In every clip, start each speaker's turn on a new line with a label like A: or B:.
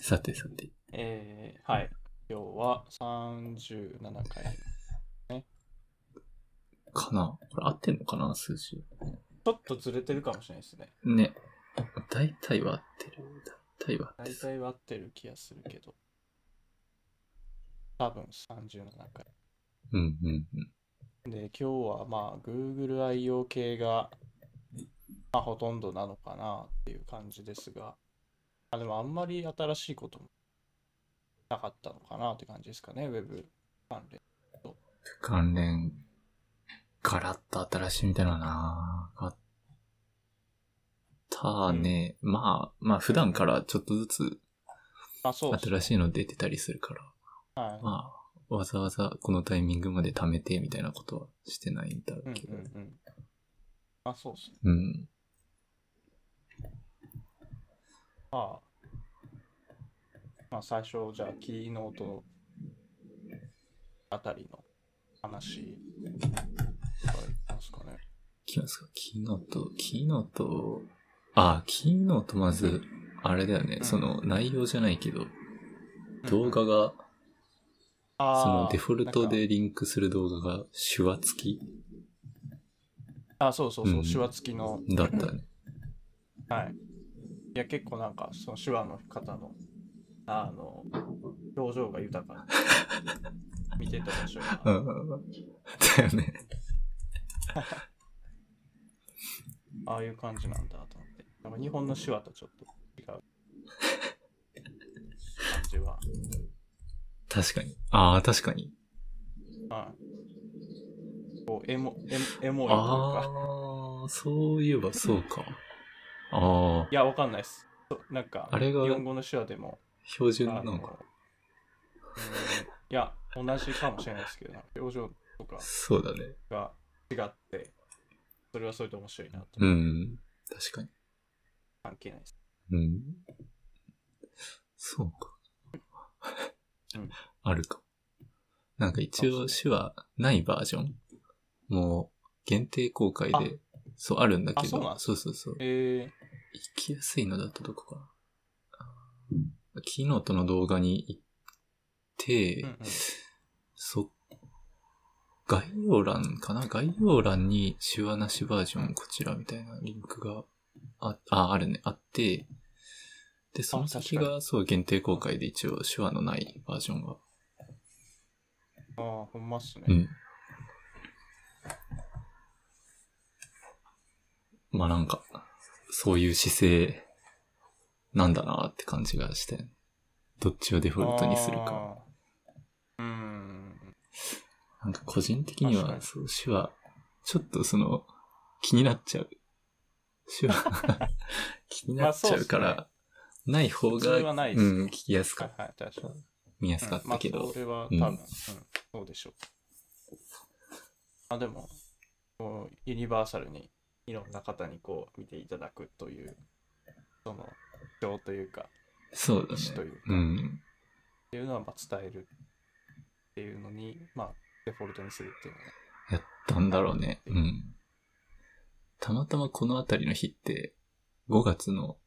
A: さてさて。
B: えー、はい。今日は37回。
A: かなこれ合ってんのかな数字。
B: ちょっとずれてるかもしれないですね。
A: ね。大体は合ってる。大体は合って
B: 大
A: る。
B: 体は合ってる気がするけど。多分37回。
A: うんうんうん。
B: で、今日はまあ Google IO 系が、まあ、ほとんどなのかなっていう感じですが、あでもあんまり新しいこともなかったのかなって感じですかね、Web 関連。
A: 関連、ガラッと新しいみたいなのなかったね。まあ、まあ普段からちょっとずつ
B: まあそうです
A: 新しいの出てたりするから、
B: はい。
A: まあ、わざわざこのタイミングまで貯めてみたいなことはしてないんだろう
B: うんうん
A: けど。
B: うん。まあそうですね。
A: うん。
B: まあ、まあ最初、じゃあキーノートあたりの話からいきますかね。
A: いきますか。キーノート、キーノート、あ、キーノートまず、あれだよね、
B: うん
A: その内容じゃないけど、
B: うん
A: 動画が、
B: あー
A: そのデフォルト
B: なん
A: でリンクする動画が手話付き
B: かあ、そうそうそうう、
A: ん
B: 手話付きの。
A: だったね。
B: はい。いや、結構なんか、その手話の方の、あの、表情が豊か に見てて面白いな。
A: うん。だよね。
B: ああいう感じなんだと思って。なんか日本の手話とちょっと違う感じは。
A: 確かに。ああ、確かに。
B: はい。こう、エモ、エモエモいとい
A: あ
B: うか。
A: あ、そういえばそうか。ああ、
B: いや、わかんないです。そうなんか、
A: あれが
B: 日本語の手話でも、
A: 標準
B: あ
A: な
B: の、う
A: の
B: んい
A: か。
B: や、同じかもしれないですけど、なんか表情とか
A: そうだね。
B: が違って、それはそれで面白いなと。
A: うん。確かに。
B: 関係ないです。
A: うん。そうか。
B: うん
A: あるか。なんか一応手話ないバージョンもう限定公開
B: あ
A: で、そうあるんだけ
B: あそうなん
A: ど、
B: だ
A: そうそうそう。行
B: え
A: きやすいのだとどこかな。あキーノートの動画に行って、
B: ー、うんうん。
A: そ、概要欄かな概要欄に手話なしバージョンこちらみたいなリンクがあ、あ、あるね、あって、で、その先
B: 確か
A: が、そう、限定公開で一応手話のないバージョンが。
B: ああ、ほんまっすね。
A: うん。まあなんか、そういう姿勢なんだなって感じがして、どっちをデフォルトにするか。
B: あー。うん。
A: なんか個人的に
B: 確か
A: は、
B: に
A: そう、手話、ちょっとその、気になっちゃう。手 話、気になっちゃうか
B: まあ
A: ら、ない方
B: 普通は
A: が、
B: ないで
A: う
B: すね。
A: ん、聞きやす
B: は
A: か
B: い、はい、確かに。
A: 見やすかったけ
B: うんまあ、
A: ど
B: そ、れは多
A: うん
B: 分、うんそうでしょう。あでも、こうユニバーサルにいろんな方にこう見ていただくという、その、情というか、
A: そうだ
B: 意思と
A: ね。
B: いうか、
A: う
B: っ
A: ん。
B: ていうのはまあ伝えるっていうのに、まあ、デフォルトにするっていうのはね。
A: やったんだろうね。うん。たまたまこのあたりの日って、5月の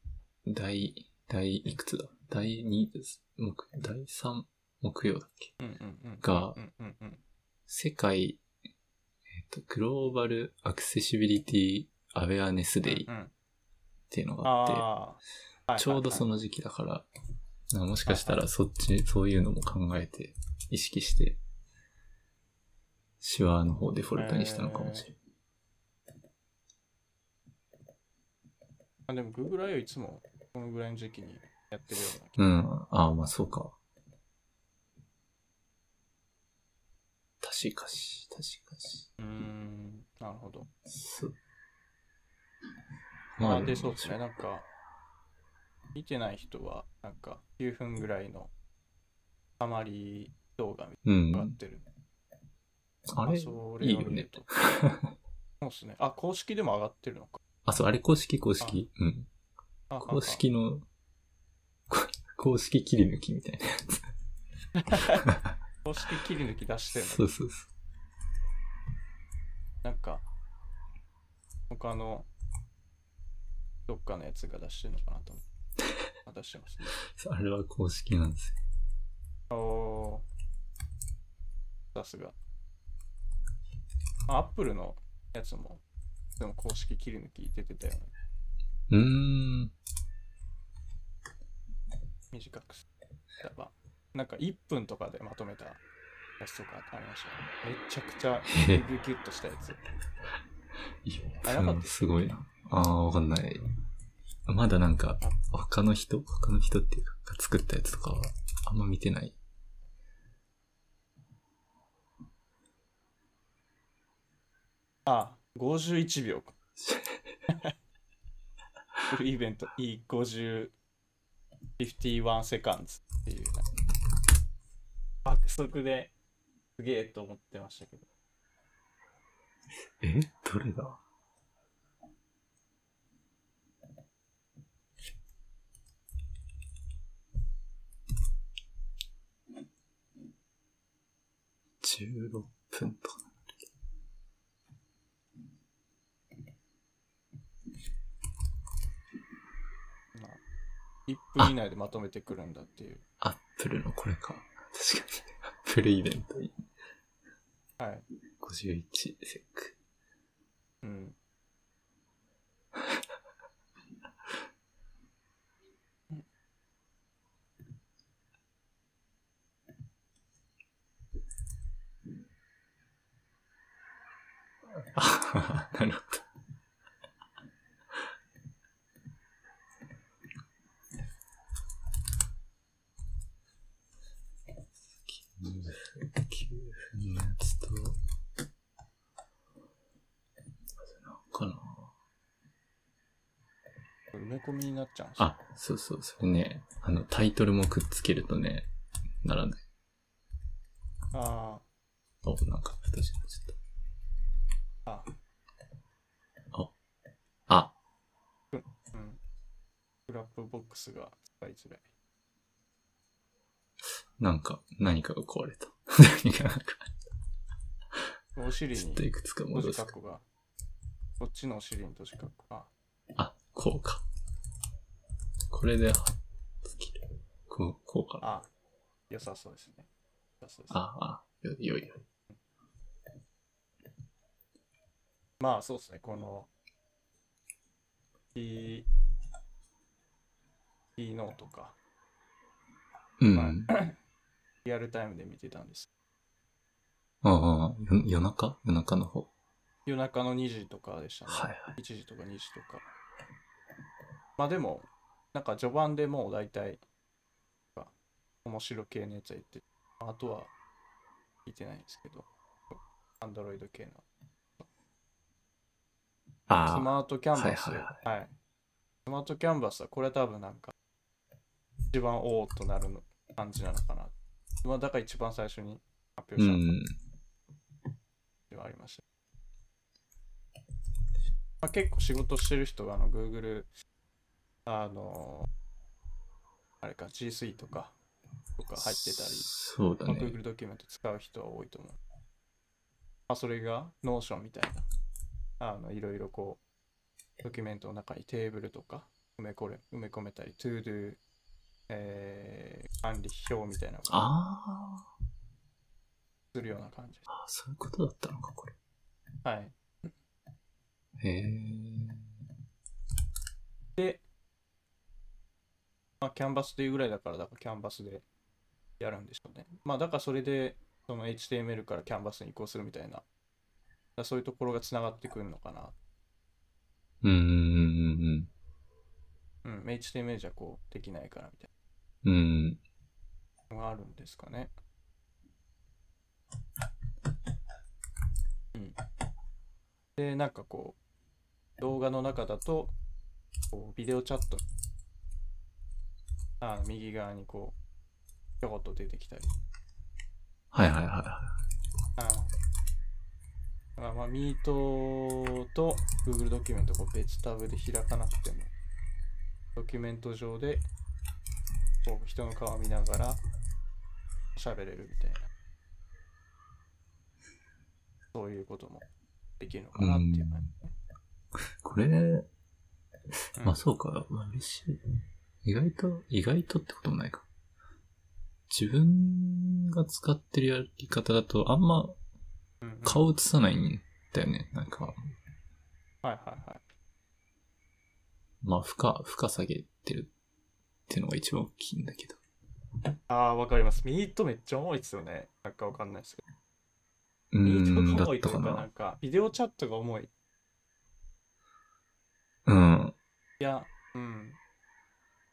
A: 第、第いくつだ第2です、木、第3木曜だっけ
B: うんうんうん。
A: が
B: うんうんうん。
A: 世界、えっと、グローバルアクセシビリティアウェアネスデイ
B: う
A: っ
B: んうん
A: ていうのがあって、
B: ああ、
A: ちょうどそ
B: の、
A: の時期だから、なんかもしかしたらそっち、そういうのも考えて、意識して、手話の方をデフォルトにしたのかもしれない。
B: あでも Google I はいつもこのぐらいの時期にやってるような
A: うん。ああ、まあそうか。確かし、確かし。
B: うーん、なるほど。
A: そう。
B: まあ、で、そうですね、。なんか、見てない人は、なんか、9分ぐらいのサマリー動画み
A: う
B: たいなのが上が
A: ん
B: っ。てる。
A: あ
B: まあ
A: れ
B: そ
A: い
B: れ
A: い
B: を
A: よ
B: 見
A: ね
B: る。と。そうですね。あ、公式でも上がってるのか。
A: あ、そう、あれ公式公式。うん。
B: ああ
A: 公式の、 こ公式切り抜きみたいなやつ。
B: あ公式切り抜き出してるの
A: そうそうそ
B: なんか、他の、どっかのやつが出してるのかなと思う。出してましたね。
A: あれは公式なんですよ。
B: おーさすが。あアップルのやつも、でも公式切り抜き出てたよね。
A: うーん。
B: 短くしたば。なんか1分とかでまとめたやつとかありましたね。めちゃくちゃギュギュギュッとしたやつ。あな
A: 1
B: かった
A: 分すごいな。ああ、わかんない。まだなんか、他の人他の人っていうか、が作ったやつとかは、あんま見てない。
B: あ、51秒か。フルイベント E50、51セカンズっていう。爆速ですげえと思ってましたけど。
A: えどれだ16分とかな。
B: まあ、1分以内でまとめてくるんだっていう。
A: アップルのこれか。確かに。アップルイベント
B: はい。
A: 51セック。
B: うん。
A: あなるほど。9分のやつと、なんかな
B: 埋め込みになっちゃうんですよ
A: あ、そうそう、それね、あの、タイトルもくっつけるとね、ならない。
B: あ
A: お、なんか、確かにちょっと。
B: あ、あ
A: あ、
B: あ、うん。フラップボックスが使いづらい。
A: なんか、何かが壊れた。何かが、
B: お尻
A: ちょ
B: に
A: っといくつか
B: 閉
A: 戻
B: じ
A: す
B: 括。弧が。こっちのお尻に閉じ括弧が。
A: あ、こうか。これで、あつきる。こう、こうかな。
B: あ、良さそうですね。良さそうですね
A: ああ、よいよいよい。
B: まあそうですね、この T、T ノートか、
A: うん。
B: は
A: あ
B: いリアルタイムで見てたんです。
A: あ、よ夜中夜中の方。
B: 夜中の2時とかでしたね。
A: はい
B: 1時とか2時とか。まあでも、なんか序盤でもう大体、なんか面白系のやつは言って、あとは聞いてないんですけど、アンドロイド系の。ス
A: ああ、
B: マートキャンバス。
A: はいは
B: はいスマートキャンバスは、これ多分なんか、一番おおとなるの感じなのかな。まあ、だから一番最初に発
A: う
B: 表した
A: ん。
B: ではありました。まあ、結構仕事してる人が、あの、Google、あの、あれか、G Suite とか、とか入ってたり、
A: そうだ
B: まあ
A: ね。
B: Google ドキュメント使う人は多いと思う。まあ、それが Notion みたいな、あのいろいろこう、ドキュメントの中にテーブルとか埋めこれ埋め込めたり、ToDo、えー、管理表みたいなのが
A: あ
B: するような感じです。
A: あ、そういうことだったのか、これ。
B: はい。
A: へえ。
B: で、まあ、キャンバスというぐらいだから、だからキャンバスでやるんでしょうね。まあ、だからそれで、その HTML からキャンバスに移行するみたいな、だからそういうところがつながってくるのかな
A: うんうん
B: うん、HTML じゃこうできないからみたい
A: うんうん。うん。
B: なのがあるんですかね。うん、で、なんかこう、動画の中だと、こうビデオチャット、あの右側にこう、ちょこっと出てきたり、
A: はいはいはいは
B: あのあまあ、ミートと Google ドキュメントをこう別タブで開かなくても、ドキュメント上でこう人の顔を見ながら喋れるみたいな、そういうこともできるのかなっていう感
A: い。これ、
B: じ。うん
A: まあそうか、まあ嬉しい。意外と、意外とってこともないか。自分が使ってるやり方だと、あんま
B: うんうん
A: 顔映さないんだよね。なんか、
B: はいはいはい。
A: まあ、負荷、負荷下げてるっていうのが一番大きいんだけど。
B: ああ、わかります。ミートめっちゃ重いですよね。なんかわかんないですけど。
A: う
B: ミー
A: ーん、だ
B: トが
A: っ
B: 重い
A: た
B: とい
A: か
B: うか、な。
A: なん
B: か、ビデオチャットが重い。
A: うん。
B: いや、うん。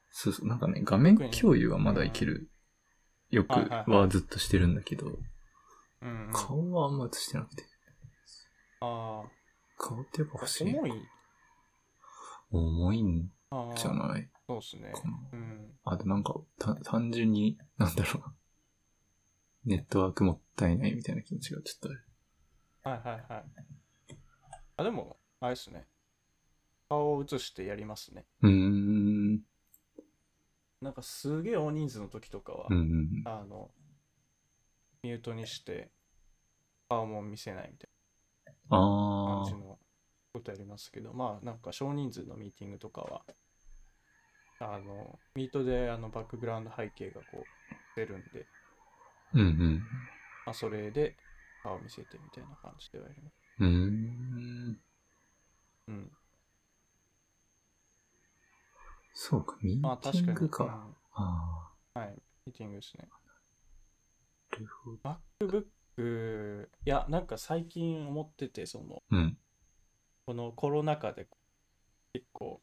A: そうそう。なんかね、画面共有はまだいける。よく
B: はいはいはい
A: はずっとしてるんだけど、
B: うん、うん。あ
A: 顔はあんま映してなくて。
B: あ
A: 顔ってやっぱ欲し
B: ー、
A: い。
B: 重い。
A: 重いん
B: ああ、
A: じゃない
B: そうですね。
A: かな。
B: うん。
A: あとなんか、た単純に、なんだろう。 ネットワークもったいないみたいな気持ちがちょっとある。
B: はいはいはい。あ、でも、あれですね。顔を映してやりますね。
A: うーん。
B: なんかすげえ大人数の時とかは、
A: うんうん。
B: あの、ミュートにして、顔も見せないみたい
A: あ
B: な感
A: あ
B: じ。のことやりますけど、まあなんか少人数のミーティングとかは、あの、ミートであのバックグラウンド背景がこう出るんで、
A: うん
B: まあそれで顔見せてみたいな感じではやります。
A: うん。うーん。
B: うん。
A: そうか、ミ
B: まあ
A: ーテ
B: 確
A: ィン
B: かに、
A: グ
B: うん、
A: か。ああ
B: ミーティングですね。
A: ー。なるほど。
B: MacBook、いや、なんか最近思ってて、その、
A: うん。
B: このコロナ禍で結構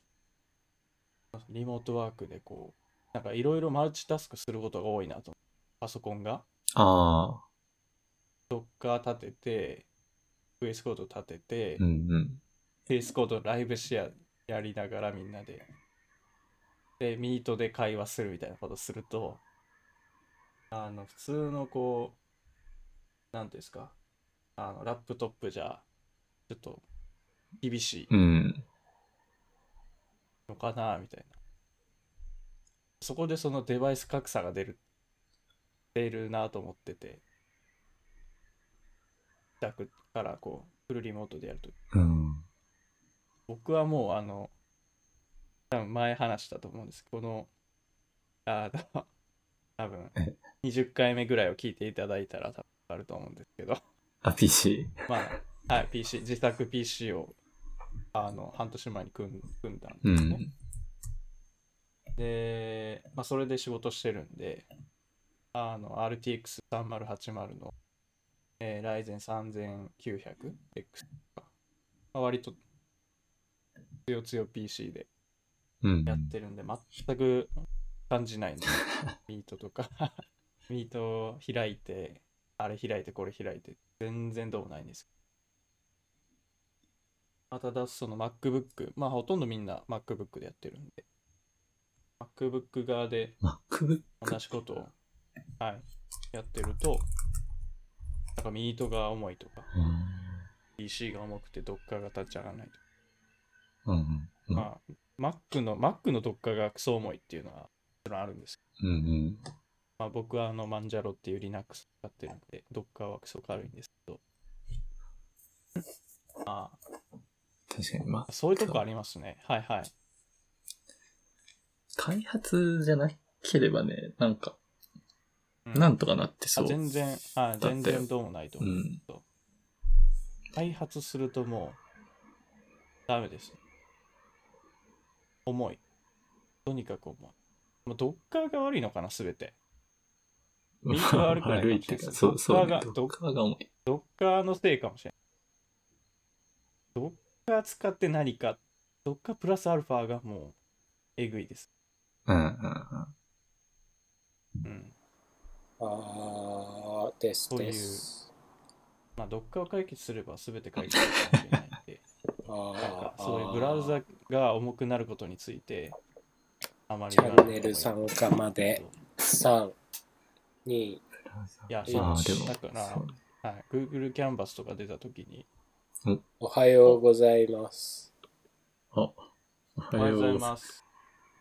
B: リモートワークでこうなんかいろいろマルチタスクすることが多いなとパソコンが
A: ああ。
B: ドッカー立てて VS コード立てて
A: うんうん。
B: VS コードライブシェアやりながらみんなででミートで会話するみたいなことするとあの普通のこう何ですかあのラップトップじゃちょっと厳しい
A: うん。
B: のかなみたいなそこでそのデバイス格差が出る出るなと思ってて自宅からこうフルリモートでやると
A: うん。
B: 僕はもうあの多分前話したと思うんですこのあの多分
A: え
B: 20回目ぐらいを聞いていただいたら多分あると思うんですけど
A: あ、PC。
B: まあはい PC 自宅 PC をあの半年前に組ん組んだん
A: う
B: ですね、
A: ん。
B: で、まあ、それで仕事してるんで、あの、RTX3080 の、えー、Ryzen3900X とか、まあ、割と強強 PC で
A: うん
B: や。ってるんで、全く感じないんですよミートとか、 ミートを開いて、あれ開いて、これ開いて、全然どうもないんです。まあただ、その MacBook、まあほとんどみんな MacBook でやってるんで、MacBook 側で
A: MacBook。
B: 同じことを、はい、やってると、なんかミートが重いとか、
A: うん。
B: PC が重くてドッカーが立ち上がらないとか、
A: うん。うん
B: まあ、Mac の、Mac のドッカーがクソ重いっていうのは、もちろんあるんですけ
A: うんうん。
B: ど、まあ、僕はあの、マンジャロっていう Linux 使ってるんで、ドッカーはクソ軽いんですけど、ま
A: 確かに、ま
B: あ、そういうとこありますね。はいはい。
A: 開発じゃなければね、なんか、
B: うん
A: なんとかなってそ
B: あ
A: う。
B: 全然、はい、
A: だったよ
B: 全然どうもないと
A: う
B: 思う。
A: ん。
B: 開発するともうダメです。重い。とにかく重い。もうドッカーが悪いのかな、すべて。 ミートが悪くないか
A: 悪
B: もしれない
A: いっていうか、そう、そう、ね、ド
B: ド
A: ッ
B: ッ
A: カーが重い。
B: ドッカーのせいかもしれない。ドッカー使って何か、ドッカープラスアルファがもうえぐいです。
A: うんうんうん。
B: うん。
C: あーです
B: そういう
C: です。
B: まあ、ドッカーを解決すればすべて解決するかもしれないんで、なん か
C: あー
B: そういうブラウザが重くなることについて、あまり
C: チャンネル参加まで3、2、
B: いや
C: そう
A: あーでも、
B: だから
A: そうね
B: はい、Google キャンバスとか出たときに、
C: おはようございます。
A: あ、お
B: お
A: は
B: は
A: よ
B: よう
A: う
B: ござい
A: ございます。
B: ます。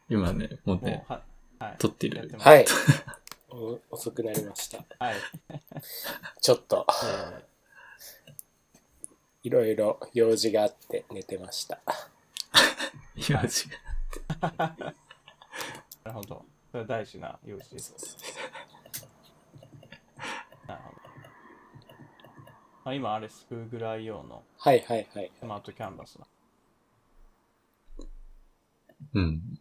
A: 今ね、もう
B: も
A: ね、
B: う、ははい。
A: 撮ってい
B: やっ
A: る
B: て。ます
C: はい。お遅くなりました。
B: はい。
C: ちょっと、
B: え
C: いろいろ用事があって寝てました。
A: 今、違う。
B: なるほど。それは大事な用事です。なるほど。まあ、今、あれです。Google I.O. の
C: はいはいはい。
B: スマートキャンバスの。
A: うん。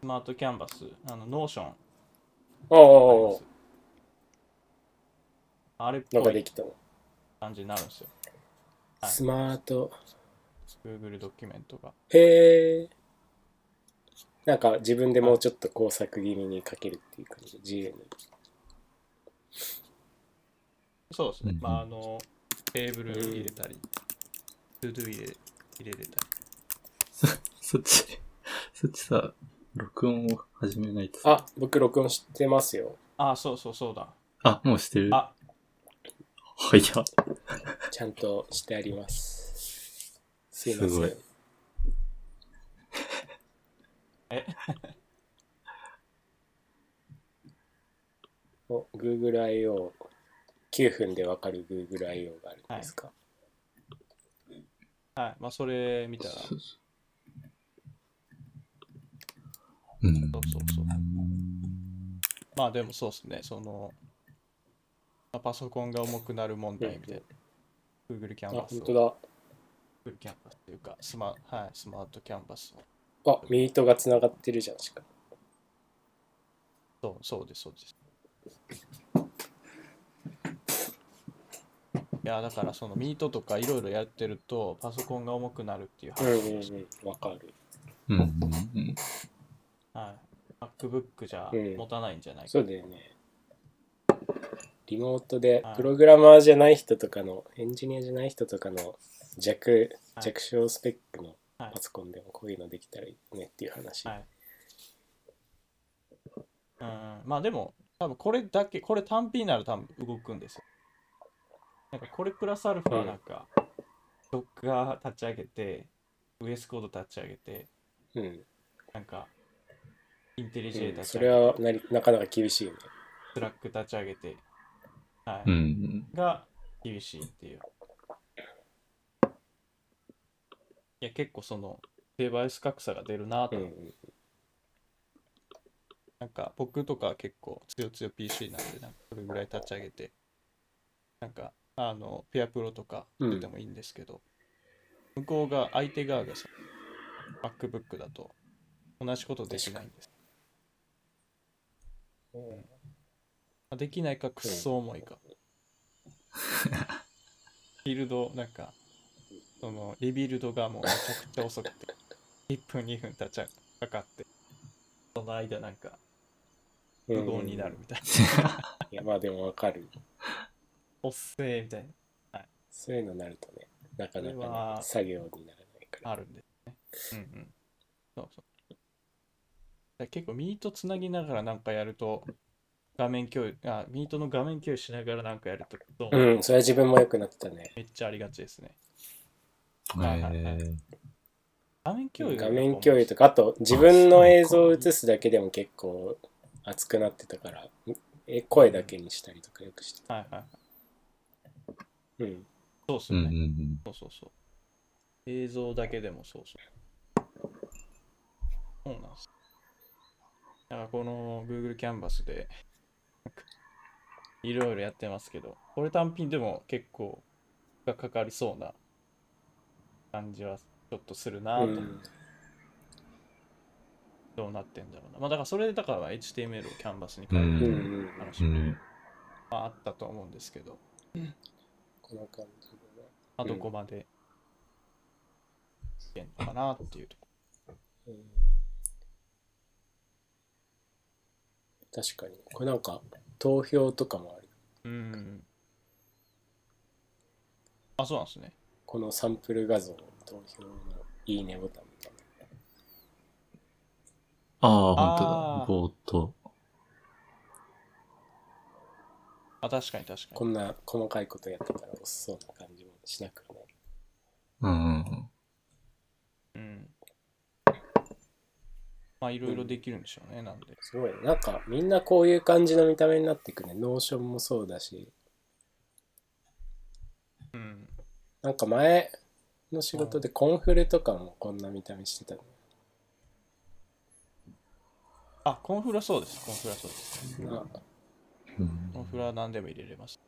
B: スマートキャンバス、あの、ノーション。
C: おーおーお
B: あれっ
C: ー、なん
B: ぽ
C: かで
B: い
C: きたわ。
B: 感じになるんですよ。はい
C: スマート。
B: Google ドキュメントが。
C: へえ。なんか自分でもうちょっと工作気味に書けるっていう感じ。自由に。
B: そうですね。
A: うんうん
B: まあ、あの、テーブル入れたり、トゥドゥ入れ入れれたり。
A: そ、そっち、 そっちさ、録音を始めないとさ。
C: あ、僕録音してますよ。
B: ああ、そうそうそうだ。
A: あ、もうしてる。
B: あ、
A: はいや。
C: ちゃんとしてあります。すいますせ
A: ご
C: ん
A: い。
C: お、Google I.O. 9分でわかる Google I.O. があるんですか、
B: はい。まあ、それ見たら、
A: そうそう。うん。
B: そうそうそう。まあ、でもそうですね。その、まあ、パソコンが重くなる問題みたいな。Google キャン
C: あ、
B: バス
C: 本
B: を。
C: 当だ。
B: Google キャンバスというか、スマ,、はい、スマートキャンバスを。
C: あ、ミートがつながってるじゃん、しかも。
B: そう、そうです、そうです。いや、だからそのミートとかいろいろやってると、パソコンが重くなるっていう
C: うん
B: 話
C: うん
B: でし
C: うん、わかる。
A: うんうんうん。
B: た。はい。MacBook じゃ
C: うん
B: 持たないんじゃないか。
C: そうだよね。リモートで
B: はい
C: プログラマーじゃない人とかの、エンジニアじゃない人とかの弱
B: はい
C: 弱小スペックの
B: はい
C: パソコンでもこういうのできたらいいねっていう話。
B: はい。うん、まあでも、多分これだけ、これ単品なら多分動くんですよ。なんかこれプラスアルファなんか、ドッカー立ち上げて、US コード立ち上げて、
C: うん。
B: なんか、インテリジェ
C: うん、
B: 立ち
C: そ
B: 上げ
C: れ
B: て。
C: はなりなかなか厳しいね。
B: スラック立ち上げて、は
A: う
B: い、
A: ん。
B: が厳しいっていう。いや、結構その、デバイス格差が出るな
C: う
B: と、
C: んうん。
B: なんか僕とか結構強強 PC なんで、なんかそれぐらい立ち上げて、なんか、あの、ペアプロとか出てもいいんですけど、向こうが、相手側がさ、MacBook だと、同じことできないんです。まあできないかくっそ重いか。ビルド、なんか、その、リビルドがもうめちゃくちゃ遅くて、1分2分経っちゃかかって、その間なんか、
C: うん
B: 無言になる。みたいな。
C: いや、まあでもわかる。
B: おっせーみたい
C: そういうのなるとね、なかな
B: これは
C: か、ね、作業にならないか
B: な、
C: ら。
B: あるんですね。うんうん。そうそう。だから結構、ミートつなぎながらなんかやると、画面共有、あ、ミートの画面共有しながらなんかやると、どうも
C: うん、それは自分も良くなったね。
B: めっちゃありがちですね。はいはいはい
A: えー
B: 画面共有
C: 画面共有とか、あと自分の映像を映すだけでも結構熱くなってたから、え声だけにしたりとかよくして
B: はいはい。
C: た。うん。
B: そうっす
A: うん
B: よ
A: う
B: ね。
A: んうん。
B: そうそうそう。映像だけでもそうそう。そうなんです。だからこの Google キャンバスでなんかいろいろやってますけど、これ単品でも結構がかかりそうな感じはちょっとするな
C: う
B: ぁと、
C: ん、
B: どうなってんだろうな。まあだからそれでだから HTML をキャンバスに
A: う。
B: 変える
C: うんうんん。
A: う
B: 話も
A: ん。
B: あったと思うんですけど、
C: こんな感じでね。
B: まあどこまでいけんのかなっていうとこ
C: うん確かに。これなんか投票とかもある。
B: ろ。うん。あ、そうなんですね。
C: このサンプル画像、投票のいいねボタンみたい
A: ああ、
B: あー
A: 本当だ。冒頭。
B: あ、確かに確か
C: な。
B: に。
C: こんな細かいことやってたら遅そうな感じもしなくはない。
A: うんうんうん。
B: うん。まあ、いろいろできるんでしょうね、なんで。
C: すごいね。なんかみんなこういう感じの見た目になってくね。ノーションもそうだし。
B: うん。
C: なんか前の仕事でコンフレとかもこんな見た目してたね。
B: あ、コンフラそうです。コンフラそうです。
C: あ
A: うん
B: コンフラ何でも入れれます。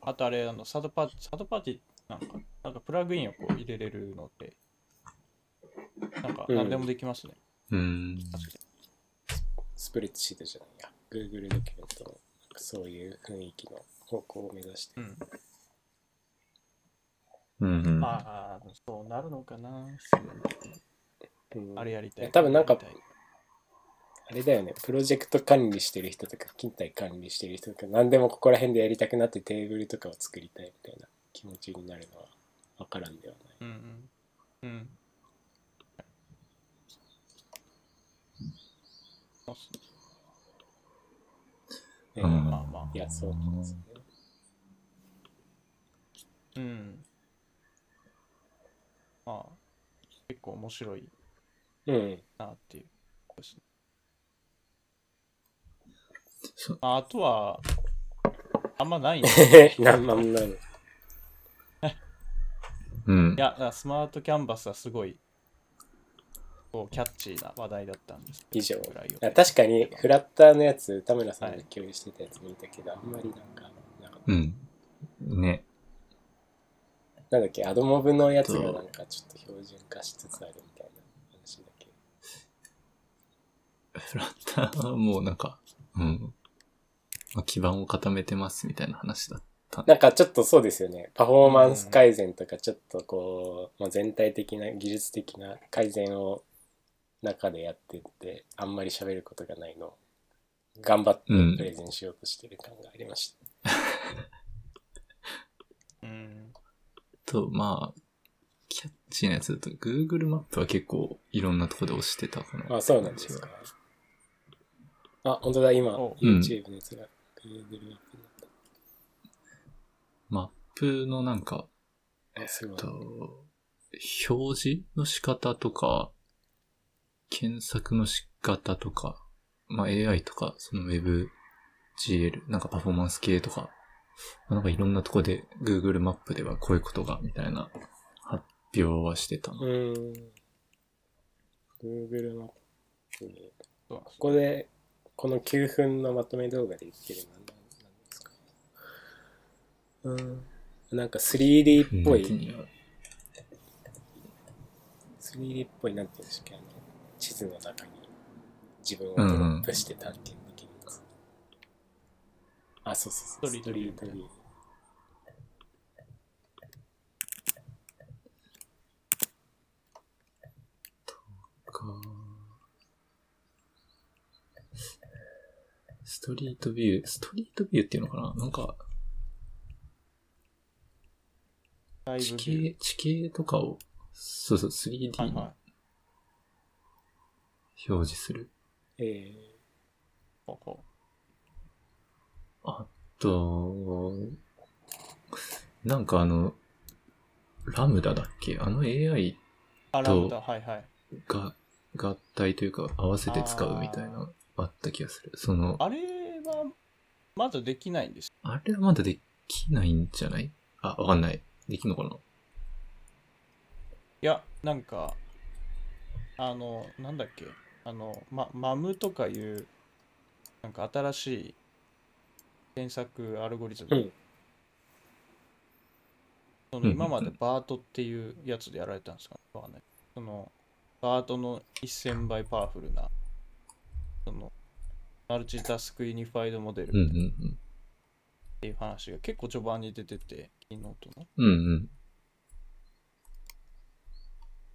B: あとあれ、あの、サードパーティー、サードパーティーなんか、なんかプラグインをこう入れれるので、なんか
C: うん
B: 何でもできますね。
A: うん。
B: 確か
C: スプレッドシートじゃないや。Google ドキュメントのなんかそういう雰囲気の方向を目指して。
B: に。うん。
A: うんうん。
B: まあ、そうなるのかな。
C: うん
B: あれやりたい。
C: 多分なんか
B: あれやりたい
C: あれだよね、プロジェクト管理してる人とか、勤怠管理してる人とか、何でもここら辺でやりたくなってテーブルとかを作りたいみたいな気持ちになるのは分からんではない。
B: うんうん。うん。そうっすね
A: う
C: ね
A: ん
B: まあま
C: いや、そうなんですよね。
B: あ。うん。まあ、結構面白い
C: うん。
B: なっていうことですね。
A: そ
B: まあ、あとは、あんまないね。
C: 何万もないの。
A: うん
B: い。や、だからスマートキャンバスはすごい、こう、キャッチーな話題だったんですけど
C: 以上
B: ぐらいを
C: あ確かに、フラッターのやつ、田村さんが
B: はい
C: 共有してたやつ見たけど、あんまりなんか、なんか
A: うん。ね。
C: なんだっけ、アドモブのやつがなんかちょっと標準化しつつあるみたいな話だっけ。
A: フラッターはもうなんか、うん。まあ、基盤を固めてますみたいな話だったんで
C: なんかちょっとそうですよね。パフォーマンス改善とか、ちょっとこう、まあ、全体的な技術的な改善を中でやってって、あんまり喋ることがないのを頑張って
A: うん
C: プレゼンしようとしてる感がありまし
B: うん。
A: と、まあ、キャッチーなやつだと Google マップは結構いろんなとこで押してたか
C: た。
A: な。
C: あ、そうなんですか。あ、本当だ、今、
B: お
C: YouTube のやつが Google マップになっ
A: マップのなんか、
C: た。あ、すごい。
A: と、表示の仕方とか、検索の仕方とか、まあ、AI とか、その WebGL、なんかパフォーマンス系とか、まあなんかいろんなとこで Google マップではこういうことが、みたいな発表はしてた
C: う
A: の。
C: ーん。Google マップに
B: そうなんです
C: ここで、この9分のまとめ動画で言ってるのは何ですかうん。なんか 3D っぽ
A: うん
C: い、3D っぽい、なんていうんでしたっけ、あの、地図の中に自分をドロップして探検できるやつ。あ、そうそうそう、
B: ストリートビュー
C: スビュー。
A: か。ストリートビュー、ストリートビューっていうのかななんか、
B: ライブ
A: 地
B: ビュー。
A: 形、地形とかを、そうそう、3D
B: はい
A: に
B: はい。
A: 表示する。
C: え
B: ほうほう
A: あと、なんかあの、ラムダだっけあの AI
B: あ、ラ
A: と
B: ムダ、はいはい。
A: が合体というか合わせて使うみたいな、あった気がする。その、
B: あれは、まだできないんです。
A: あれはまだできないんじゃないあ、わかんない。できんのかない
B: や、なんか、あの、なんだっけ、あの、ま、マムとかいう、なんか新しい検索アルゴリズム。
C: うん
B: そ
A: うんうんう
B: の
A: ん
B: 今までバートっていうやつでやられたんですかわかんない。その、バートの1000倍パワフルな、その、マルチタスクユニファイドモデル
A: うん
B: っ
A: うんうん。
B: ていう話が結構序盤に出てて、昨日との。
A: うん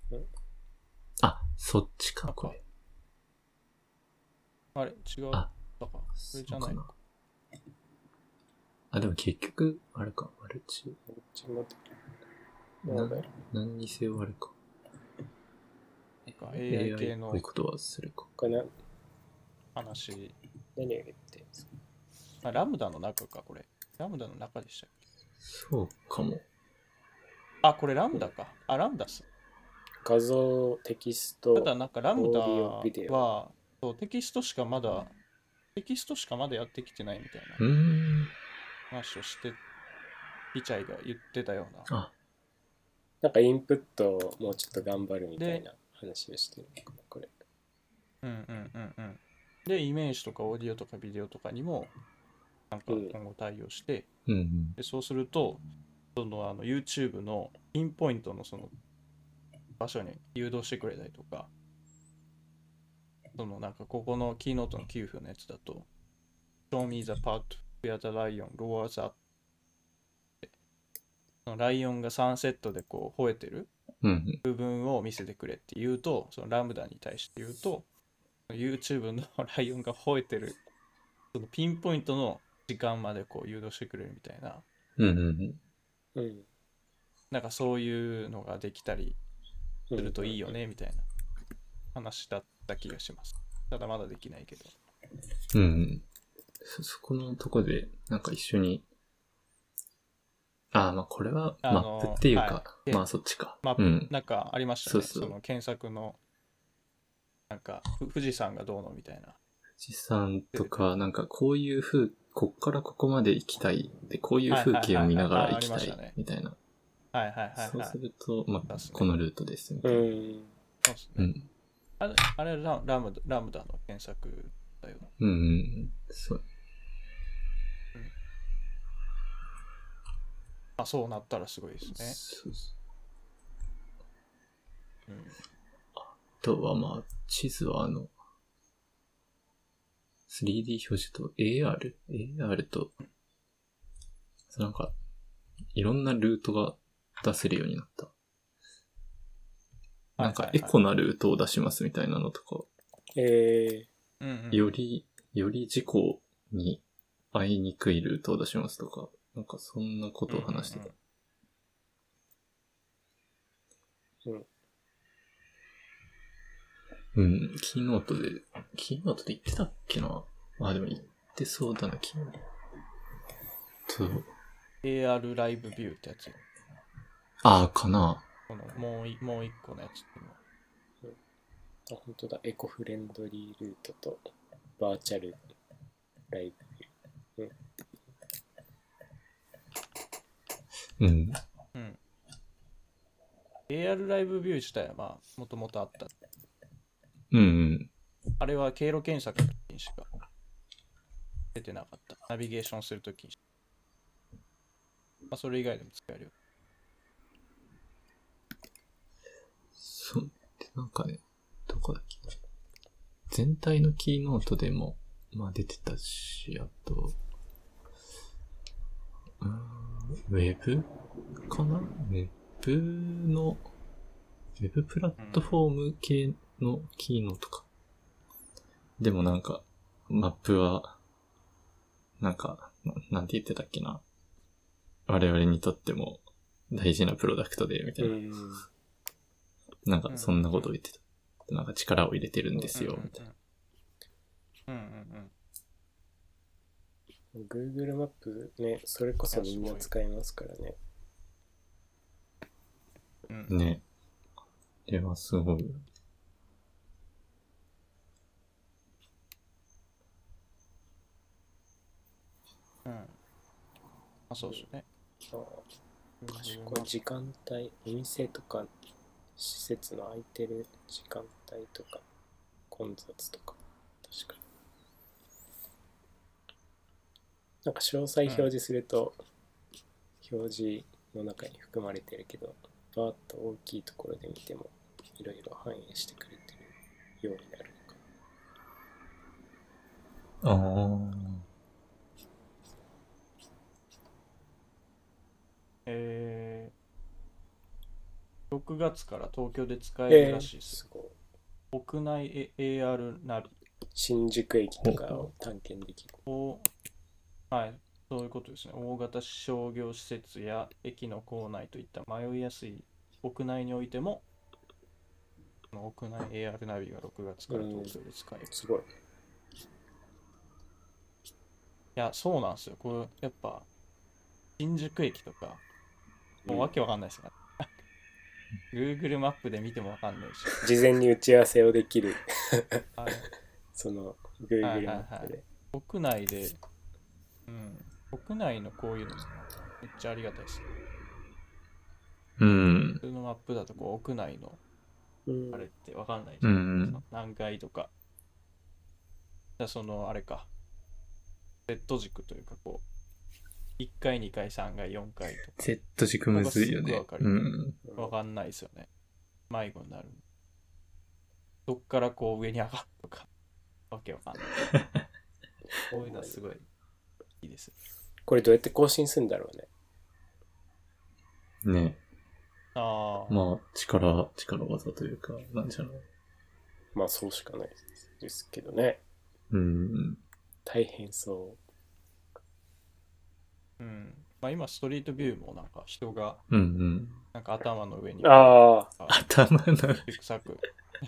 A: うん
C: ん。
A: あ、そっちか、
B: あ
A: これ。
B: あれ違う
A: あ
B: だから、それじゃ
A: そう
B: ない
A: か
B: の
A: な。あ、でも結局、あれか、マルチ。
C: ー、こっちも、な
A: なん
C: だろ
A: 何にせよあれか。
B: か AI 系の
A: こういうことはするか。
C: これな
B: 話。
C: 何を言ってるんですか
B: あ、ラムダの中か、これ。ラムダの中でしたっけ
A: そうかも。
B: あ、これラムダか。あ、ラムダっす。
C: 画像、テキスト、
B: ただなんかラムダ
C: オーディオビデオ
B: はそうテキストしかまだ、テキストしかまだやってきてないみたいうな
A: ーん。
B: 話をして、ピチャイが言ってたような。
A: あ、
C: なんかインプットをもうちょっと頑張るみたいな話をしてる。これ。
B: うんうんうんうん。で、イメージとかオーディオとかビデオとかにも、なんか
C: うん
B: 今後対応して、
A: うん
B: でそうすると、どんどんあの YouTube のピンポイントのその場所に誘導してくれたりとか、そのなんかここのキーノートの9分のやつだと、Show me the part where the lion roars at そのライオンがサンセットでこう吠えてる
A: うん。うん
B: 部分を見せてくれって言うとそのラムダに対して言うと YouTube のライオンが吠えてるそのピンポイントの時間までこう誘導してくれるみたいな
A: うん。うん
C: うん。
B: なんかそういうのができたり
C: す
B: するといいよ。ねみたいな話だった気がしますただまだできないけど
A: うん。うん。そ、そこのとこで、なんか一緒に、ああ、まあこれは
B: あ
A: マ
B: の
A: ップっていうか、
B: はい
A: まあそっちか。
B: マッ
A: う
B: プ
A: ん。
B: なんかありました
A: そう
B: ね
A: そう
B: その検索のなんかふ富士山がどうのみたいな
A: 富士山とか、なんかこういう風、こっからここまで行きたい。で、こういう風景を見ながら行きた
B: はいはいはいはいあありました
A: い
B: ね。
A: みたいな。
B: はいはいはい
A: そう
B: はい
A: すると、ま
B: そう
A: あ
B: っすね
A: このルートです。みた
C: う
A: いな。
C: ん。
B: そうっすね
A: うん。
B: あれあれララムダラムダの検索だよな
A: うんうん。そう。
B: あそうなったらすごいですね。
A: そうそう
B: うん
A: あとはまあ、地図はあの、3D 表示と AR?AR と、そうなんか、いろんなルートが出せるようになった。なんか、エコ
B: は
A: な
B: い
A: ルートを出しますみたいなのとか、
C: え
B: はいはいうんうん
A: より、より事故に遭いにくいルートを出しますとか、なんかそんなことを話して
B: うん
A: た
B: うん。
A: うん、キーノートで、キーノートで言ってたっけなあ、でも言ってそうだな、キーノート。と
B: AR ライブビューってやつ。
A: ああ、かな
B: このもういもう一個のやつっていうの
C: ー、あ、本当だ。エコフレンドリールートとバーチャルライブ。
A: うん。
B: うん。AR ライブビュー自体はまあもともとあった。
A: うんうん。
B: あれは経路検索の時にしか出てなかった。ナビゲーションするときにしか。まあそれ以外でも使えるよ。
A: そう。でなんかね、どこだっけ全体のキーノートでも、まあ出てたし、あと、うーん、ウェブかなウェブの、ウェブプラットフォーム系のキーノートか。でもなんか、マップは、なんか、ななんて言ってたっけな。我々にとっても大事なプロダクトで、みたいな。
C: ん。
A: なんか、そんなことを言ってた。なんか力を入れてるんです
B: う
A: よ
B: ん、
A: みたいな。
B: うんうん。うんうんうん。
C: Google マップね、それこそみんな使いますからね。
B: うん
A: ね。これはすごい。
B: うん。あ、そうですね。
C: あー確か時間帯、お店とか、施設の空いてる時間帯とか、混雑とか、確かに。なんか詳細表示すると、表示の中に含まれてるけど、バーッと大きいところで見ても、いろいろ反映してくれてるようになるのかな。
A: ああ。
B: えー、6月から東京で使えるらしいです。
C: すごい。
B: 国内 AR ナビ
C: 新宿駅とかを探検できる。
B: を、はい、そういうことですね。大型商業施設や駅の構内といった迷いやすい屋内においても、この屋内 AR ナビが6月から東京で使える。い
C: すごい。
B: や、そうなんですよ。これ、やっぱ、新宿駅とか、もうわけわかんないですから。Google マップで見てもわかんないし。
C: 事前に打ち合わせをできる。
B: はい
C: その
B: はい
C: Google
B: はい
C: マップで。
B: 国内で、うん、国内のこういうの、めっちゃありがたいです。
A: うん
B: 普。通のマップだと、こう、屋内の、
C: うん
B: あれってわかんないじ
A: う
B: ゃ
A: ん
B: ん。
A: うん。
B: 何階とか、ゃあそのあれか Z 軸というかこう1回2回3回4回
A: Z 軸むずいよね
B: ここが。
A: う
B: すごいわか
A: ん。
B: とか分かんないですよね迷子になるどっからこう上に上がるとかわけわかんないこういうのはすごいいいです
C: これどうやって更新するんだろうね。
A: ね
B: ああ、
A: まあ、力、力技というか、なんじゃない
C: まあそうしかないですけどね。
A: うん。
C: 大変そ
B: うんまあ、今ストリートビューもなんか人が
A: うんうん。
B: なんか頭の上に
C: う。ああ、
A: 頭の、
B: リュックサック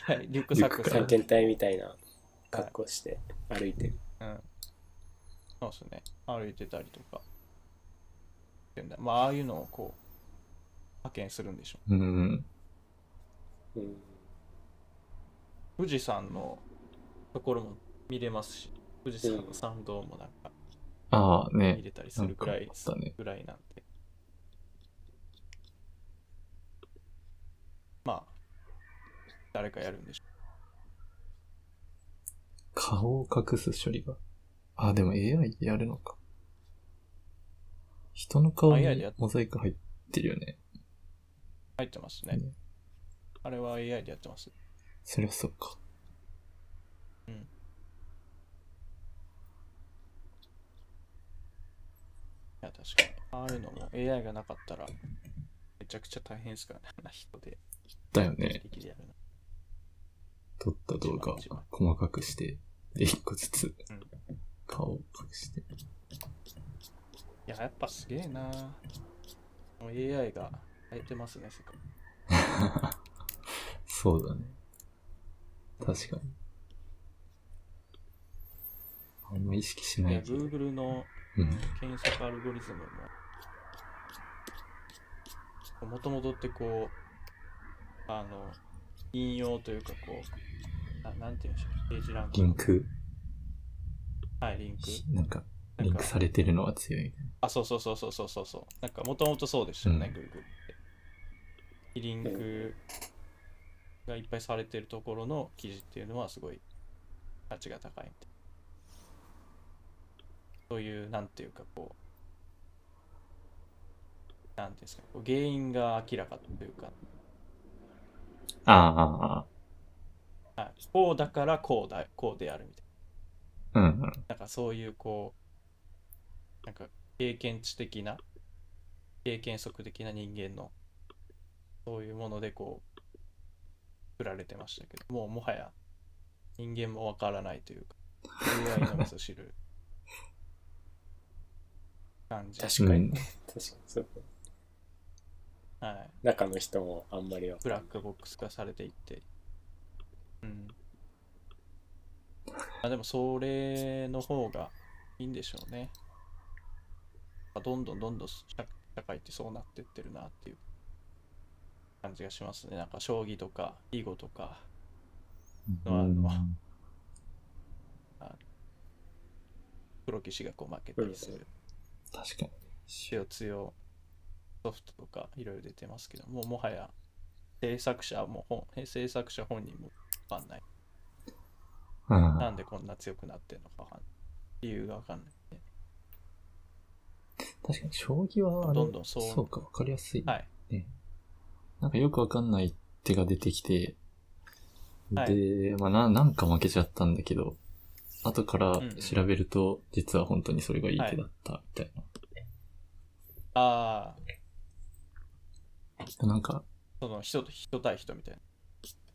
B: はいリュックサック
A: リュッ
B: さ
A: ク
C: 探
B: ん
C: 検隊みたいな格好して歩いてる。
B: うん。そうですね。歩いてたりとか。ってんだまあ、ああいうのをこう、派遣するんでしょ
A: うん。
C: うん、
B: う。富士山のところも見れますし、富士山の参道もなんか
A: ああ、
B: 見
A: ね。
B: れたりするくらい、
A: なんかあったね
B: ぐらいなんで。まあ、誰かやるんでしょ
A: 顔を隠す処理が。ああ、でも AI やるのか。人の顔
B: AI で
A: に
B: やっ
A: モザイク入ってるよね。
B: 入ってますね。
A: ね
B: あれは AI でやってます。
A: そりゃそうか。
B: いや、確かに。ああいうのも AI がなかったら、めちゃくちゃ大変ですからね。あんな人で、
A: だよ
B: 自
A: ね。
B: 力でやるの。
A: 撮った動画
B: 一番一番、
A: 細かくして、で、一個ずつ
B: うん、
A: 顔を隠して。
B: いや、やっぱすげえなもう AI が変えてますね、世界。
A: そうだね。確かに。あんま意識しないい
B: や、
A: けど。うん
B: Google の検索アルゴリズムも、もともとってこう、あの、引用というかこう、ななんていうんでしょう、ページランキ
A: リン
B: ング。
A: ク、
B: はい、リンク。
A: なんか、
B: なんか
A: リンクされてるのは強いみたい
B: あ、そうそうそうそうそうそうそう。なんかもともとそうでしたよね、
A: うん
B: Google って。リンクがいっぱいされてるところの記事っていうのはすごい価値が高いみたいな。そういう、なんていうかこう、なんていうんですか、こう原因が明らかというか、
A: な。あ
B: はい、こうだからこうだ、こうであるみたいな。
A: あ、うんうん。
B: なんかそういうこう、なんか経験値的な、経験則的な人間の、そういうものでこう、振られてましたけど、もうもはや人間もわからないというか、AI の味噌汁感じ。
C: 確かに、
A: うん
C: 確かにそう。
B: はい。
C: 中の人もあんまりは。
B: ブラックボックス化されていって。うん。まあでも、それの方がいいんでしょうね。まあどんどんどんどん社社会ってそうなってってるなっていう感じがしますね。なんか、将棋とか、囲碁とか、
A: うん
B: あプロ棋士がこう負けたりする、
A: 確かに。
B: 強強ソフトとかいろいろ出てますけど、もうもはや制作者も本、制作者本人もわかんない。
A: うん
B: なんでこんな強くなってんのかわかんない。理由がわかんないね。
A: 確かに、将棋はあれ、
B: どんどんそう
A: そうか、わかりやすい。
B: はい。
A: なんかよくわかんない手が出てきて、
B: はい
A: で、まあな、なんか負けちゃったんだけど、後から
B: んうん
A: 調べると、実は本当にそれがいい手だった、みたいな。
B: ああ、
A: なんか、
B: その人と人対人みたい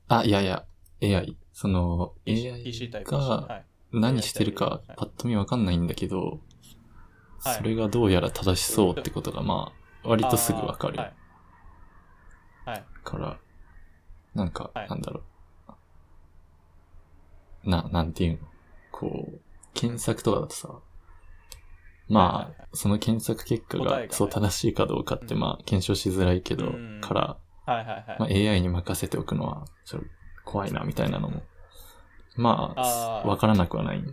A: あ、いやいや、AI。その、
B: な。PC,
A: AI
B: PC 対 PC。は
A: が
B: い。
A: 何してるか
B: AI
A: パッと見わかんないんだけど、
B: はい
A: それがどうやら正しそうってことが、まあ、割とすぐわかる
B: あーはい。はい。
A: から、なんか
B: は、い
A: なんだろう。な、なんていうのこう、検索とかだとさ、
B: はい
A: ま
B: はいは
A: あ、その検索結果
B: 答えが
A: が
B: ね
A: そう正しいかどうかって、
B: うん
A: まあ、検証しづらいけど
B: うん、
A: から、
B: はいはい
A: まあ、
B: はい。
A: AI に任せておくのは、ちょっと怖いな、みたいなのも、ま
B: あ
A: あ、
B: ー
A: わからなくはないん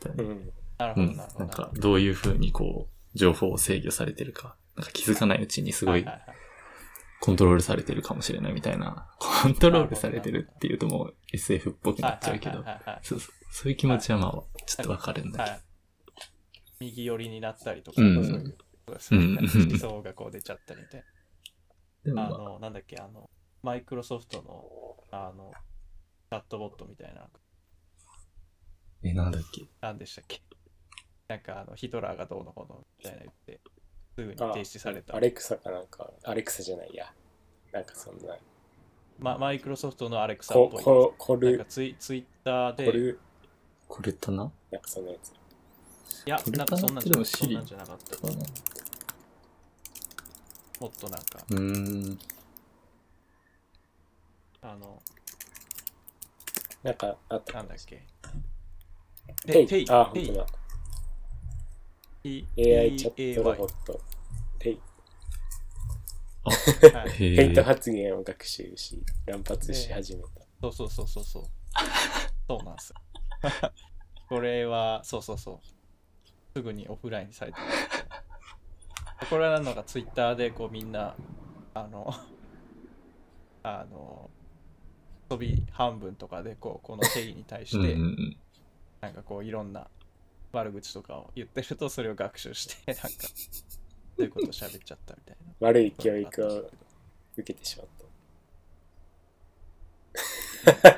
A: だよ
C: う
A: ね。
C: ん。
B: なる
A: う
B: ほど
A: ん。
B: なるほ
A: な
B: ど。
A: んか、どういうふうにこう、情報を制御されてるか、なんか気づかないうちにすご
B: はい
A: い
B: はいはい。
A: コントロールされてるかもしれないみたいな、コントロールされてるっていうともう SF っぽくなっちゃうけ
B: は
A: ど
B: い、はいはいはいはい
A: そうそうそういう気持ちはまあ、ちょっとわかるんだ
B: は
A: け
B: い。右寄りになったりとか、
A: うん
B: そういうことですね
A: うん
B: 思想がこう出ちゃったりみたい
A: ど。で
B: な。あ
A: も、まあ、
B: の、なんだっけ、あの、マイクロソフトの、あの、チャットボットみたいな、
A: え、なんだっけ。
B: なんでしたっけ。なんか、あの、ヒトラーがどうのこうのみたいな言って、すぐに停止された
C: ア。レクサかなんか、アレクサじゃないや。なんかそんな、
B: ま、マイクロソフトのアレクサっ
C: こ
B: ぽい。
C: こコ
B: なんか
C: ル、
B: ツイツイッター
C: コ
B: で、い
C: ル、
A: これたな
C: なんかそんなやつ。
B: や、なんかそんなんじゃ
A: これかなでも
B: そん
A: Siri
B: なんじゃなかった。
A: とかな。
B: もっとなんか、
A: うーん。
B: あの、
C: なんかあっ
B: な
C: た。
B: んだっけ。
C: テイ、
B: テイ、
C: あ、
B: テイ
C: 本当だ。
B: T
C: AI チャットロ
B: T A Y
C: ボット。テイ、
B: はい
A: へ
C: ヘイト
A: え。
C: 発言を学習し、乱発し始めた。
B: そうそうそうそうそう。そうなんですよ。これは、そうそうそう。すぐにオフラインにされてますこれはなんかツイッターでこうみんな、あの、あの、飛び半分とかでこう、この定義に対
A: う
B: し
A: んうん
B: て
A: う、ん。
B: なんかこういろんな悪口とかを言ってるとそれを学習して、なんか、そういうことを喋っちゃったみたいな。
C: 悪い教育を受けてしまっ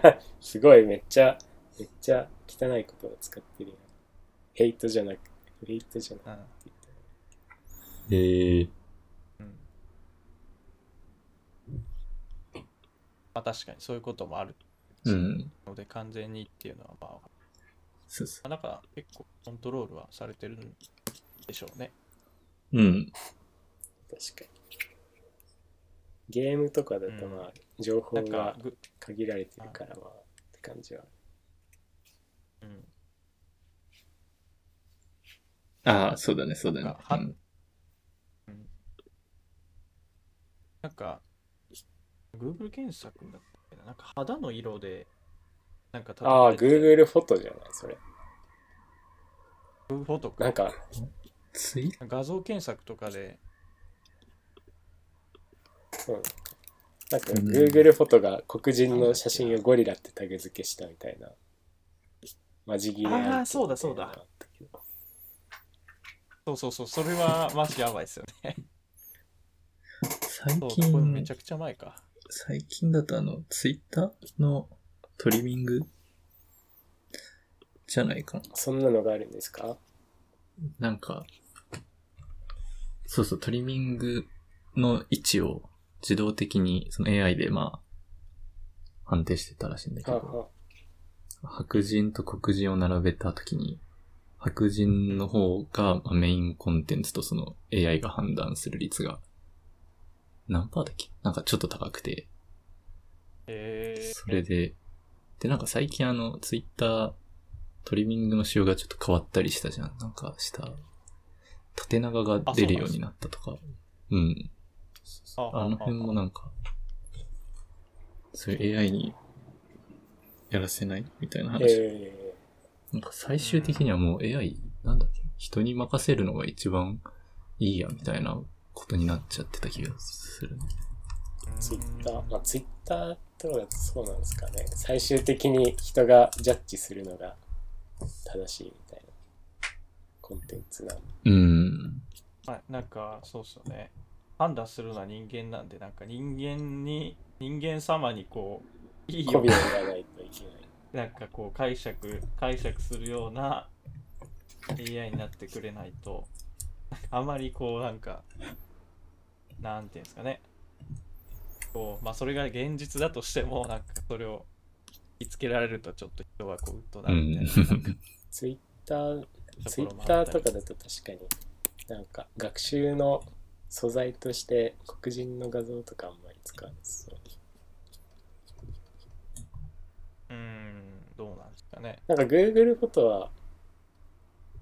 C: た。 すごい、めっちゃ、めっちゃ汚い言葉を使ってるよ。ヘイトじゃなく、ヘイトじゃな
B: う
C: く
B: ん
C: て。
A: へえ。
B: うんまあ確かにそういうこともある
A: うん。
B: ので完全にっていうのはま
A: そうそ
B: あなんか結構コントロールはされてるんでしょうね。
A: う。うん。
C: 確かに。ゲームとかだと、
B: うん
C: まあ、情報
B: なんか
C: が
B: ぐ、
C: 限られてるから、まあ、って感じは。
B: うん、
A: ああ、そうだね、そうだね。
B: は
A: うん
B: なんか Google 検索だったっけななんか肌の色でなんか
C: ああ、
B: 例え
C: Google フォトじゃない、それ。
B: ば Google フォト
C: なん
B: か
C: か、
A: ツイ
B: 画像検索とかで
C: そうなんか、
A: うん
C: Google フォトが黒人の写真をゴリラってタグ付けしたみたいな。マジギレ案件みたいな
B: あーそうだそうだ
C: のがあったけど
B: そうそうそうそれはマジやばいですよね。
A: 最
B: そうこれ
A: 近
B: めちゃ、くちゃ前か。
A: 最近だとあの、ツイッターのトリミングじゃないかな。
C: そんなのがあるんですか
A: なんか、そうそう、トリミングの位置を自動的にその AI でまあ、判定してたらしいんだけ
C: はあ
A: ど、
C: は
A: 白人と黒人を並べたときに、白人の方がまあメインコンテンツとその AI が判断する率が、何パーだっけなんかちょっと高くて、
B: え
A: それで、で、なんか最近あの、ツイッター、トリミングの仕様がちょっと変わったりしたじゃん。なんかした、縦長が出るようになったとか。うん。
B: ー、あ
A: あの辺もなんか、そういう AI にやらせないみたいな
C: あ
A: 話。
C: え
A: なんか最終的にはもう AI、なんだっけ人に任せるのが一番いいや、みたいなことになっちゃってた気がするね。
C: ー、ツイッター、まあ、ツイッターとかだとそうなんですかね。最終的に人がジャッジするのが正しいみたいなコンテンツなの。
A: うん。
B: はい、なんかそうっすよね。判断するのは人間なんで、なんか人間に、人間様にこう、いい
C: 媚
B: よ
C: びを売らないといけない。
B: なんかこう解釈、解釈するような AI になってくれないと、あまりこうなんか、なんていうんですかね。こう、まあそれが現実だとしても、なんかそれを見つけられるとちょっと人はこう、うっとな
A: う
B: るみた い
A: ん
B: な。。
C: ツイッター、
B: と
C: ツ
B: こ
C: イ
B: ろも
C: ッ
B: あ
C: タ
B: っ
C: ー
B: た
C: と
B: り
C: かだと確かになんか学習の素材として黒人の画像とかあんまり使わなそう。
B: うん、どうなんですかね。
C: なんか Google フォトは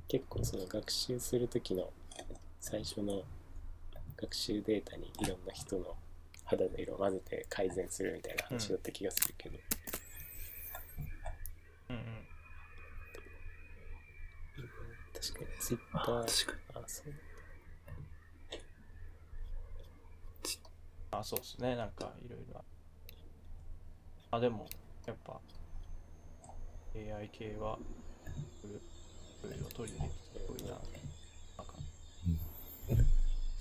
C: 結構その学習するときの最初の学習データにいろんな人の肌の色を混ぜて改善するみたいな話だった気がするけど、
B: うんうん。
C: 確かに Twitter
A: あ
C: あ
A: 確かに。
C: そう
B: あ、そうですね。なんかいろいろ。あ、でも、やっぱ、AI 系は、人でできてすごいな。なんか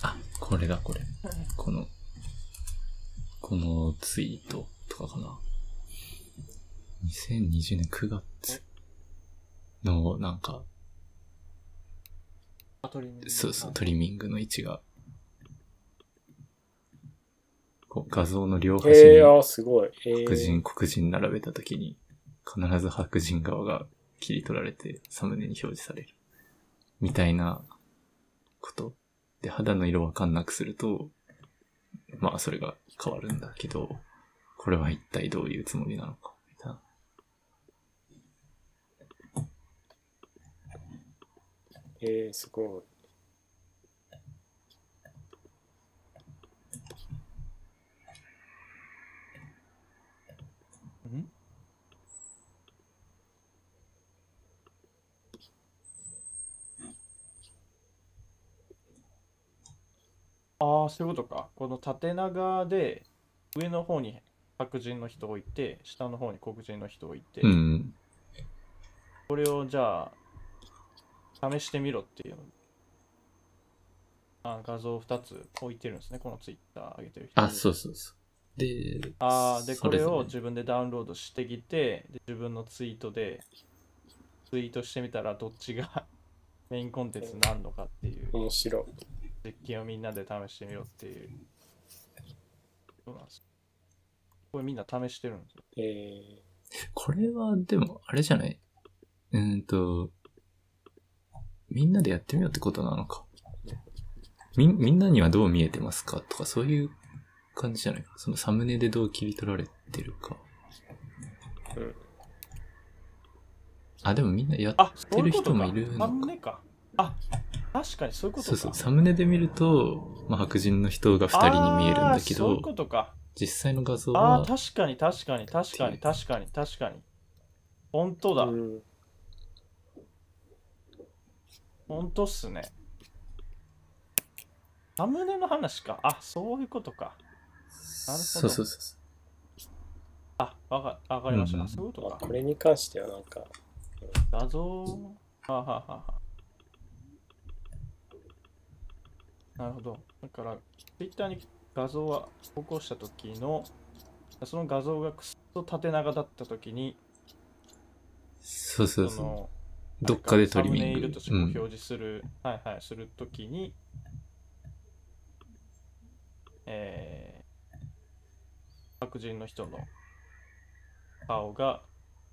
A: あ、これだ、これ。この、このツイートとかかな。2020年9月の、なんか、
B: アトリミング
A: そうそう、トリミングの位置が、こう画像の両端に、
C: えー、あーすごい。え
A: 黒
C: ー、
A: 人、黒人並べたときに、必ず白人側が切り取られて、サムネに表示される。みたいなこと。で、肌の色わかんなくすると、まあ、それが変わるんだけど、これは一体どういうつもりなのか、みたいな。
C: えー、すご
B: んああ、そういうことか。この縦長で上の方に白人の人置いて、下の方に黒人の人置いて、
A: うん。
B: これをじゃあ試してみろっていうのあ画像2つ置いてるんですね、このツイッター上げてる人。
A: あ、そうそうそう。で、
B: ああ、で、
A: そ
B: これ
A: ぞ
B: を自分でダウンロードしてきて、で自分のツイートで、ツイートしてみたら、どっちが メインコンテンツになるのかっていう
C: い。、面白い。
B: 実験をみんなで試してみろっていう。そうなんです。これみんな試してるんですよ。
C: え
A: これは、でも、あれじゃないうーんと、みんなでやってみようってことなのか。み、みんなにはどう見えてますかとか、そういう感じじゃないか。そのサムネでどう切り取られてるか。
C: ー、うん。
A: あ、でもみんなやっ
B: あ、そ
A: て
B: う
A: る
B: いうこ
A: 人
B: と
A: も
B: か。
A: いるの
B: サム
A: か。
B: ネか。あ、確かにそういうこ
A: そう
B: とか。
A: そう、サムネで見ると、まあ、白人の人が二人に見えるんだけ
B: あーそういう
A: ど、
B: ことか。
A: 実際の画像
B: ああ、
A: は、
B: 確かに確かに確かに確かに確かに。本当だ。
C: うん
B: 本当っすね。サムネの話か。あ、そういうことか。なるほ
A: そうそう
B: ど
A: そうそう。
B: あ、わかわかりました。
A: うん
B: そういうこと
C: あ
B: か。
C: これに関してはなんか、
B: 画像。はあ、はあはあはあ、なるほど。だから、Twitter に画像は投稿した時の、その画像がくっそ縦長だった時に、
A: そうそう
B: そ
A: そ
B: の
A: う。どっかでトリミン
B: サムネイ
A: グ
B: ルと。して
A: う
B: こうん表。示する、はいはい、するときに、えー、白人の人の顔が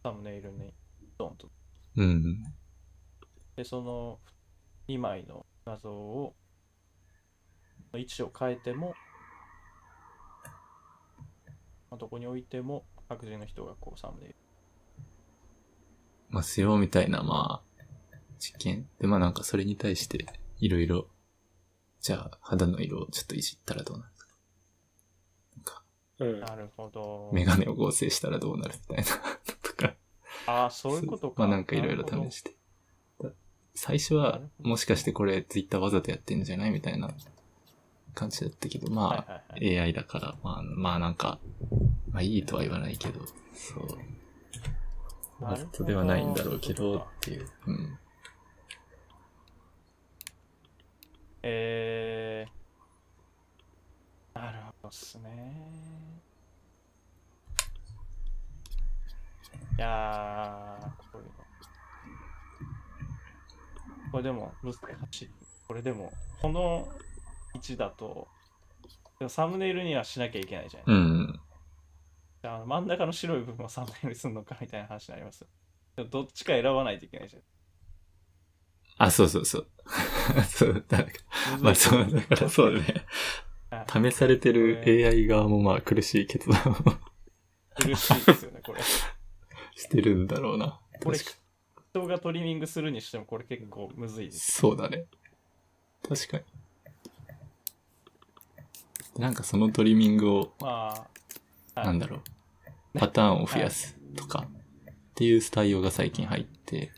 B: サムネイルにドンと。
A: うん。
B: で、その2枚の画像を、の位置を変えても、まあ、どこに置いても白人の人がこうサムネイル。
A: ますよ、みたいな、まあ、実験。で、まあなんかそれに対して、いろいろ、じゃあ肌の色をちょっといじったらどうなるか。なんか、
C: うん。
B: なるほど。
A: メガネを合成したらどうなるみたいな、とか。
B: ああ、そういうこと
A: ま
B: か。
A: あなんかいろいろ
B: なるほど
A: 試して。だ最初は、もしかしてこれツイッターわざとやってんじゃないみたいな感じだったけど、まあ、
B: はいはいはい。
A: AI だから、まあ、まあなんか、まあいいとは言わないけど、そう。
B: な
A: 本
B: るほど
A: 当ではないんだろうけど、っていう。うん。
B: えー、なるほどっすね。いやー、こういうの。これでも難しい。これでも、この位置だと、でもサムネイルにはしなきゃいけないじゃない。
A: うん。
B: じゃあ真ん中の白い部分をサムネイルにするのかみたいな話になりますよ。でもどっちか選ばないといけないじゃん。
A: あ、そうそうそう。 そう、だから、 まあそう、だからそうだね。試されてる AI 側もまあ苦しい決断を
B: 苦しいですよね、 これ。
A: してるんだろうな。
B: これ
A: 確か
B: 人がトリミングするにしてもこれ結構むずいです。
A: そうだね。確かに。なんかそのトリミングを、
B: まあ、はい
A: なんだろう、パターンを増やすとか、っていう対応が最近入って、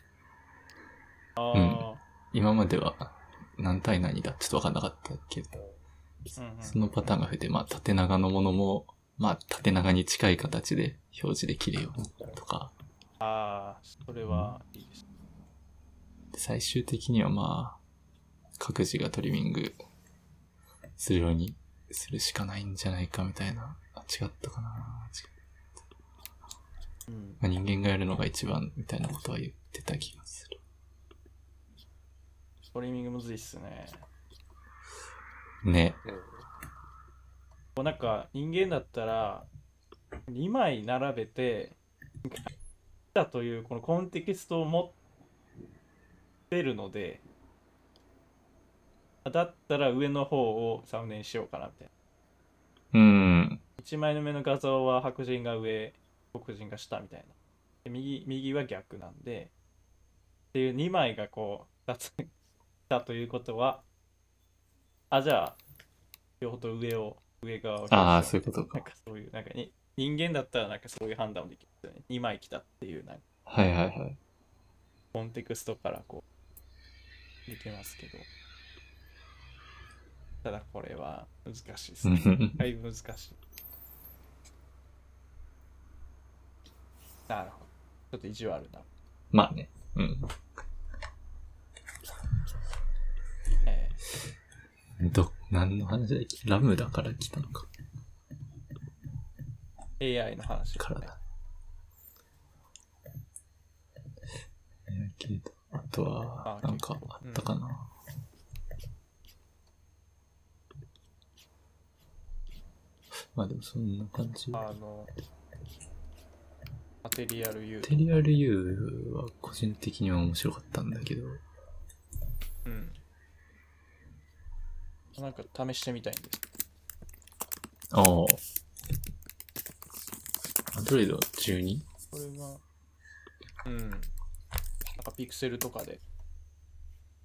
B: あ
A: うん
B: ー
A: 今までは何対何だちょっとわかんなかったけど、
B: うんうん
A: そのパターンが増えて、まあ縦長のものも、まあ縦長に近い形で表示できるようにとか、
B: あー、それはいいです。
A: 最終的にはまあ、各自がトリミングするようにするしかないんじゃないかみたいな。あ、違ったかな。違う
B: うん。
A: まあ、人間がやるのが一番みたいなことは言ってた気がす
B: ストリーミングむずいっすね。
A: る。ね。
B: もうなんか人間だったら2枚並べてだというこのコンテキストを持ってるのでだったら上の方をサムネにしようかなみたいな
A: うん。
B: 1枚目の画像は白人が上黒人が下みたいなで右右は逆なんでっていう2枚がこう立つだということはあじゃあ両方と上を上側を表示しよ
A: ああ、
B: う
A: そういうこと
B: なん
A: か。
B: かそういう、なんかに人間だったらなんかそういう判断もできるよね。2枚来たっていうなんか
A: はいはいはい。
B: コンテクストからこう、できますけど。ただこれは難しいです
A: う
B: ね。
A: ん
B: だいぶ難しい。なるほど。ちょっと意地悪な。
A: まあね。うん。
B: え
A: ど、何の話だっけラムだから来たのか。
B: ー AI の話です
A: から
B: ね。
A: だ。えー、けどあとは、
B: あ
A: なんかあったかな。まあでもそんな感じ。
B: あの、マテリアルユー
A: テリアル U は個人的には面白かったんだけど、
B: うん。なんか試してみたいんです。
A: ああ。アンドロイド 12?
B: これは、うん。なんかピクセルとかで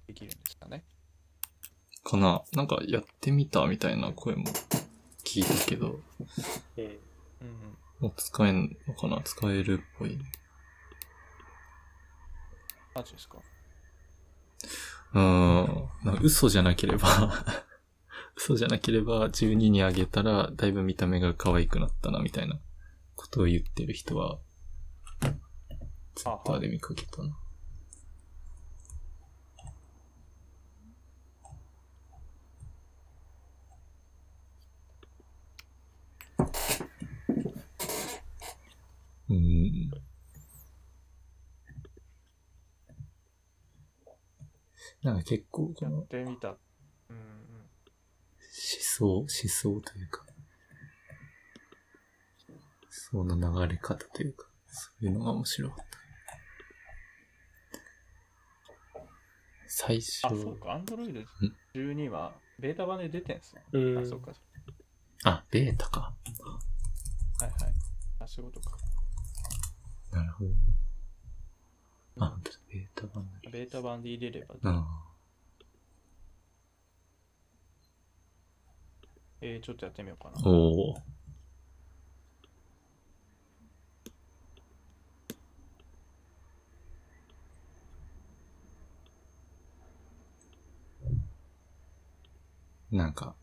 B: できるんですかね。
A: かななんかやってみたみたいな声も聞いたけど、
C: え
B: うんうん、
A: もう使えんのかな使えるっぽい。
B: マジですか。
A: うーん。なんか嘘じゃなければ、 嘘じゃなければ12にあげたらだいぶ見た目が可愛くなったなみたいなことを言ってる人は、ツイッターで見かけたな。うーん。なんか結構こ
B: や
A: の
B: ってみた。うん
A: 思想、思想というか、思想の流れ方というか、そういうのが面白かった。最初
B: うん、あ、、そうか、Android 12はベータ版で出てんすね。
C: えう
B: あ、
C: ん
B: そうか。
A: あ、ベータか。
B: はいはい。あ、そういうことか。
A: なるほど。あ、
B: う
A: 本当だベータ版だ
B: んベータ版で入れれば。
A: あ
B: えー、ちょっとやってみようかな
A: あ、。おお。なんか、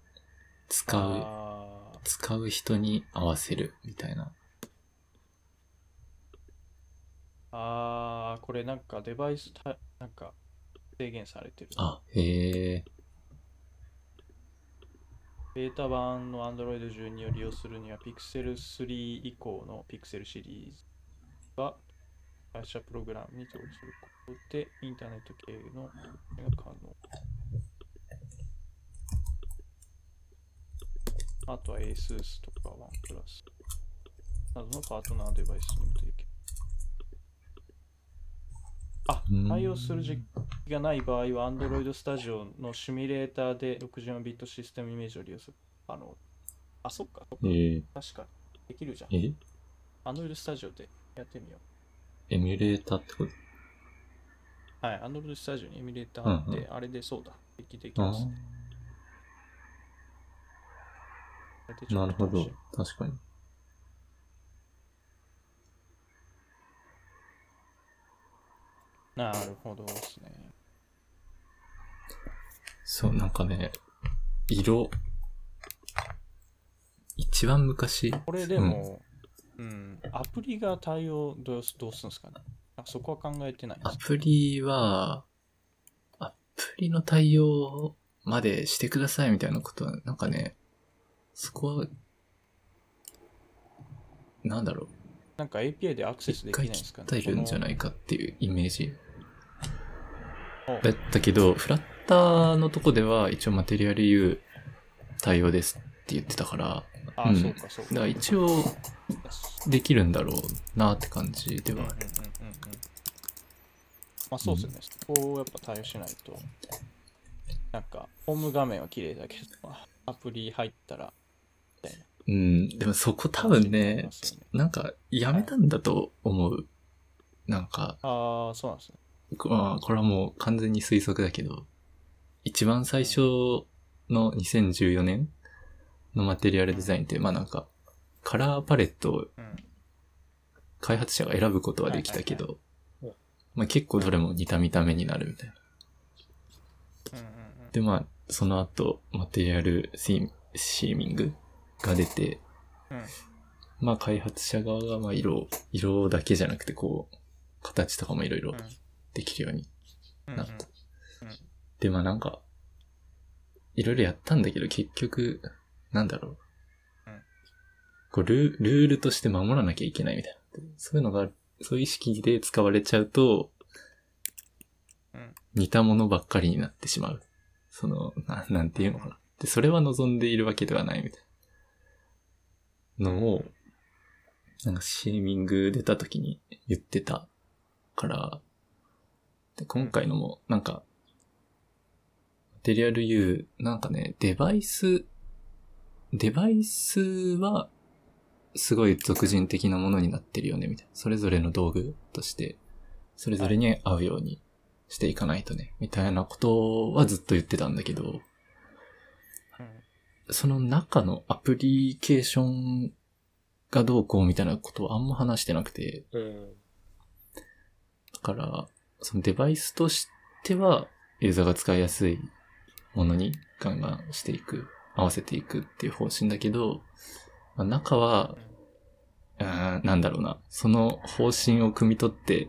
A: 使う。
B: あ
A: 使う人に合わせるみたいな。
B: ーあー、これなんかデバイスた、なんか制限されてる。
A: あ、へえ。
B: ベータ版の Android 12を利用するには Pixel 3以降の Pixel シリーズは会社プログラムに登録することでインターネット経由の利用が可能。あとは ASUS とか OnePlus などのパートナーデバイスにも提供。あ
A: うーん、
B: 対応する実機がない場合は Android Studio のシミュレーターで 64bit システムイメージを利用する。あの、あ、そっか、そっか
A: え
B: 確かに。できるじゃん。
A: え
B: Android Studio でやってみよう。
A: エミュレーターってこと
B: はい、Android Studio にエミュレーターあって、
A: うん
B: あれでそうだ、できでき
A: あ
B: ます。あれで
A: あ、
B: ちょ
A: な
B: っ
A: る
B: と
A: ほ
B: 楽
A: ど
B: しみ。
A: 確かに。
B: なるほどですね。
A: そう、なんかね、色。一番昔。
B: これでも、うん、アプリが対応どうすどうするんですかね。なんかそこは考えてないん
A: ア
B: ですか
A: プリは、リの対応までしてくださいみたいなことは、なんかね、そこは、なんだろう。
B: なんか API でアクセス
A: 一
B: できな
A: 回
B: いんで
A: 切
B: すか
A: っ
B: ね。
A: たいるんじゃないかっていうイメージ
B: お
A: だったけどフラッターのとこでは一応マテリアル U 対応ですって言ってたから
B: このあ、
A: うん
B: そうか、そう
A: だから
B: か。
A: 一応できるんだろうなって感じで
B: うんうん
A: は
B: うん
A: あ
B: うん
A: る
B: うんまあそうですよね。そこをやっぱ対応しないと。なんか、ホーム画面は綺麗だけど、アプリ入ったら、
A: うんでもそこ多分ねちなんかやめたんだと思うなんか
B: ああ、そうなんですね。
A: まあ、これはもう完全に推測だけど、一番最初の2014年のマテリアルデザインって、まあなんか、カラーパレットを
B: うん。
A: 開発者が選ぶことはできたけど
C: いはいはい、
A: まあ結構どれも似た見た目になるみたいな。
B: うんうんうん。
A: で、まあ、その後、マテリアルシーシーミングが出て、
B: うん
A: まあ開発者側がまあ色を、色だけじゃなくてこう、形とかもいろいろできるように
B: うん
A: なった
B: うんうん。
A: で、まあなんか、いろいろやったんだけど、結局、なんだろう
B: うん。
A: こうルー、ルールとして守らなきゃいけないみたいな。そういうのが、そういう意識で使われちゃうと
B: うん、
A: 似たものばっかりになってしまう。その、ななんていうのかな。で、それは望んでいるわけではないみたいな。のを、なんかシーミング出た時に言ってたから、で今回のも、なんか、マテリアル U、なんかね、デバイス、デバイスは、すごい俗人的なものになってるよね、みたいな。それぞれの道具として、それぞれに合うようにしていかないとね、みたいなことはずっと言ってたんだけど、
B: うん
A: その中のアプリケーションがどうこうみたいなことをあんま話してなくて、
C: うん。
A: だから、そのデバイスとしては、ユーザーが使いやすいものにガンガンしていく、合わせていくっていう方針だけど、まあ、中は、うーんなんだろうな、その方針を汲み取って、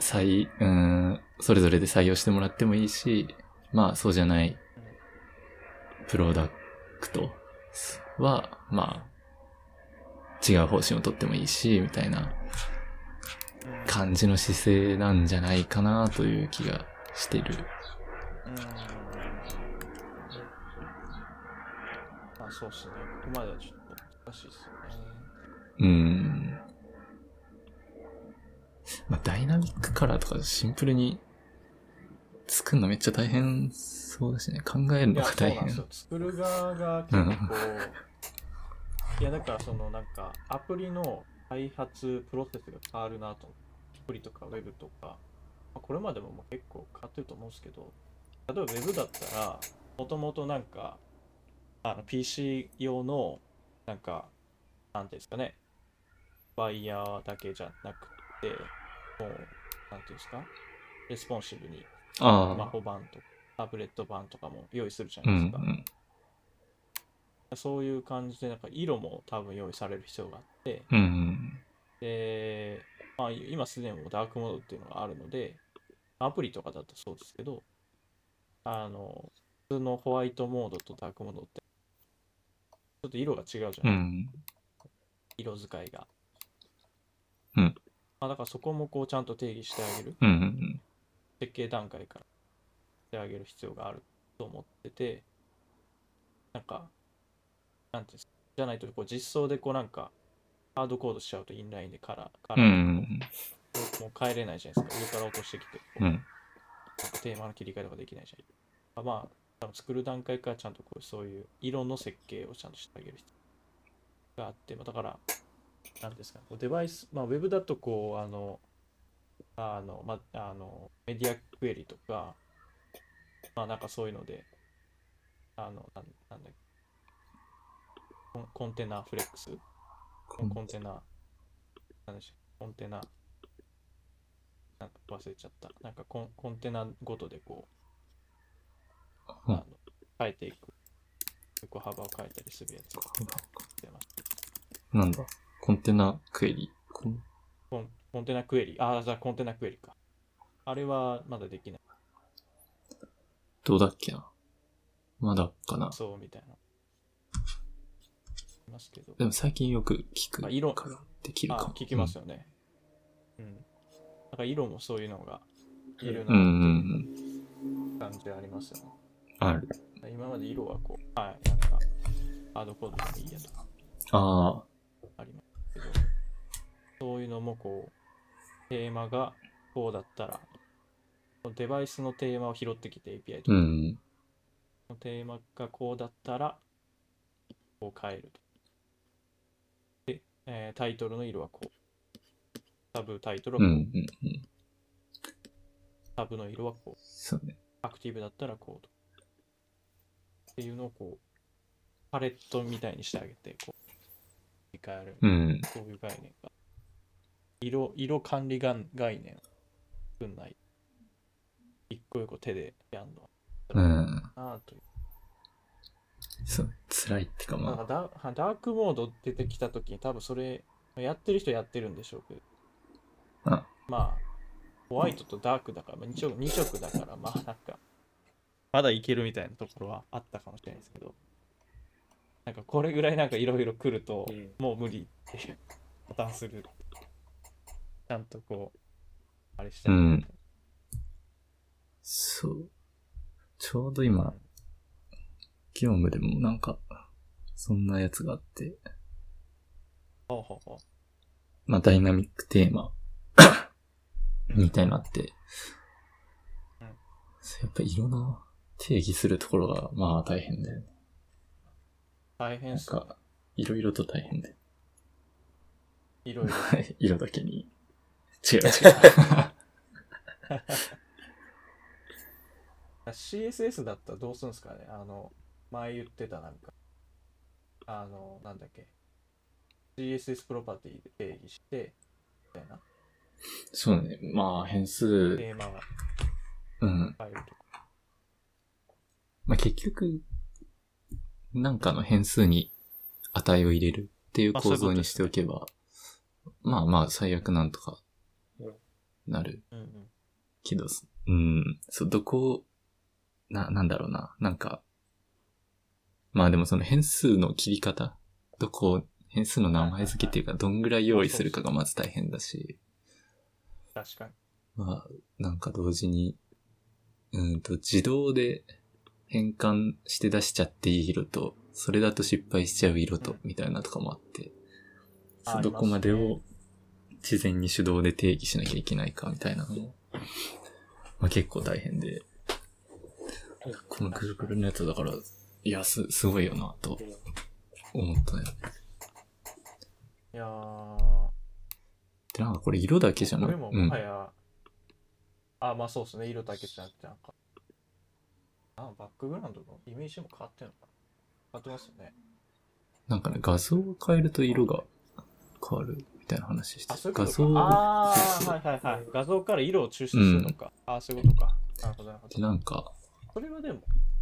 A: 採、うーん、それぞれで採用してもらってもいいし、まあそうじゃない、プロダクトは、まあ、違う方針をとってもいいし、みたいな
B: うん
A: 感じの姿勢なんじゃないかなという気がしてる。
B: うんまあそうっすね。ここまではちょっと難しいっすよね。
A: うん。まあ、ダイナミックカラーとかシンプルに作るのめっちゃ大変そうだしね。考える
B: い
A: のが
B: や、そう
A: 大
B: なんです
A: 変
B: よ。。作る側が結構、いや、だからそのなんか、アプリの開発プロセスが変わるなと思って。アプリとかウェブとか、まあこれまでももう結構変わってると思うんですけど、例えばウェブだったら、もともとなんか、あの PC 用の、なんか、なんていうんですかね、バイヤーだけじゃなくて、もう、なんていうんですか、レスポンシブにスマ
A: ああ。
B: ホ版とかタブレット版とかも用意するじゃ
A: う
B: ないです
A: ん
B: か、そういう感じでなんか色も多分用意される必要があって
A: うん。うん
B: で、まあ、今すでにもうダークモードっていうのがあるのでアプリとかだとそうですけどあの普通のホワイトモードとダークモードってちょっと色が違うじゃないですか
A: うん。うん。
B: 色使いが
A: うん
B: まあだからそこもこうちゃんと定義してあげる
A: うん。うん。
B: 設計段階からしてあげる必要があると思っててなんかなんていうんですかじゃないとこう実装でこうなんかハードコードしちゃうとインラインでカラーカ
A: う
B: ラー
A: ん。
B: もう変えれないじゃないですか上から落としてきてこ
A: う
B: うなん
A: ん。
B: かテーマの切り替えとかできないじゃんまあ多分作る段階からちゃんとこうそういう色の設計をちゃんとしてあげる必要があって、まあ、だからなんていうんですかねこうデバイス、まあ、ウェブだとこうあのあの、まあ、あのメディアクエリとか、まあなんかそういうので、あの、なんなんだっけコン、コンテナフレックスコンコンテナ、なんでしょコンテナ、なんか忘れちゃった。なんかコンコンテナごとでこう、
A: う
B: あ
A: ん
B: の変えていく。横幅を変えたりするやつをしてます。
A: なんだコンテナクエリ。コン
B: コンコンテナクエリ、ああ、じゃあコンテナクエリか。あれはまだできない。
A: どうだっけな。まだかな。
B: そうみたいな。いますけど。
A: でも最近よく聞く
B: まあ色
A: からできるか
B: あ
A: も。
B: 聞きますよね。うん。なんか色もそういうのがいる
A: うん。うんう
B: なっ
A: ん
B: て感じありますよね。
A: うん。ある。
B: 今まで色はこう、はい、なんか、アードコードでもいいやとか
A: ああ。
B: ありますけど、そういうのもこう、テーマがこうだったら、デバイスのテーマを拾ってきて API と
A: う
B: か
A: ん。
B: のテーマがこうだったら、こう変えると。で、えータイトルの色はこう。サブタイトルは
A: うん。う
B: こう、
A: ん。うん。
B: サブの色はこう。
A: そうね。
B: アクティブだったらこうと。っていうのをこう、パレットみたいにしてあげて、こう、振り返る。
A: うん。
B: そういう概念が。色、色管理がん概念を作んない。一個一個手でやるの
A: うん。
B: かなという。
A: そうね。辛いってか
B: なん
A: ま
B: かダーダークモード出てきた時に多分それやってる人やってるんでしょうけど
A: あ。
B: まあホワイトとダークだから、まあ、2, 色2色だからまあなんかまだいけるみたいなところはあったかもしれないですけどなんかこれぐらいなんかいろいろ来ると
C: うん
B: もう無理っていうボタンするちゃんとこうあれしたい
A: うんそう。ちょうど今、業務でもなんか、そんなやつがあって、
B: ほうほうほ
A: まあダイナミックテーマ
B: う
A: みたいなのあって
B: うん、
A: やっぱ色の定義するところがまあ大変だよね。
B: 大変
A: な
B: っ
A: ん
B: すよ
A: か、いろいろと大変で。
B: いろいろ
A: 色だけに。違う違 う。
B: CSS だったらどうするんですかねあの、前言ってたなんか、あの、なんだっけ、CSS プロパティで定義して、みたいな、
A: そうね。まあ変数、
B: テーマが
A: うん。
B: 変えるとか。
A: まあ結局、なんかの変数に値を入れるっていう
B: まあそう
A: 構
B: いうこと
A: 造にしておけば、まあまあ最悪なんとかなる
B: うんうん。
A: けど、うん、そう、どこを、な、なんだろうな、なんか、まあでもその変数の切り方、どこを、変数の名前付けっていうか、どんぐらい用意するかがまず大変だし、
B: 確かに。
A: まあ、なんか同時に、うんと、自動で変換して出しちゃっていい色と、それだと失敗しちゃう色と
B: うん、
A: みたいなとかもあって、
B: あ
A: そうどこまで
B: ります
A: を事前に手動で定義しなきゃいけないか、みたいなのも、まあ結構大変で、このくるくるのやつだから、いや、す、すごいよな、と思ったね。
B: いやー、
A: で、なんかこれ色だけじゃなく
B: これも
A: うん
B: もは、や、あ、まあそうですね、色だけじゃなくて、なんか、あバックグラウンドのイメージも変わってるのかな変わってますよね。
A: なんかね、画像を変えると色が変わる、みたいな話して
B: あ、そういうこ
A: 画
B: と
A: 像
B: か。
A: を
B: ああ、はいはいはい。画像から色を抽出するのか。ああ、そういうことか。なるほど、なるほ
A: で、
B: ど。
A: なんか、
B: それはでも、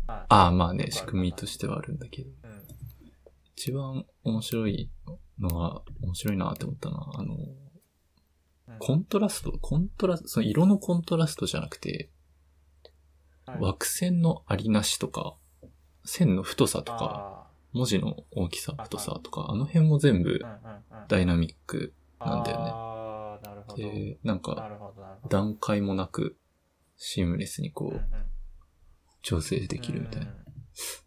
B: はい、
A: ああ、まあね、仕組みとしてはあるんだけど、
B: うん。
A: 一番面白いのは、面白いなって思ったのは、あの、
B: うん
A: コントラスト、コントラスト、その色のコントラストじゃなくて、
B: はい
A: 枠線のありなしとか、線の太さとか、
B: あ
A: 文字の大きさ、太さとか、あの辺も全部
B: ーうんうんうん
A: ダイナミックなんだよね
B: ああ、なるほど。
A: で、なん
B: な
A: か
B: るほど、なるほど。
A: 段階もなくシームレスにこ
B: うんう
A: うん調整できるみたい
B: うん
A: な
B: う。んうん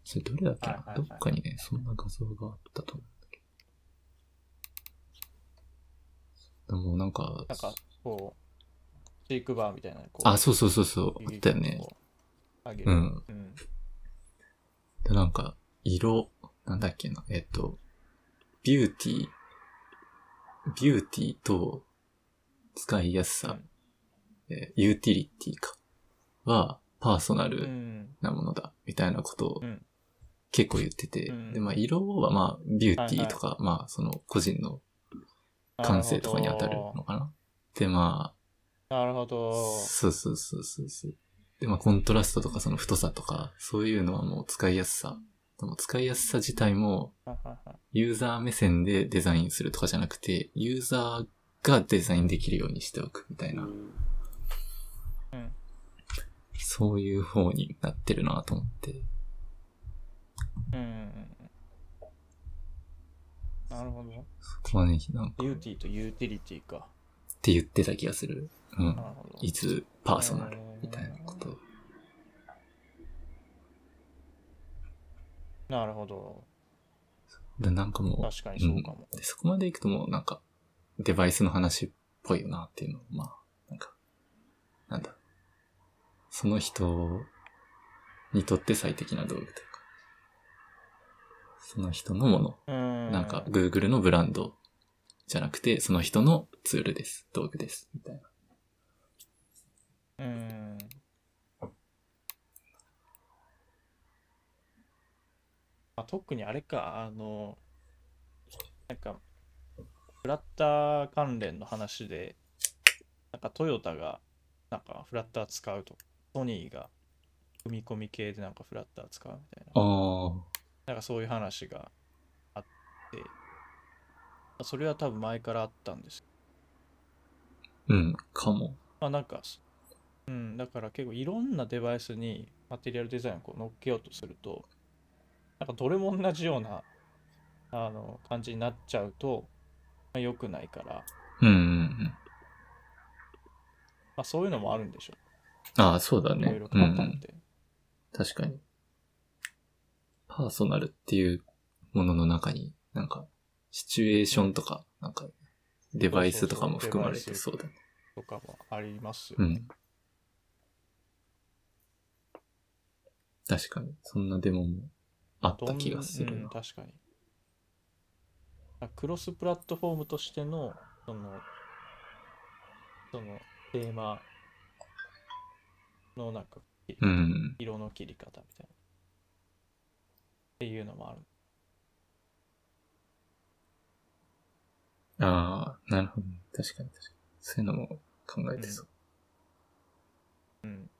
A: それどれだっけ
B: はい
A: な
B: はい
A: ど
B: はい
A: っかにね、そんな画像があったと思うんだけど。でもなんか
B: な、んか、こう、シークバーみたいな、こう、
A: あ、そうそうそうそう、あったよね。
B: こう。上げる。
A: うん。
B: うん。
A: で、なんか、色、なんだっけな、えっと、ビューティー、ビューティーと、使いやすさ、えーユーティリティか、は、パーソナ
B: う
A: ル
B: ん。
A: なものだ、みたいなことを
B: うん
A: 結構言ってて、
B: うん
A: で、まあ、色はまあ、ビューティーとか、まあ、その、個人の感性とかに当たるのかな。で、ま
B: なるほ
A: あ、
B: ど。
A: そうそうそうそうそう。で、まあ、コントラストとかその太さとか、そういうのはもう使いやすさ。でも使いやすさ自体も、
B: はいはいはい
A: ユーザー目線でデザインするとかじゃなくて、ユーザーがデザインできるようにしておくみたいな。
C: うん
A: そういう方になってるなと思って。
B: うん。なるほど。
A: そこはね、なんか、
B: ビュー
A: っ
B: ティーとユーティリティか。
A: て言ってた気がする。うん
B: な。るほど。
A: いつパーソナルみたいなこと。
B: なるほど。
A: でなんかもう、
B: 確かにそうかも。
A: でそこまで行くともうなんか、デバイスの話っぽいよなっていうのを、まあ、なんか、なんだ。その人にとって最適な道具というか、その人のもの。
B: うん。
A: なんか、Google のブランドじゃなくて、その人のツールです。道具です。みたいな。
B: うん。まあ、特にあれか、あの、なんか、フラッター関連の話で、なんかトヨタが、なんかフラッター使うと、ソニーが踏み込み系でなんかフラッター使うみたいな。
A: あ
B: なんかそういう話があって、それは多分前からあったんですけど。
A: あ、うん、かも。
B: まあなんか、うん、だから結構いろんなデバイスにマテリアルデザインをこう乗っけようとすると、なんかどれも同じようなあの感じになっちゃうと、まあ、良くないから、
A: うん、うん、うん。
B: まあそういうのもあるんでしょ
A: ああ、そうだ
B: う。いろ
A: ね
B: いろ。
A: う
B: 変わったのっ
A: ん、
B: て。
A: 確かに。パーソナルっていうものの中に、なんか、シチュエーションとか、なんか、デバイスとかも含まれてそうだね。
B: とかもありますよ
A: う
B: ね。
A: ん。確かに、そんなデモもあっ
B: どん
A: た気がする
B: うん
A: な。
B: 確かに。クロスプラットフォームとしての、その、その、テーマの、なんか、
A: うん。
B: 色の切り方みたいな。っていうのもある。
A: ああ、なるほどね。確かに確かに。そういうのも考えてそう。
B: うん。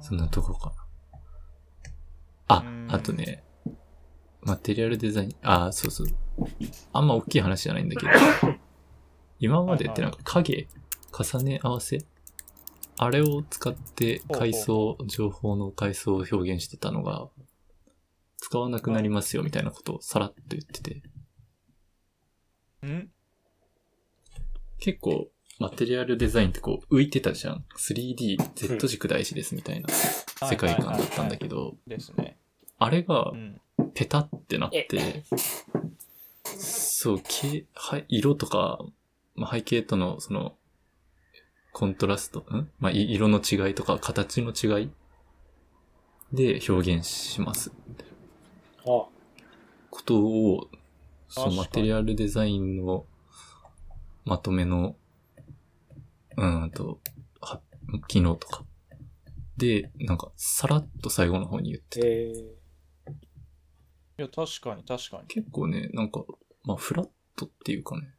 A: そんなとこか
B: う
A: な。
B: ん
A: あ、あとね、マテリアルデザイン、ああ、そうそう。あんま大きい話じゃないんだけ ど、今までってなんか影、重ね合わせあれを使って階層、情報の階層を表現してたのが、使わなくなりますよみたいなことをさらっと言ってて、
B: うん
A: 結構マテリアルデザインってこう浮いてたじゃん。3D、Z 軸大事ですみたいな世界観だったんだけど、
B: ですね。
A: あれが
B: うん。
A: ペタってなって、そう、けは色とか、まあ、背景とのその、コントラスト、んまあ、い色の違いとか形の違いで表現します。
C: あ、
A: ことを、そう、
B: 確か
A: マ
B: に
A: テリアルデザインのまとめの、うーんと、は機能とか。で、なんか、さらっと最後の方に言ってた
C: え
B: いや、確かに、確かに。
A: 結構ね、なんか、まあ、フラットっていうかね、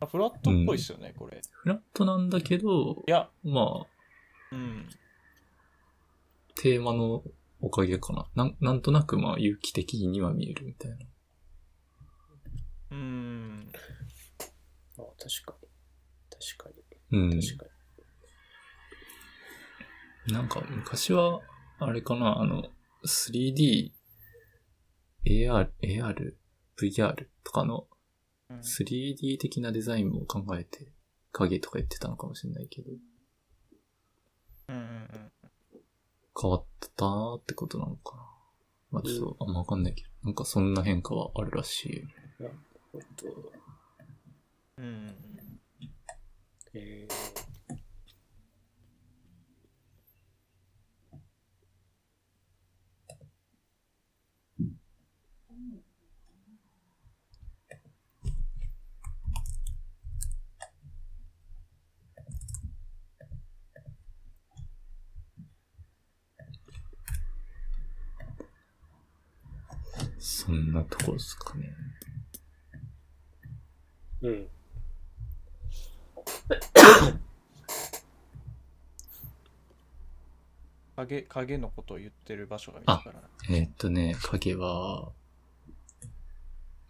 B: あフラットっぽいっすよね、これ。
A: フラットなんだけど
B: い、や、
A: まあ、
B: うん。
A: テーマのおかげかな。なんなんとなく、まあ、有機的には見えるみたいな。
B: うん。
C: ー、あ確かに。確かに。
A: うん。
C: 確か
A: なんか、昔は、あれかな、あの、3D、AR、AR、VR とかの
B: うん
A: 3D 的なデザインも考えて、影とか言ってたのかもしれないけど、
B: うんうん
A: 変わったなーってことなのかな。まあ、ちょっと、あんまわかんないけど、なんかそんな変化はあるらしいよね。
C: に。えっと、
B: うんうん
C: え
A: そんなとこですかね。
C: ー、うん。
B: 影影のことを言ってる場所が見つからない。
A: えーっとね、影は、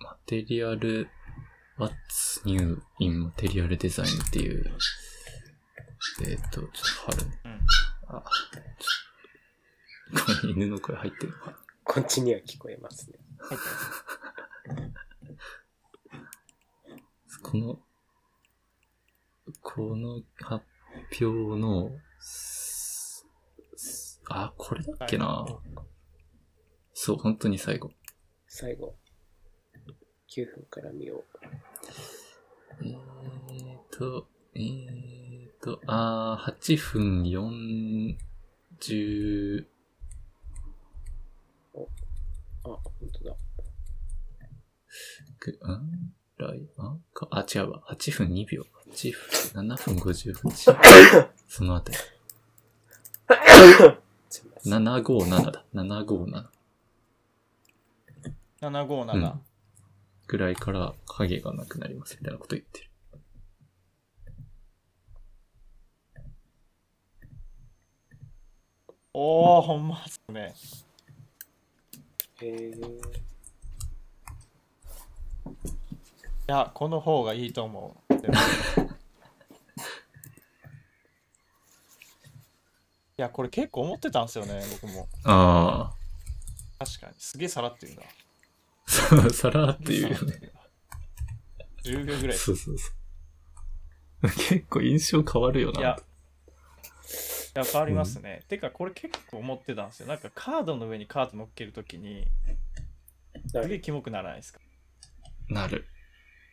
A: マテリアル What's New in Material Design っていう、えーっと、ちょっと貼るね。
B: うん
A: あ、ちょこれ犬の声入ってるのかな
C: こっちには聞こえますね。
A: この、この発表の、すすあ、これだっけな
B: 最後
A: そう、本当に最後。
C: 最後、9分から見よう。
A: えーと、えーと、あー、8分40、
C: あ、本当だ。
A: く、んらい、あか、あ、違うわ。8分2秒。8分、7分58。そ のあたり。
C: すいません。
A: 757だ。757。
B: 757、
A: うんぐらいから影がなくなりますみたいなこと言ってる。
B: おおほんまっすね
C: へー
B: いやこの方がいいと思うでもいやこれ結構思ってたんですよね僕も
A: あ
B: 確かにすげえさらってるな
A: あ、そう さらっていうよね。
B: 10秒ぐらい
A: そうそうそう。結構印象変わるよ
B: い
A: な
B: や。、いや変わりますね。てか、これ結構思ってたんですよ。なんかカードの上にカード乗っけるときに、
C: はい
B: すげえキモくならないですか。
A: なる。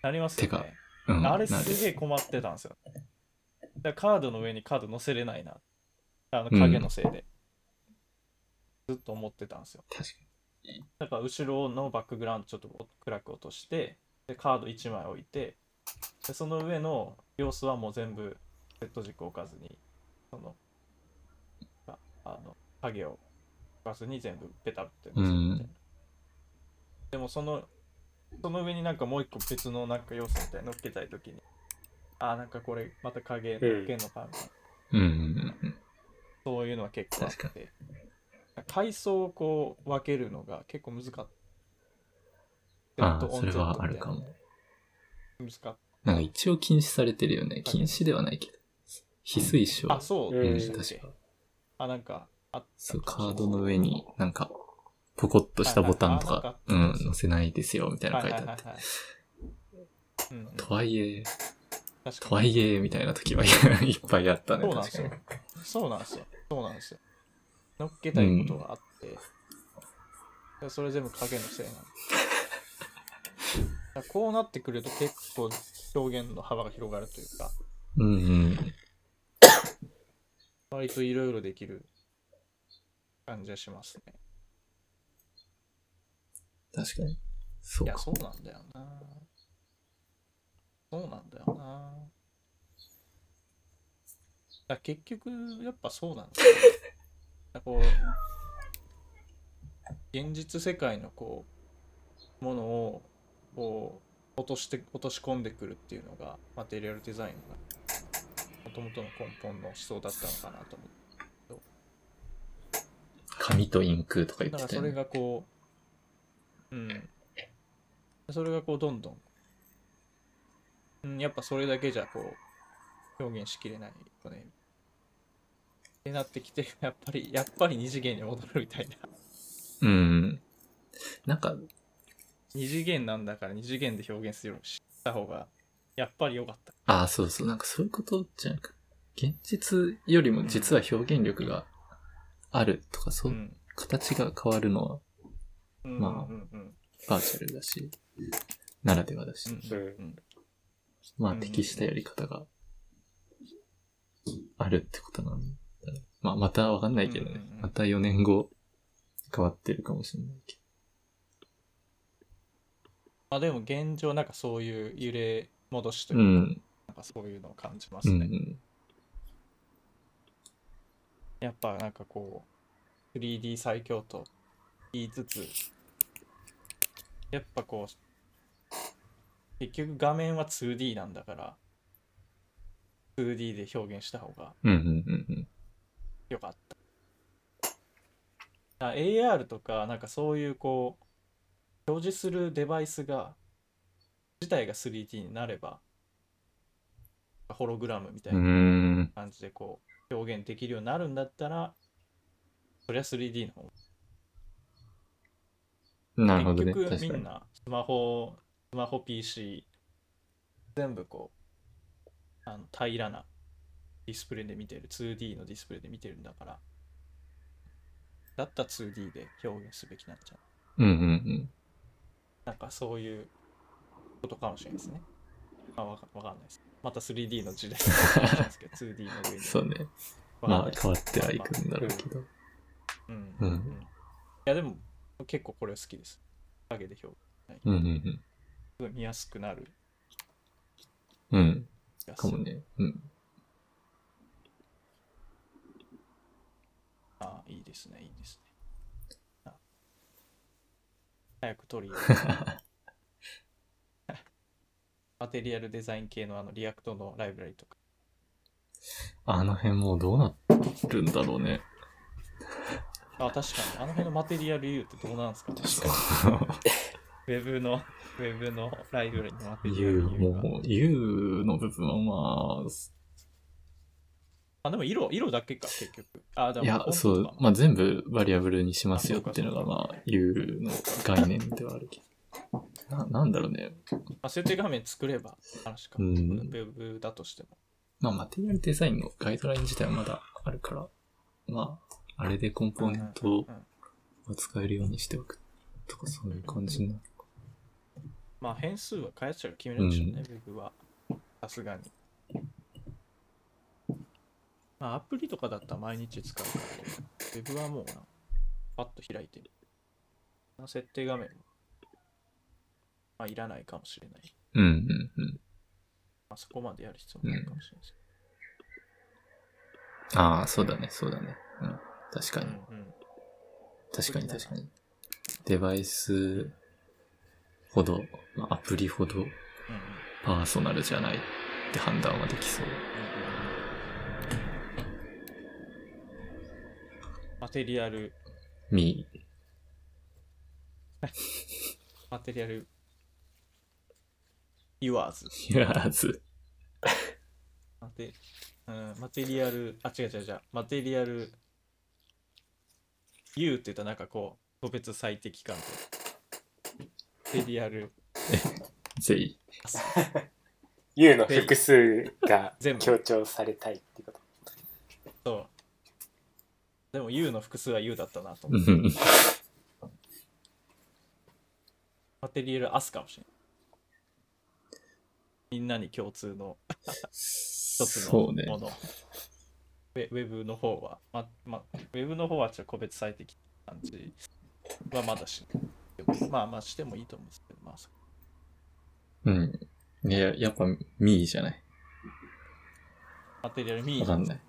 B: なりますよ
A: てか
B: ね。
A: うん、
B: あれ
A: なる
B: すげえ困ってたんですよ。だからカードの上にカード乗せれないな。あの影のせいで。ずっと思ってたんですよ。
A: 確か
B: だから後ろのバックグラウンドちょっと暗く落として、でカード1枚置いて、でその上の様子はもう全部 Z 軸置かずに、その、ああの、影を置かずに全部ペタって乗せるみたいな。でもその、その上になんかもう一個別のなんか要素みたいなの乗っけたいときに、あーなんかこれまた影乗っけんのかみたい
A: に。
B: な、
A: うんうんうん。
B: そういうのは結構あっ
A: 確
B: て、階層をこう分けるのが結構難かった。
A: あ
B: Z
A: あ、
B: オン
A: それ
B: Z
A: はあるか
B: み
A: も。
B: たいな。難かっ
A: なんか一応禁止されてるよね。禁止ではないけど。非推奨。
B: た。あ、そう
A: う、
C: うん
B: でし
A: 確
B: た
A: か
B: っけ。あ、なんか、あ
A: そう、カードの上になんか、ポコッとしたボタンと
B: はいはい
A: か、
B: あ
A: う
B: なんかあった
A: ん、載せないですよ、みたいな
B: は
A: の
B: い
A: 書い
B: は
A: て
B: いは
A: あ
B: いは
A: っ
B: い
A: て。。
B: うんうん、
A: とはいえ、
B: 確
A: と
B: か
A: は
B: に
A: いえ、みたいな時はいっぱいあったね、
B: そうなん
A: 確
B: です
A: かに
B: よ。そうなんですよ。そうなんですよ。乗っけたいことがあって、でそれ全部影のせいなん でだからこうなってくると結構表現の幅が広がるというか、
A: うんうん。
B: 割といろいろできる感じがしますね。
A: 確かに。そ
B: いうや、
A: か。
B: そうなんだよな。そうなんだよな。だ結局、やっぱそうなんだよねだこう、現実世界のこう、ものを、こう、落として、落とし込んでくるっていうのが、マテリアルデザインが、もともとの根本の思想だったのかなと思って
A: 紙とインクとか言
B: だ
A: っ
B: か
A: てた
B: らそ
A: よ
B: れ
A: ね。
B: がこう、うん。それがこう、どんどん、うん、やっぱそれだけじゃこう、表現しきれないよね。ってなってき て、やっぱり、やっぱり二次元に戻るみたいな。
A: うんうん。なんか、
B: 二次元なんだから二次元で表現するようにした方が、やっぱり良かった。
A: ああ、そうそう、なんかそういうことじゃなく、現実よりも実は表現力があるとか、そうう、
B: ん。
A: 形が変わるのは
B: うんうん
A: まあ
B: うんうん。
A: バーチャルだし、ならではだし、
B: うんうんうん
A: まあ
B: うん
A: 適したやり方があるってことなんだね。まあまたわかんないけどね。
B: うんうんうん
A: また4年後変わってるかもしれないけ
B: まあでも現状、なんかそういう揺れ戻しとい
A: ど。
B: う
A: う
B: か、
A: ん。
B: なんかそういうのを感じま
A: う
B: すね。
A: んうん。
B: やっぱなんかこう 3D 最強と言いつつやっぱこう結局画面は 2D なんだから 2D で表現した方が
A: うんうんうんうん。
B: 良かったあ AR とかなんかそういうこう表示するデバイスが自体が 3D になれば、ホログラムみたいう
A: ー。
B: なん感じでこう表現できるようになるんだったら、そりゃ 3D の方
A: なるほどね。
B: 結
A: 確
B: 局
A: か
B: みん
A: に。
B: なスマホスマホ PC 全部こうあの平らなディスプレイで見てる 2D のディスプレイで見てるんだからだったら 2D で表現すべきなんじゃない
A: うんうん
B: なんかそういうことかもしれないですねまあわかわかんないですまた 3D の時代になるかもしれないですけど 2D の
A: う
B: 上
A: ん。
B: に
A: そうね。
B: わかん
A: ま
B: な
A: あ
B: いです
A: 変わってはいくんだろうけど。
B: うん
A: うん
B: いやでも結構これは好きです影で表現
A: うんうん
B: すごい見やすくなる
A: うん。うん。
B: 気がす
A: か
B: る
A: もね。うん。
B: ああ、いいですね、いいですね。あ早く取り入れ るマテリアルデザイン系のあのリアクトのライブラリとか。
A: あの辺もうどうなってるんだろうね。
B: あ、確かに、あの辺のマテリアル U ってどうなんですかねウェブの、ウェブのライブラリのマ テリアル
A: U、
B: U が。
A: もう U の部分はまあ、
B: あ、でも色、色だけか、結局。あ、でも
A: いや
B: フォン、ト
A: そ
B: と
A: う
B: か、も
A: まあ全部バリアブルにしますよっていうのが、まあ U の概念ではあるけど。な、なんだろうね。
B: まあ、設定画面作れば、話か。
A: う
B: ウ
A: ん
B: ェブだとしても。
A: まあマテリアルデザインのガイドライン自体はまだあるから、まあ、あれでコンポーネント
B: うんうんうん
A: を使えるようにしておくとか、そういう感じになる。
B: まあ、変数は開発者が決めるんでしょうね、ウェブは。さすがに。まあ、アプリとかだったら毎日使うから、ウェブはもうな、パッと開いてる。あの設定画面も、まあ、いらないかもしれない。
A: うんうんうん。
B: まあ、そこまでやる必要もないかもしれないです
A: ああ、そうだね、そうだね。うん。確か
B: け
A: に
B: ど。。うんうん。
A: 確かに確かに。デバイスほど、まあ、アプリほど
B: うんうん
A: パーソナルじゃないって判断はできそう。
B: マテリアル、
A: み、
B: マテリアル、言わず。
A: 言わず。
B: マテ、うん、マテリアル、あ、違う違う違う、マテリアル、U って言ったらなんかこう、個別最適感と。マテリアル、
A: ぜひ。
C: U の複数が
B: 全部
C: 強調されたいってこと。
B: そう。でも U の複数は U だったなと
A: う
B: 思って。
A: ん
B: マテリアル、アスかもしれない。みんなに共通の一つの
A: そうね。
B: もの。ウェウェブの方は、ま、ま、ウェブの方はちょっと個別最適感じはまだしない。まあまあしてもいいと思うんですけど、まあそ
A: うん。いや、やっぱ、みじゃない。
B: マテリアルミ
A: わ
B: ー
A: か
B: の
A: んない。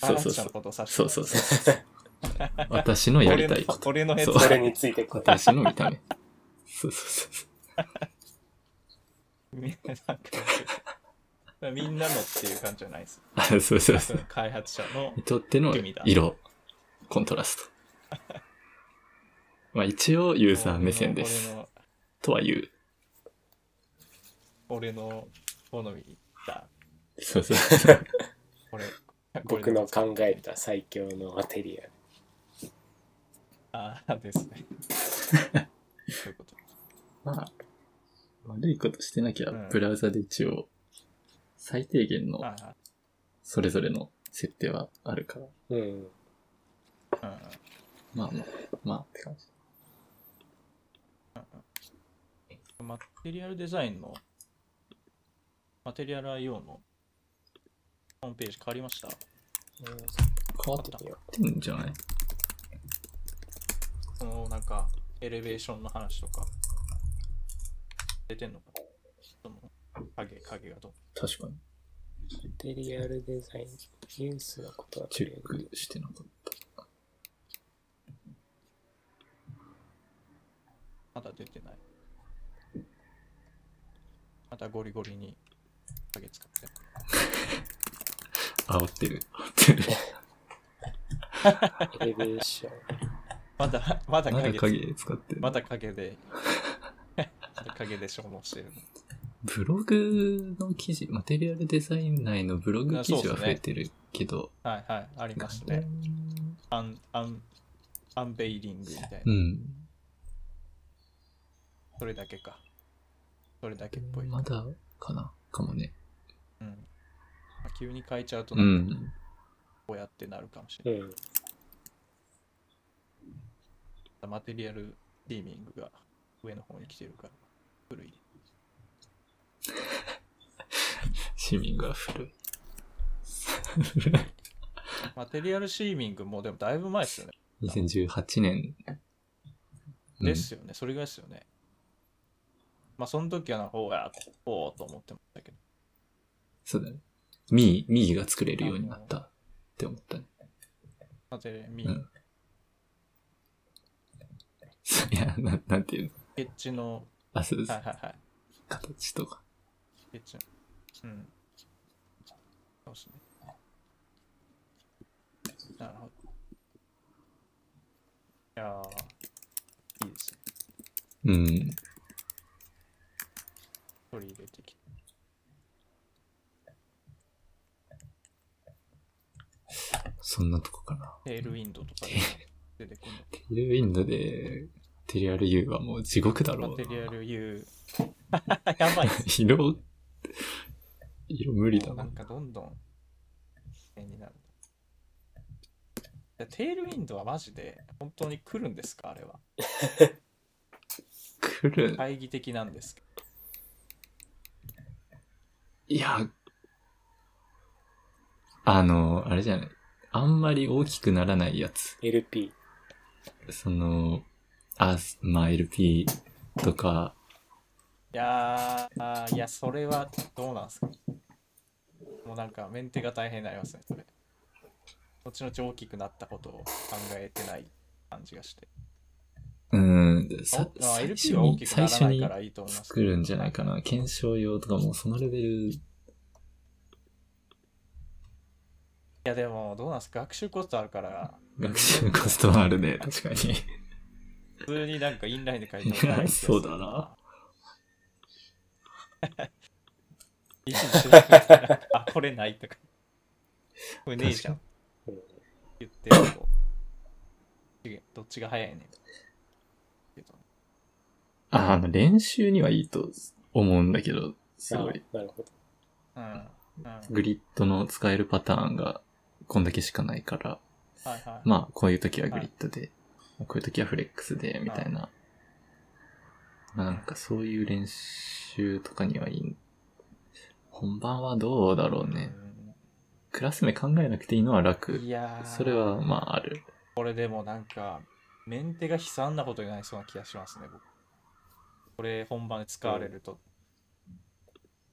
B: ア
A: そ
B: ラ
A: う
B: ッ
A: そう
B: チャ
A: そ
B: の
A: う。
B: ことを指して
A: そうそうそう。 私のやりたいこと。
B: 俺の俺の
A: そ
B: や
A: う
C: それについて答
A: 私の見た目。そうそうそうそう。
B: つみんななんか みんなのっていう感じじゃないです。
A: あ、そうそうそう。
B: 開発者の
A: にとっての色、コントラスト。まあ一応ユーザー目線です。とは言う。
B: 俺の俺の好みだ。
A: そうそうそう。
B: 俺
C: え 僕の考えた最強のマテリアル。
B: ああですね。そういう こと。
A: まあ、悪いことしてなきゃ
B: うん、
A: ブラウザで一応、最低限の
B: ああ
A: それぞれの設定はあるから。
C: うん。
B: うんうん
A: まあまあ、まあって感じ。
B: マテリアルデザインのマテリアル IO のホームページ変わりました
A: 変わってんじゃない
B: そのなんかエレベーションの話とか出てんのかその影影がどう
A: 確かに。
C: マテリアルデザイン、ニュースのことは
A: チェックしてなかっ
B: まだ出てないまたゴリゴリに影使って
A: た。煽ってる。煽ってる。
C: エレベーション。
B: まだ まだ
A: まだ
B: 影
A: 影使ってる。
B: まだ影でまだ影で消耗してる
A: ブログの記事、マテリアルデザイン内のブログ記事は増えてるけど、
B: はいはい、あります
A: なん
B: ね
A: か。
B: アン、アン、アンベイリングみたいな
A: う。ん。
B: それだけか。それだけっぽい。
A: まだかなかもね。
B: うん。まあ急に変えちゃうと、
A: う
B: こ
A: ん。
B: うやってなるかもしれ
C: う
B: ない。
C: ん。
B: マテリアルディーミングが上の方に来てるから、古い。
A: 市民が古い。古い。
B: マテリアルシーミングもでもだいぶ前ですよね。
A: 2018年。うん
B: ですよね。それぐらいですよね。まあ、その時はなんか、おうや、おうと思ってましたけど。
A: そうだね。ミー、ミーが作れるようになったって思ったね。
B: マテリアルミ
A: うんいや、ななんていうの
B: スケッチの、
A: あ、そうです
B: はい。はいはい。
A: 形とか。
B: スケッチの。うん。そうですね。なるほど。いやー、いいですね。
A: うん。
B: 取り入れてきて。
A: そんなとこかな。
B: テールウィンドウとかで出てくるの
A: テールウィンドで、テリアル U はもう地獄だろ
B: マ
A: うな
B: テ。リアル U。やばいっす。
A: 色、色無理だな
B: な。
A: ん
B: かどんどん、変になる。いやテールウィンドウはマジで、本当に来るんですかあれは。
A: 来る。
B: 懐疑的なんですけど。
A: いや、あの、あれじゃない。あんまり大きくならないやつ。
C: LP。
A: その、あ、まあ LP とか、
B: いやー、あーいや、それはどうなんですかもうなんか、メンテが大変になりますね、それ。後々大きくなったことを考えてない感じがして。
A: うん、さ
B: ああ
A: 最
B: LP
A: 初
B: は大
A: に、
B: きくな
A: 最
B: ら
A: 初
B: ない
A: に
B: からいいと思います
A: 作
B: けど。
A: るんじゃないかな。検証用とかもうそのレベル、
B: いや、でも、どうなんですか学習コストあるから、
A: 学習コストはあるね、確かに。
B: 普通になんかインラインで書いてもらえない
A: いや そうだな。
B: 一時しなくなったあ、これないとか。これねえじゃん。
C: うん
B: 言ってると。どっちが早いねんけど
A: ああの、練習にはいいと思うんだけど、すごい。
C: あなるほど。
B: うん。うん。はい
A: グリッドの使えるパターンがこんだけしかないから、
B: はい。
A: まあ、こういう時はグリッドで、こういう時はフレックスで、みたいな。まあ、なんかそういう練習とかにはいい。本番はどうだろうね。クラス名考えなくていいのは
B: うん
A: 楽。
B: いやー
A: それは、まあ、ある。
B: これでもなんか、メンテが悲惨なことになりそうな気がしますね、僕。これ本番で使われると。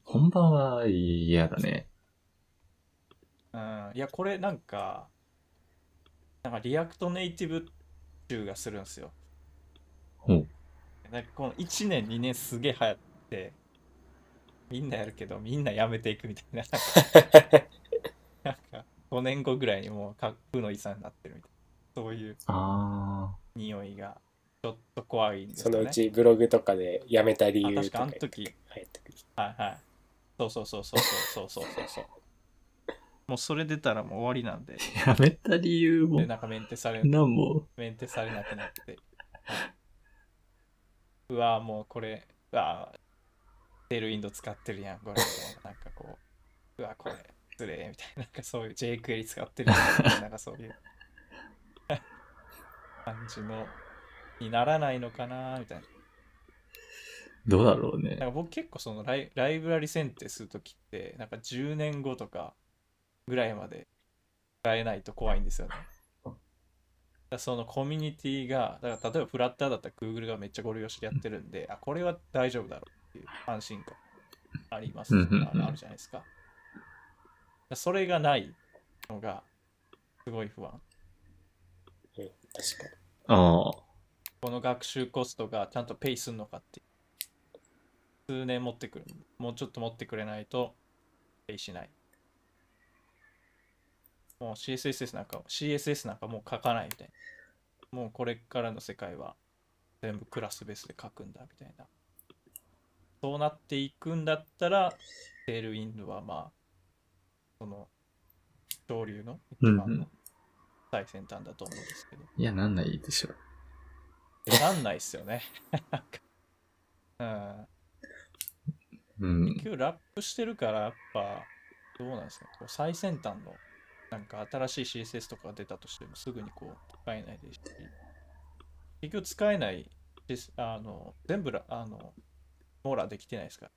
A: 本番は嫌だね。
B: うん、いや、これなんか、なんかリアクトネイティブ集がするんですよ。
A: ほう。
B: なんかこの1年、2年すげえ流行って、みんなやるけど、みんなやめていくみたいな、なんか、なんか5年後ぐらいにもう、か負の遺産になってるみたいな、そういう
A: あ
B: 匂いが、ちょっと怖いんです
C: そ
B: よね。
C: のうちブログとかでやめた理
B: あ、確
C: 由と
B: かあ
C: か
B: の
C: 入ってく
B: 時、
C: る。
B: はいはい。そうそうそうそうそうそうそうそう。もうそれ出たらもう終わりなんで、
A: あ。やめた理由も
B: で、、 なんかメンテされる。
A: なんも、
B: メンテされなくなって。はいうわぁ、もうこれ、うわぁ、テールウィンド使ってるやん、これ。みたいななんかこう、うわぁ、これ、失礼、みたいな、なんかそういう J クエリ使ってるやん、みたいななんかそういう感じの、にならないのかなぁみたいな。
A: どうだろう
B: な
A: ね。
B: んか僕結構そのライライブラリ選定するときって、なんか10年後とかぐらいまで使えないと怖いんで すよね。だからそのコミュニティが、だから例えばフラッターだったら Google がめっちゃゴリ押しでやってるんで、あ、これは大丈夫だろうっていう安心感あります、
A: うんうんうん
B: ああるじゃないですか。だからそれがないのがすごい不安。
C: うん、確かに。
A: ああ。
B: この学習コストがちゃんとペイするのかっていう数年持ってくるもうちょっと持ってくれないとペイしないもう CSS なんか CSS なんかもう書かないみたいなもうこれからの世界は全部クラスベースで書くんだみたいなそうなっていくんだったら、セールウィンドはまあ、その、潮流の一
A: うんう
B: 番
A: ん
B: の最先端だと思うんですけど、
A: いや、なんないでしょ。
B: なんないっすよね。うん、
A: うん。
B: 今日ラップしてるから、やっぱ、どうなんですか、こう最先端の、なんか新しい CSS とかが出たとしても、すぐにこう、使えないですし、結局使えないです、あの、全部ら、あの、網羅できてないですか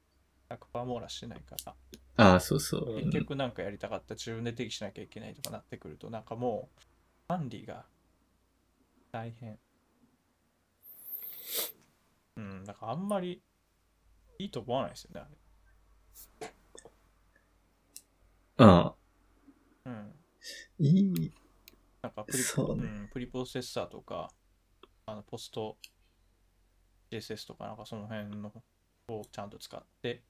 B: ら、100%網羅してないから、
A: ああ、そうそう。
C: うん
B: 結局なんかやりたかった自分で定義しなきゃいけないとかなってくるとなんかもう管理が大変うんだからあんまりいいと思わないですよねあ
A: ああ、
B: れうん
A: いい。
B: なんかプリ,、
A: そうね
B: ん、プリプロセッサーとかあのポスト JSS とかなんかその辺のをちゃんと使って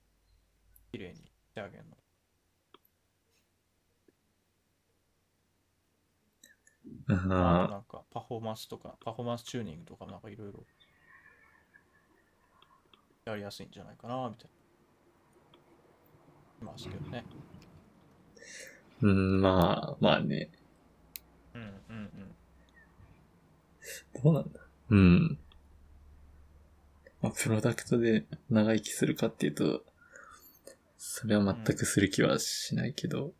B: 綺麗に仕上げるのあと
A: あ
B: なんかパフォーマンスとか、パフォーマンスチューニングとかもなんかいろいろやりやすいんじゃないかな、みたいな。ますけどね。
A: あ、うん、まあ、まあね。
B: うんうんうん。
A: どうなんだうん。まあ、プロダクトで長生きするかっていうと、それは全くする気はしないけど、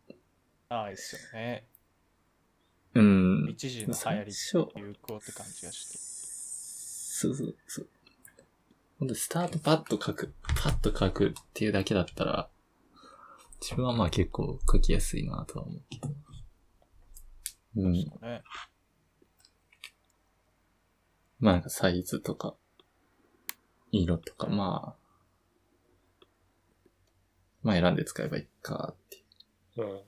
B: ああ、いいっすよね。
A: うん。
B: 一時の流行り、
A: 最初
B: 流行って感じがして。
A: そうそうそう。ほんと、スタートパッと書く、パッと書くっていうだけだったら、自分はまあ結構書きやすいなとは思うけど。う
B: そうんっす。よね。
A: まあなんかサイズとか、色とか、まあ、まあ選んで使えばいいかっていう。
C: うん。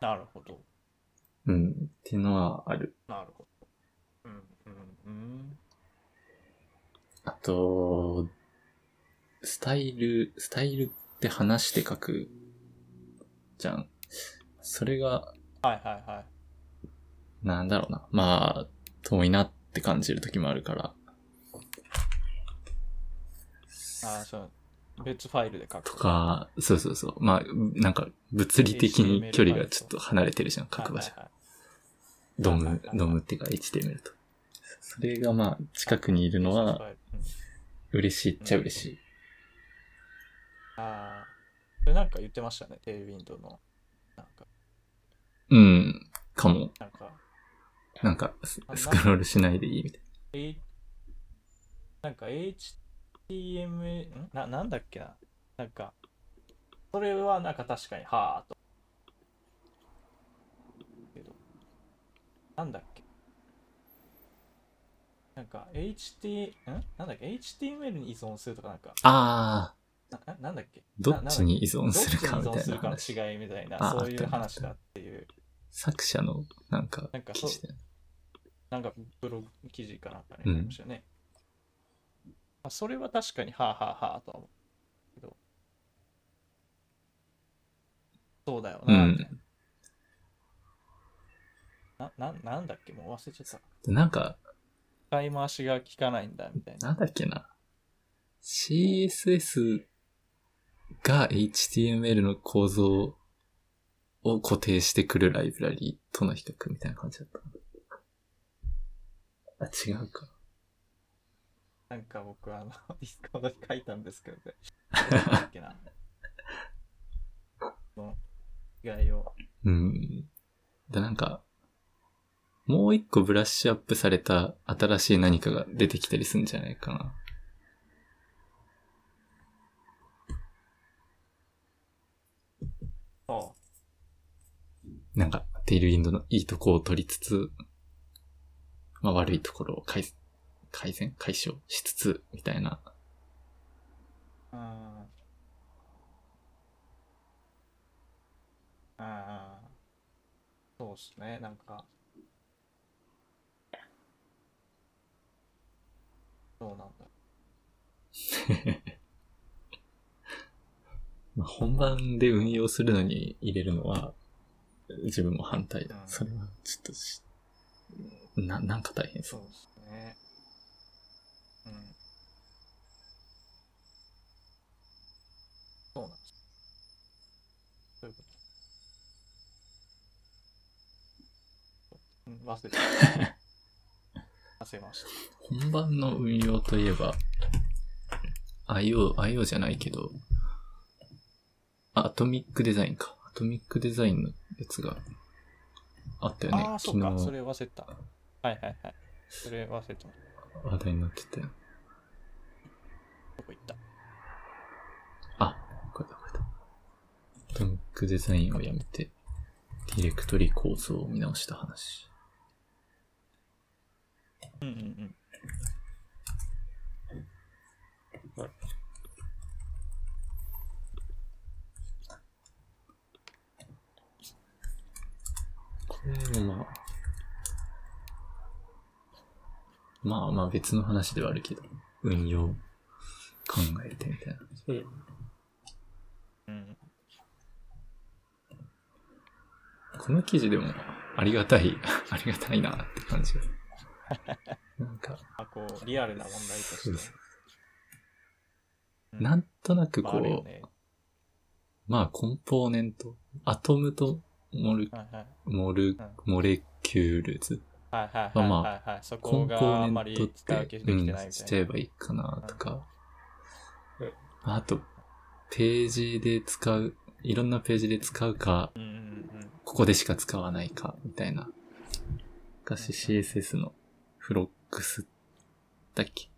B: なるほど。
A: うん。っていうのはある。
B: なるほど。うんうんうん。
A: あと、スタイル、スタイルって話して書くじゃん。それが、
B: はいはいはい。
A: なんだろうな。まあ、遠いなって感じる時もあるから。
B: ああ、そう。別ファイルで書く
A: と。か、そうそうそう。まあ、なんか、物理的に距離がちょっと離れてるじゃん、書く場所。
B: はいはいはい
A: ド
B: はい
A: ム
B: はい、はい
A: ドムっていうか HTML と。それがまあ、近くにいるの
B: 別フ
A: は
B: ァイルうん
A: 嬉しいっちゃ嬉しい。
B: ああ。それなんか言ってましたね、テールウィンドウの。なんか、
A: うん、かも。
B: なんか、
A: なんか、ススクロールしないでいいみたい
B: えなんか HTML、んな、なんだっけな。なんか、それはなんか確かに、はあと。けど、なんだっけ。なんか HT、んなんだっけ ?HTML に依存するとかなんか、
A: な。ああ、
B: なななんだっけ
A: どっちに依存
B: な
A: するかみ
B: どったちに
A: いな
B: 依存するか
A: 話。
B: の違いみたいな、
A: あ
B: そう
A: あっ
B: い
A: た
B: う
A: ね
B: 話だっていう、
A: 作者の、なんか
B: なん、か
A: 記
B: そう
A: 事で。
B: なんかブログ記事かなんかね、
A: うん
B: ありましたよね。まあ、それは確かに、はあはあはあとは思うけど、そうだよ
A: う
B: な、みたい
A: ん。
B: なな。な、なんだっけ、もう忘れちゃった。
A: でなんか、
B: 使い回しが効かないんだ、みたいな。
A: なんだっけな。CSS が HTML の構造を固定してくるライブラリとの比較みたいな感じだった。あ、違うか。
B: なんか僕、あの、 ディスコードに書いたんですけど ね。なんだっけな。その違いを。
A: うん。で、なんか、もう一個ブラッシュアップされた新しい何かが出てきたりするんじゃないかな。
B: そ
A: なんか、テイルウィンドのいいとこを取りつつ、まあ悪いところを改善改善解消しつつ、みたいな
B: う。うん。うん。そうっすね、なんか。そうなんだ。
A: まあ、本番で運用するのに入れるのは、自分も反対だ
B: う。ん
A: それは、ちょっとし、な、なんか大変そ
B: そう
A: う。
B: っすね。うん。そうなんです。そういうこと。うん、忘れてた。忘れました。
A: 本番の運用といえば、IO、IO じゃないけど、あアトミックデザインか。アトミックデザインのやつがあったよね。
B: ああ、そ
A: 昨
B: う
A: 日
B: か。それ忘れてた。はいはいはい。それ忘れてた。
A: 話題になってたよ。
B: どこ行った
A: あ、これだこれだ。アトミックデザインをやめて、ディレクトリ構造を見直した話。
B: うんうんうん。
A: これもまあ、まあまあ別の話ではあるけど、運用考えてみたいな。
C: うん。
B: うん、
A: この記事でもありがたい、 ありがたいなって感じが。なんか、
B: あこうリアルな問題として
A: そうそう。
B: うん
A: なんとなく
B: まああ
A: こ
B: るよ
A: う、
B: ね
A: まあコンポーネント、アトムとモル、
B: はいはい
A: モル、モレキュールズ、
B: はい
A: ま
B: はいは
A: あ
B: い
A: ま
B: はいはい。そ
A: コ
B: こ
A: ンポ
B: があん
A: ー
B: ま
A: ネ
B: り
A: ントっ
B: 伝わり
A: て、
B: で
A: う
B: きてないみ
A: ん、
B: たいな。
A: しちゃえばいいかなとか
C: うんうん、
A: あと、ページで使う、いろんなページで使うか、
B: うんうん
A: ここでしか使わないか、みたいな。昔 CSS のフロックスだっけ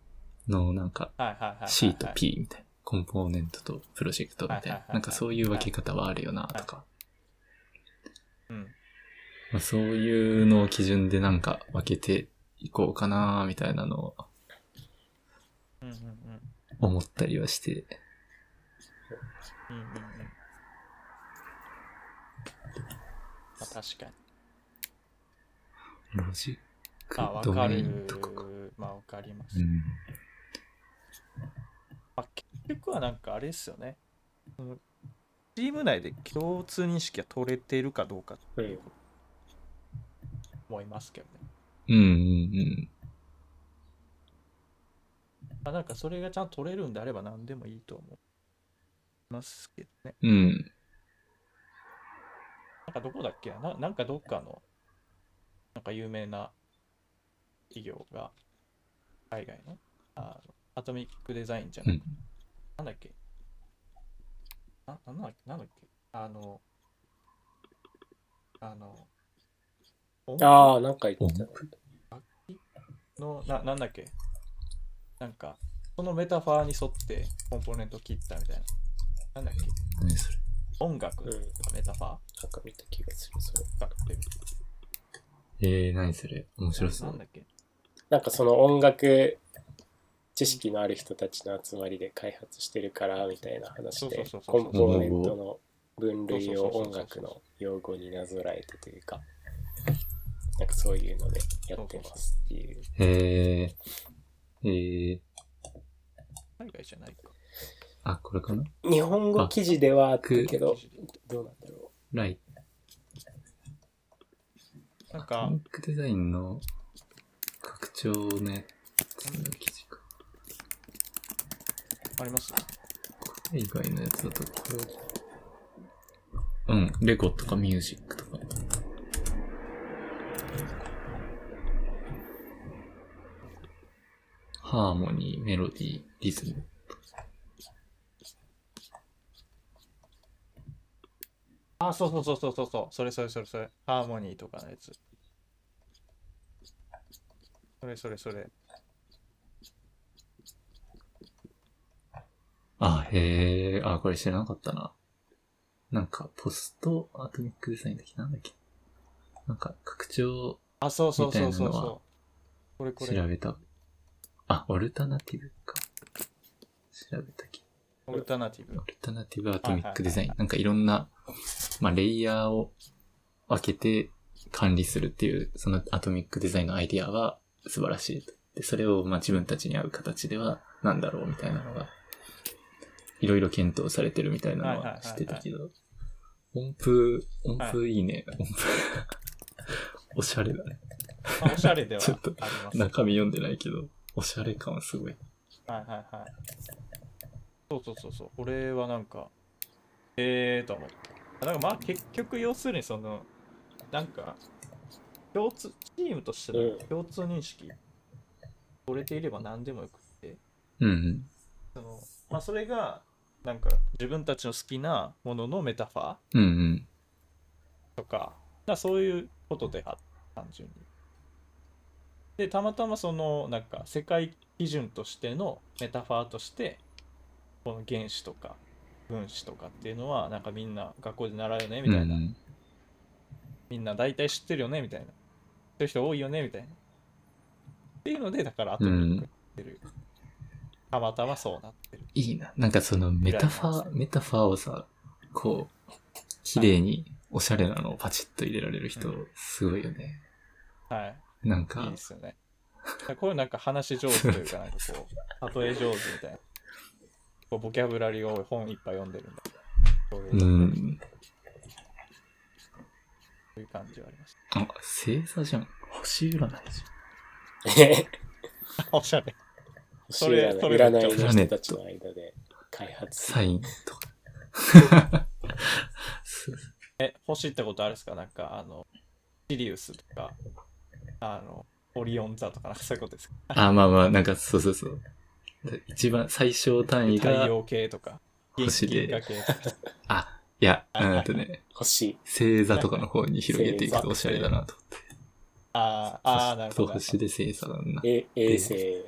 A: のなんか
B: うん。はいはいはいはい。
A: C と P みたいな。コンポーネントとプロジェクトみ
B: はい
A: たい
B: はい
A: な
B: はい。はい
A: なんかそういう分け方はあるよな、とか。
B: うん。
A: まあそういうのを基準でなんか分けていこうかな、みたいなのを
B: うんうんうん。
A: 思ったりはして。
B: うんうんうん。まあ確かに。
A: ロジック
B: あ、わ
A: ド
B: か
A: メイ
B: る
A: ンとかか。。
B: まあわかります。
A: うん。
B: まあ、結局はなんかあれですよね。そのチーム内で共通認識が取れてるかどうかっていうこと思いますけどね。
A: うんうんうん。
B: まあ、なんかそれがちゃんと取れるんであれば何でもいいと思いますけどね。
A: うん。
B: なんかどこだっけなななんかどっかの、なんか有名な企業が、海外の、あアトミックデザインじゃな
A: う
B: い、
A: ん。
B: なんだっけな、なんだっけなんだっけあの、あの、音楽
C: ああ、なんか言ってた。
B: の、な、なんだっけなんか、そのメタファーに沿ってコンポーネント切ったみたいな。なんだっけ
A: 何それ。
B: 音楽
C: うん。
B: の
C: なん
B: メタファー
C: か見た気がする、それ。
B: 使ってる。
A: えー、何それ。面白そ
B: な
A: う
B: なん。だっけ
C: なんかその音楽知識のある人たちの集まりで開発してるからみたいな話で
B: そうそう
C: コ
B: そうそ
C: ン
B: う
C: ポーネントの分類を
B: そう
C: 音
B: そうそうそう
C: 楽の用語になぞらえてというかなんかそういうのでやってますっていう
A: へえ。へえ。
B: 海外じゃないか。
A: あ、これかな
C: 日本語記事ではあったけどどうなんだろ
A: ライ
B: なん
A: ト。
B: か
A: ン、クデザインの拡張のやつの記事か。
B: あります
A: 海外のやつだとこれ。うん、レコとかミュージックとか。ハーモニー、メロディー、リズム。
B: あ、そうそうそうそうそうそう、それそれそれそれ、ハーモニーとかのやつ。それそれそれ。
A: あ、へえ、あ、これ知らなかったな。なんか、ポストアトミックデザインだっけなんだっけなんか、拡張
B: あ、そうそうそうそう
A: みたいなの
B: そう。これこ
A: 調
B: れ、
A: べた。あ、オルタナティブか。調べたき。
B: オルタナティブ
A: オ。ルタナティブアトミックデザイン。なんかいろんな、まあ、レイヤーを分けて管理するっていう、そのアトミックデザインのアイディアは素晴らしいと。で、それをまあ自分たちに合う形ではなんだろうみたいなのが、いろいろ検討されてるみたいなのは知ってたけど、音符、音符いいね。音符。 おしゃれだね。
B: まあ、おしゃれでは
A: ちょっと
B: あります。
A: 中身読んでないけど、おしゃれ感はすごい。
B: はいはいはい。そうそうそうそう。俺はなんか、えーと思った。なんかまあ結局要するにその、なんか、共通、チームとしての共通認識、取れていれば何でもよくって、
A: うんうん。
B: そのまあそれが、なんか自分たちの好きなもののメタファー
A: うんうん。
B: とか、だそういうことであった、単純に。で、たまたまその、なんか、世界基準としてのメタファーとして、この原子とか分子とかっていうのは、なんかみんな学校で習うよね、みたいな。
A: うんうん
B: みんな大体知ってるよね、みたいな。知ってる人多いよね、みたいな。っていうので、だから、後に送ってる。たまたまそうなってる。
A: いいな。なんかそのメタファー、メタファーをさ、こう、綺麗におしゃれなのをパチッと入れられる人
B: う、
A: すごいよね。
B: はい。
A: なん
B: いい
A: か
B: で、すよね。こういうなんか話上手というか、なんか こう、例え上手みたいな。こうボキャブラリーを本いっぱい読んでるんだ。そういうう,、
A: ん。
B: いう感じはありまし
A: あ、星座じゃん。星占いじゃん。
B: た。おしゃれ。
C: 星
B: それ
C: 占い
B: それ
C: 占いの人たちの間で開発
A: サインとか。 す
B: え、星ってことあるんですかなんか、あの、シリウスとか、あの、オリオン座とか、なんかそういうことですか
A: あ、まあまあ、なんかそうそうそう。一番最小単位
B: 太
A: が、
B: 陽系とか、銀
A: 星で
B: 銀河系とか。
A: あ、いや、うんとね、
C: 星
A: 星座とかの方に広げていくとおしゃれだな と。
B: あーあー、なるほ
A: そう
B: ど。はい、
A: 星で星座だな。
C: え衛 星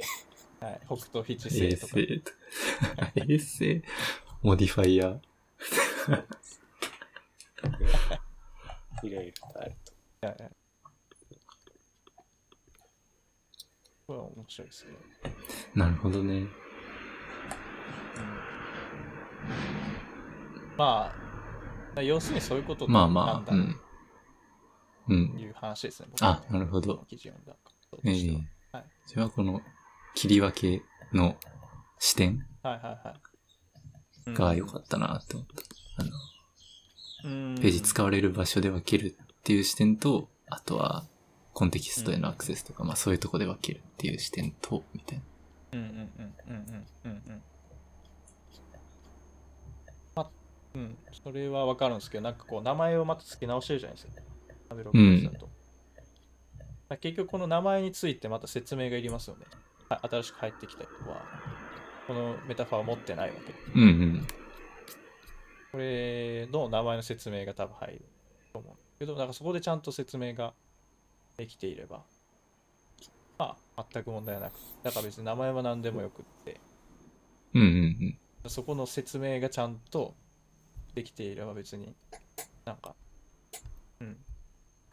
B: 北斗七
A: 衛
B: 星とか。
A: 星とか。 衛星モディファイアー。
C: いろいろとあると
B: はいはいこれは面白いですね。
A: なるほどね。
B: まあ、要するにそういうこと
A: まあ
B: な
A: ま
B: ん
A: あ、
B: だ
A: う
B: っ
A: ん。うん
B: て。いう話ですね。
A: あなるほど
B: 基準だと
A: ねえ
B: してははい
A: 自分はこの切り分けの視点
B: はいはいはい。
A: が良か
B: っ
A: ったなって思った。あの、
B: た。うん
A: ページ使われる場所で分けるっていう視点と、あとはコンテキストへのアクセスとか、まあそういうとこで分けるっていう視点と、みたいな。
B: うんうんうんうんうんうんうん。まうん、それはわかるんですけど、なんかこう、名前をまた付け直してるじゃないですか。アベログページだと。まあ結局、この名前についてまた説明がいりますよね。あ新しく入ってきた人は、このメタファーを持ってないわけ。
A: うんうん。
B: これの名前の説明が多分入ると思うけど、なんかそこでちゃんと説明ができていれば、まあ、全く問題はなく、だから別に名前は何でもよくって、
A: うんうん
B: そこの説明がちゃんとできていれば別になんか、うん、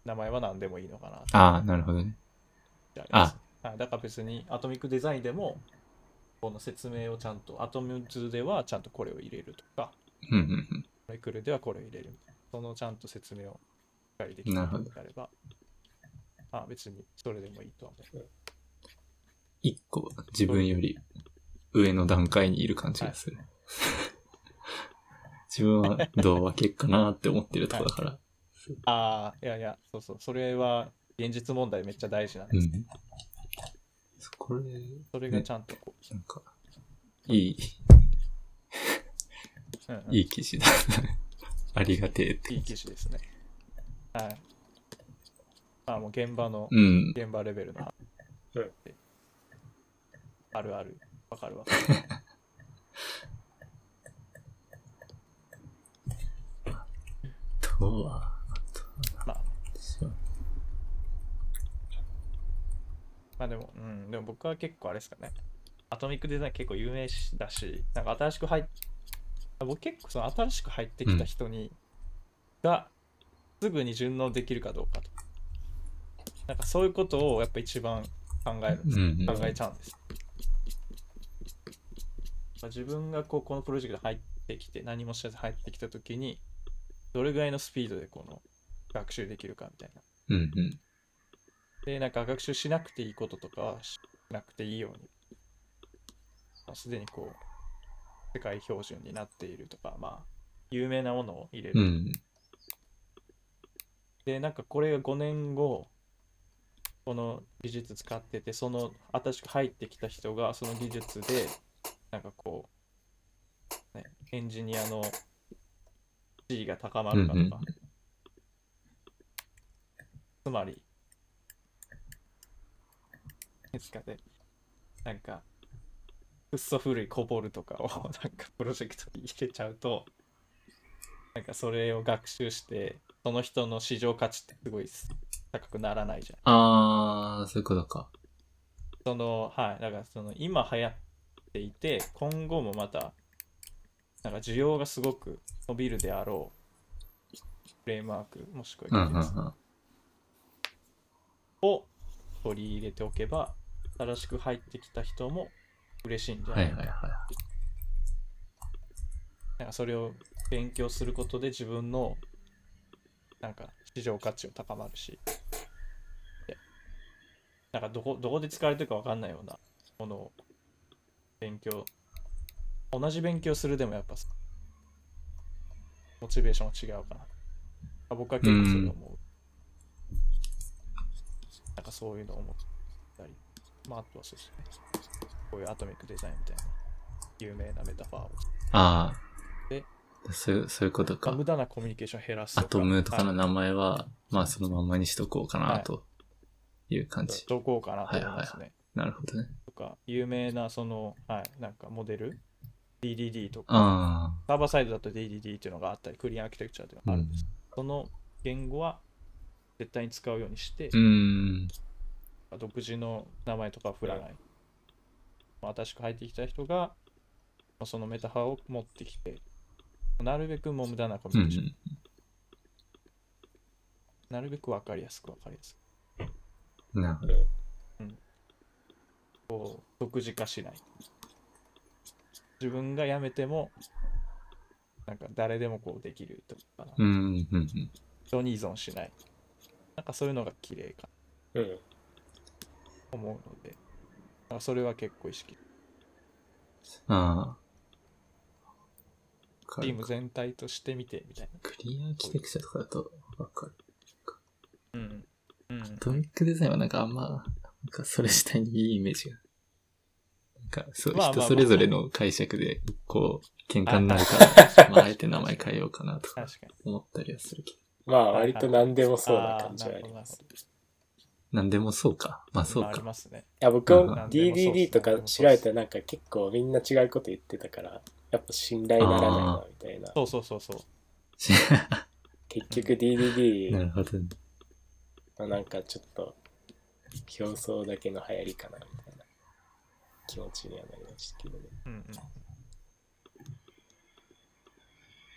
B: 名前は何でもいいのかなって
A: うん。ああ、なるほどね。
B: ありますはいだから別にアトミックデザインでも、この説明をちゃんと、アトムズではちゃんとこれを入れるとか、
A: うんうんうん。
B: レクルではこれを入れるみたいな。そのちゃんと説明をしっかりでき
A: な
B: た
A: るほ
B: の
A: ど
B: であれば、まあ別にそれでもいいとは思う。
A: 一個自分より上の段階にいる感じがする。自分はどう分けっかなって思ってるとこだから。
B: ああ、いやいや、そうそう、それは現実問題めっちゃ大事なん
A: う
B: です。
A: ん。これ、
B: それがちゃんとこ
A: なんか、いい、
B: う、うんうん
A: いい記事だ。 ありがてえって。
B: いい記事ですね。はい。まあもう現場の、
A: うん。
B: 現場レベルの
C: うん。
B: あるある、わかるわ。
A: とは、あと
B: ま
A: は
B: あ
A: そう
B: まあでも、うん、でも僕は結構あれですかね。アトミックデザイン結構有名だし、なんか新しく入っ、僕結構その新しく入ってきた人に、が、すぐに順応できるかどうかと。なんかそういうことをやっぱ一番考えるんです、
A: うんうん
B: 考えちゃうんです。まあ、自分がこうこのプロジェクト入ってきて、何も知らず入ってきたときに、どれぐらいのスピードでこの学習できるかみたいな。
A: うんうん。
B: で、なんか学習しなくていいこととかはしなくていいように、まあすでにこう、世界標準になっているとか、まあ、有名なものを入れる。
A: うん。
B: で、なんかこれが5年後、この技術使っててその新しく入ってきた人がその技術でなんかこう、ね、エンジニアの地位が高まるかとか、
A: うんうん
B: つまりですかねなんかくっそ古いコボルとかをなんかプロジェクトに入れちゃうとなんかそれを学習してその人の市場価値ってすごい高くならないじゃん。
A: あー、そういうことか。
B: そのはいだからその今流行っていて今後もまたなんか需要がすごく伸びるであろうフレームワークもしく
A: うん、う
B: は
A: ん、
B: 技
A: う
B: 術
A: ん。
B: を取り入れておけば新しく入ってきた人も嬉しいんじゃ
A: は
B: ないい
A: は
B: か
A: いはい。
B: なんかそれを勉強することで自分のなんか市場価値を高まるしでなんかどこどこで使われてるか分かんないようなものを勉強同じ勉強するでもやっぱモチベーションは違うかな僕は結構それを思うなんかそういうのを思ったりまああとはそうですねこういうアトミックデザインみたいな有名なメタファーを
A: あ
B: で
A: あ。そう、そういうことか
B: 無。駄なコミュニケーションを減らす
A: アトムとかの
B: はい
A: 名前は、まあそのまんまにしとこうかなという感じ。
B: どこうかなと思いますね。
A: なるほどね。
B: とか、有名なその、はい、なんかモデル、DDD とか、
A: あ
B: サーバーサイドだと DDD っていうのがあったり、クリーンアーキテクチャーっていう
A: あ。
B: の
A: う
B: がある
A: ん
B: んです。。その言語は絶対に使うようにして
A: う、ん。
B: 独自の名前とかは振らない。新しく入ってきた人が、まあそのメタファーを持ってきて、なるべくもう無駄なコミ
A: う
B: ュニケーション
A: ん。
B: なるべくわかりやすくわかりやすく。
A: なるほど。
B: こう独自化しない自分が辞めてもなんか誰でもこうできるとかな
A: うん。うんうん
B: 人に依存しないなんかそういうのが綺麗か
C: うん。
B: と思うのでなんかそれは結構意識
A: ああ。
B: チ
A: わ
B: ー
A: か
B: ム
A: る
B: 全体としてみてみたい
A: クリアアーキテクチャとかだとわかる。
B: なうんうん
A: アトミックデザインはなんかあんま、なんかそれ自体にいいイメージが。なんかそう、
B: まあまあ
A: 人
B: まあ
A: それぞれの解釈で、こう、喧嘩になる から、まああえて名前変えようかなとか
B: 確かに
A: 思ったりはするけど。
C: まあ、割と何でもそうな
B: あ
C: 感じはあ
B: ー
C: り
B: なる
C: ま
B: ほ
C: す。
B: ど
A: なんでもそうか。まあそう
B: まああり
A: か。
B: ますね
C: いや、僕も
A: うん
C: DDD とか調べたらなんか結構みんな違うこと言ってたから、やっぱ信頼ならないな、みたいな。
B: そうそうそうそう
C: 結局
A: な
C: DDD
A: るほどね。
C: のなんかちょっと表層だけの流行りかな、みたいな気持ちにはなりましたけどね。
B: うんうん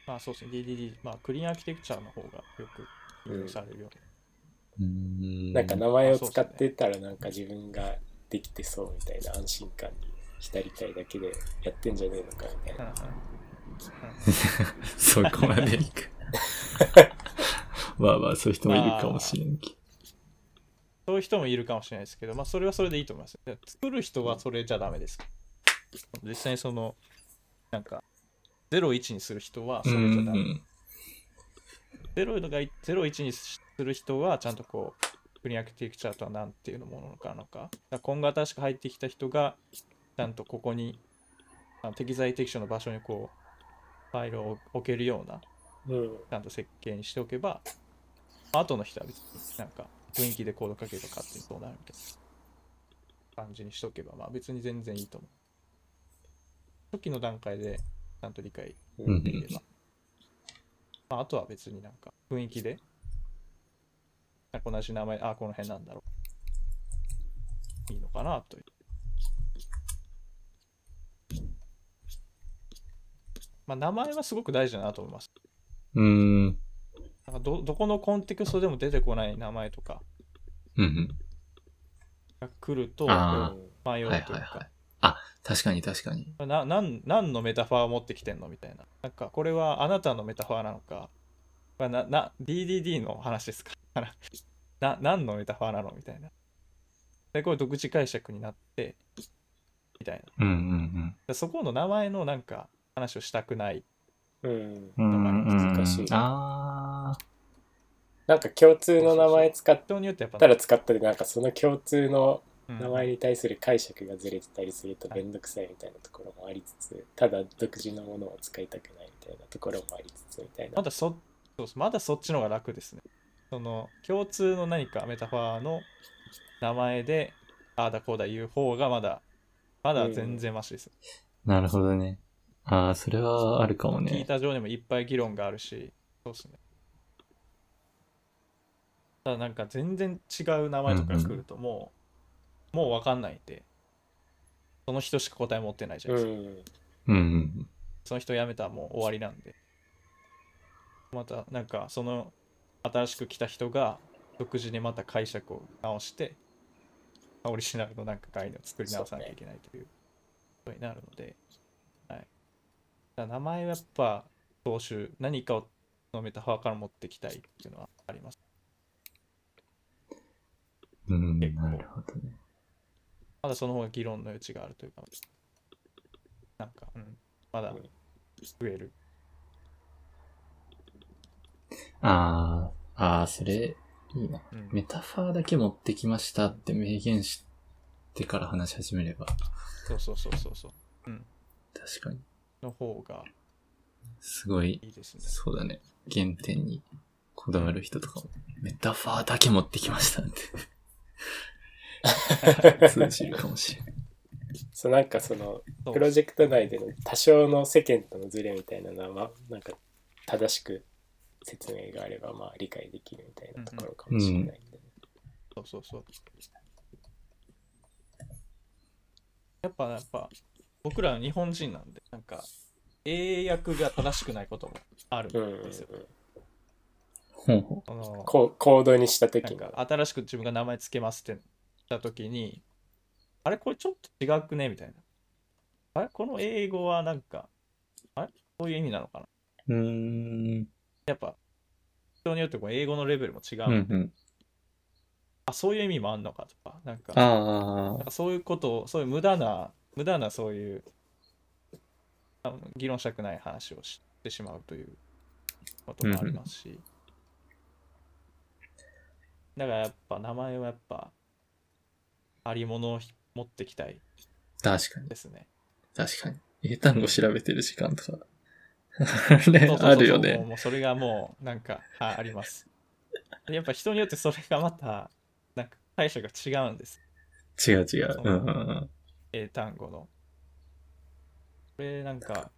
B: まあそうですね DDD まあクリーンアーキテクチャの方がよく利用されるよう
A: うー
B: に
A: ん。
C: なんか名前を使ってたらなんか自分ができてそうみたいな安心感に浸りたいだけでやってんじゃねえのかみたいな。
A: そこまでい く。まあまあ、そういう人もいるかもしれんけど。
B: そういう人もいるかもしれないですけど、まあ、それはそれでいいと思います。で作る人はそれじゃダメです。実際にその、なんか、01にする人はそれじゃダメ。0が01にする人は、ちゃんとこう、クリーンアーキテクチャーとは何ていうのものかなのか。だから今後新しく入ってきた人が、ちゃんとここに、あの適材適所の場所にこう、ファイルを置けるような、
C: うん。
B: ちゃんと設計にしておけば、後の人は別になんか雰囲気でコードかけると勝手にそうなるみたいな感じにしとけば、まあ別に全然いいと思う。初期の段階でちゃんと理解
A: うん。うん
B: できれば、まああとは別になんか雰囲気で、なんか同じ名前、あ、この辺なんだろう。いいのかなという。まあ名前はすごく大事だなと思います。
A: うん。うん
B: なんかどどこのコンテクストでも出てこない名前とか
A: うん。
B: が来ると
A: あ
B: 迷うと
A: はいいうはい
B: か
A: はい。あ、確かに確かに。
B: ななん何のメタファーを持ってきてんのみたいななんかこれはあなたのメタファーなのかこれはなな DDD の話ですか な何のメタファーなのみたいなでこれ独自解釈になってみたいな
A: うんうん
B: でそこの名前のなんか話をしたくない
C: うん。
A: うん。うんうんうん
C: 難しい
A: ああ。
C: なんか共通の名前使っ
B: 人によってやっぱ
C: たら使ったで、なんかその共通の
B: うん
C: 名前に対する解釈がずれてたりすると
B: はい
C: めんどくさいみたいなところもありつつ、ただ独自のものを使いたくないみたいなところもありつつみたい
B: ま
C: な。
B: だそそうですまだそっちの方が楽ですね。その共通の何かメタファーの名前でああだこうだ言う方がまだまだ全然マシです。
A: なるほどね。ああ、それはあるかも
B: 聞い
A: ね。
B: た上でもいっぱい議論があるし、そうですね。ただなんか全然違う名前とかが来るともう、もうわかんないんで、その人しか答え持ってないじゃ
C: う
B: ないですか。
C: ん。
A: うんうん。
B: その人辞めたらもう終わりなんで。またなんかその新しく来た人が独自にまた解釈を直して、オリジナルのなんか概念を作り直さなきゃいけないということになるので、はい。だから名前はやっぱ当主何かをのメタファーから持ってきたいっていうのはあります。
A: うん、
B: 結構
A: なるほどね。
B: まだその方が議論の余地があるというか、なんか、うん、まだ増える。
A: ああ、ああ、それ、いいな。
B: うん
A: メタファーだけ持ってきましたって明言してから話し始めれば、
B: そうそうそうそうそう。
A: 確かに、
B: の方が
A: すごい
B: いいですね。
A: そうだね。原点にこだわる人とかも、メタファーだけ持ってきましたって。通じるかもしれない。
C: そうなんかその
B: そう
C: プロジェクト内での多少の世間とのズレみたいなのは、まあ、なんか正しく説明があればまあ理解できるみたいなところかもしれないんで、
B: そうそうそう。やっぱやっぱ僕ら日本人なんでなんか英訳が正しくないこともある
C: うんうん
B: ん
C: うん
B: ですよ。
A: ほうほ
B: その
C: こう行動にした
B: なん
C: 時
B: か
C: の
B: 新しく自分が名前つけますってした時にあれこれちょっと違くねみたいな。あれこの英語はなんかあれそういう意味なのかな
A: う。うーん。
B: やっぱ人によってこう英語のレベルも違う、
A: うんうん。
B: あそういう意味もあんのかとかなんか
A: あ
B: なん
A: あ。
B: かそういうことを、そういう無駄な、無駄なそういう、あの議論したくない話をしてしまうということもありますし。だからやっぱ名前はやっぱ、ありものをひ持ってきたい
A: 確かに。
B: ですね。
A: 確かに。英単語調べてる時間とか。 あれ
B: そうそうそうそう
A: あるよ
B: もう
A: ね。
B: もうそれがもう、なんか、はい、あります。やっぱ人によってそれがまた、なんか解釈が違うんです。
A: 違う違う。うんうんうん。
B: 英単語の。これなんか、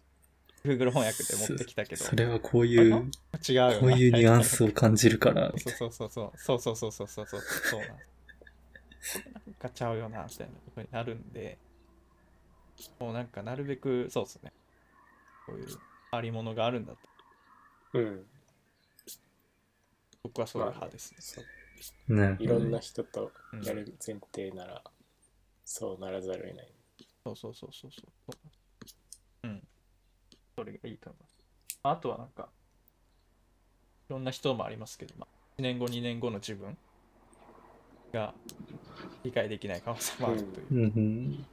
B: Google 翻訳で持ってきたけど。
A: それはこういう、
B: 違うよな
A: こういうニュアンスを感じるから、みたい
B: そうそうそうそうそうそうそうそうそうそうそうなんなんかちゃうよなみたいなことになるんでもうなんかなるべくそうですねこういうありものがあるんだと
C: うん
B: 僕はそういう派ですね、
C: そう
A: な。なるほ
C: い
A: ど
C: ろ
A: ね
C: んな人と
B: うん
C: やる前提ならそうならざるを得ない
B: そうそうそうそうそうそううんそれがいいと思いますあとはなんかいろんな人もありますけど、まあ、1年後2年後の自分が理解できない可能性もあるという
A: うんうん。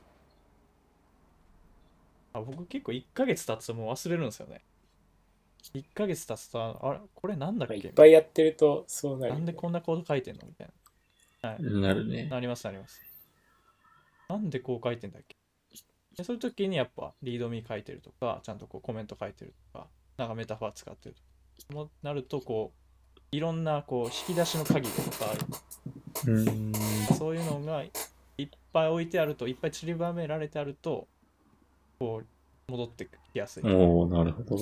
B: あ僕結構1ヶ月経つともう忘れるんですよね。1ヶ月経つと、ああれこれなんだっ
C: まあ
B: け
C: いっぱいやってるとそうなる
B: な
C: よ
B: んで
C: ね
B: こんなコード書いてんのみたい
A: なるね
B: な。。なります、なります。なんでこう書いてんだっけでそういう時にやっぱ、リードミー書いてるとか、ちゃんとこうコメント書いてるとか、なんかメタファー使ってるとか、もなるとこう、いろんなこう引き出しの鍵がいっぱいある
A: うーん。
B: そういうのがいっぱい置いてあると、いっぱい散りばめられてあると、こう、戻ってきやすい。
A: おおなるほど。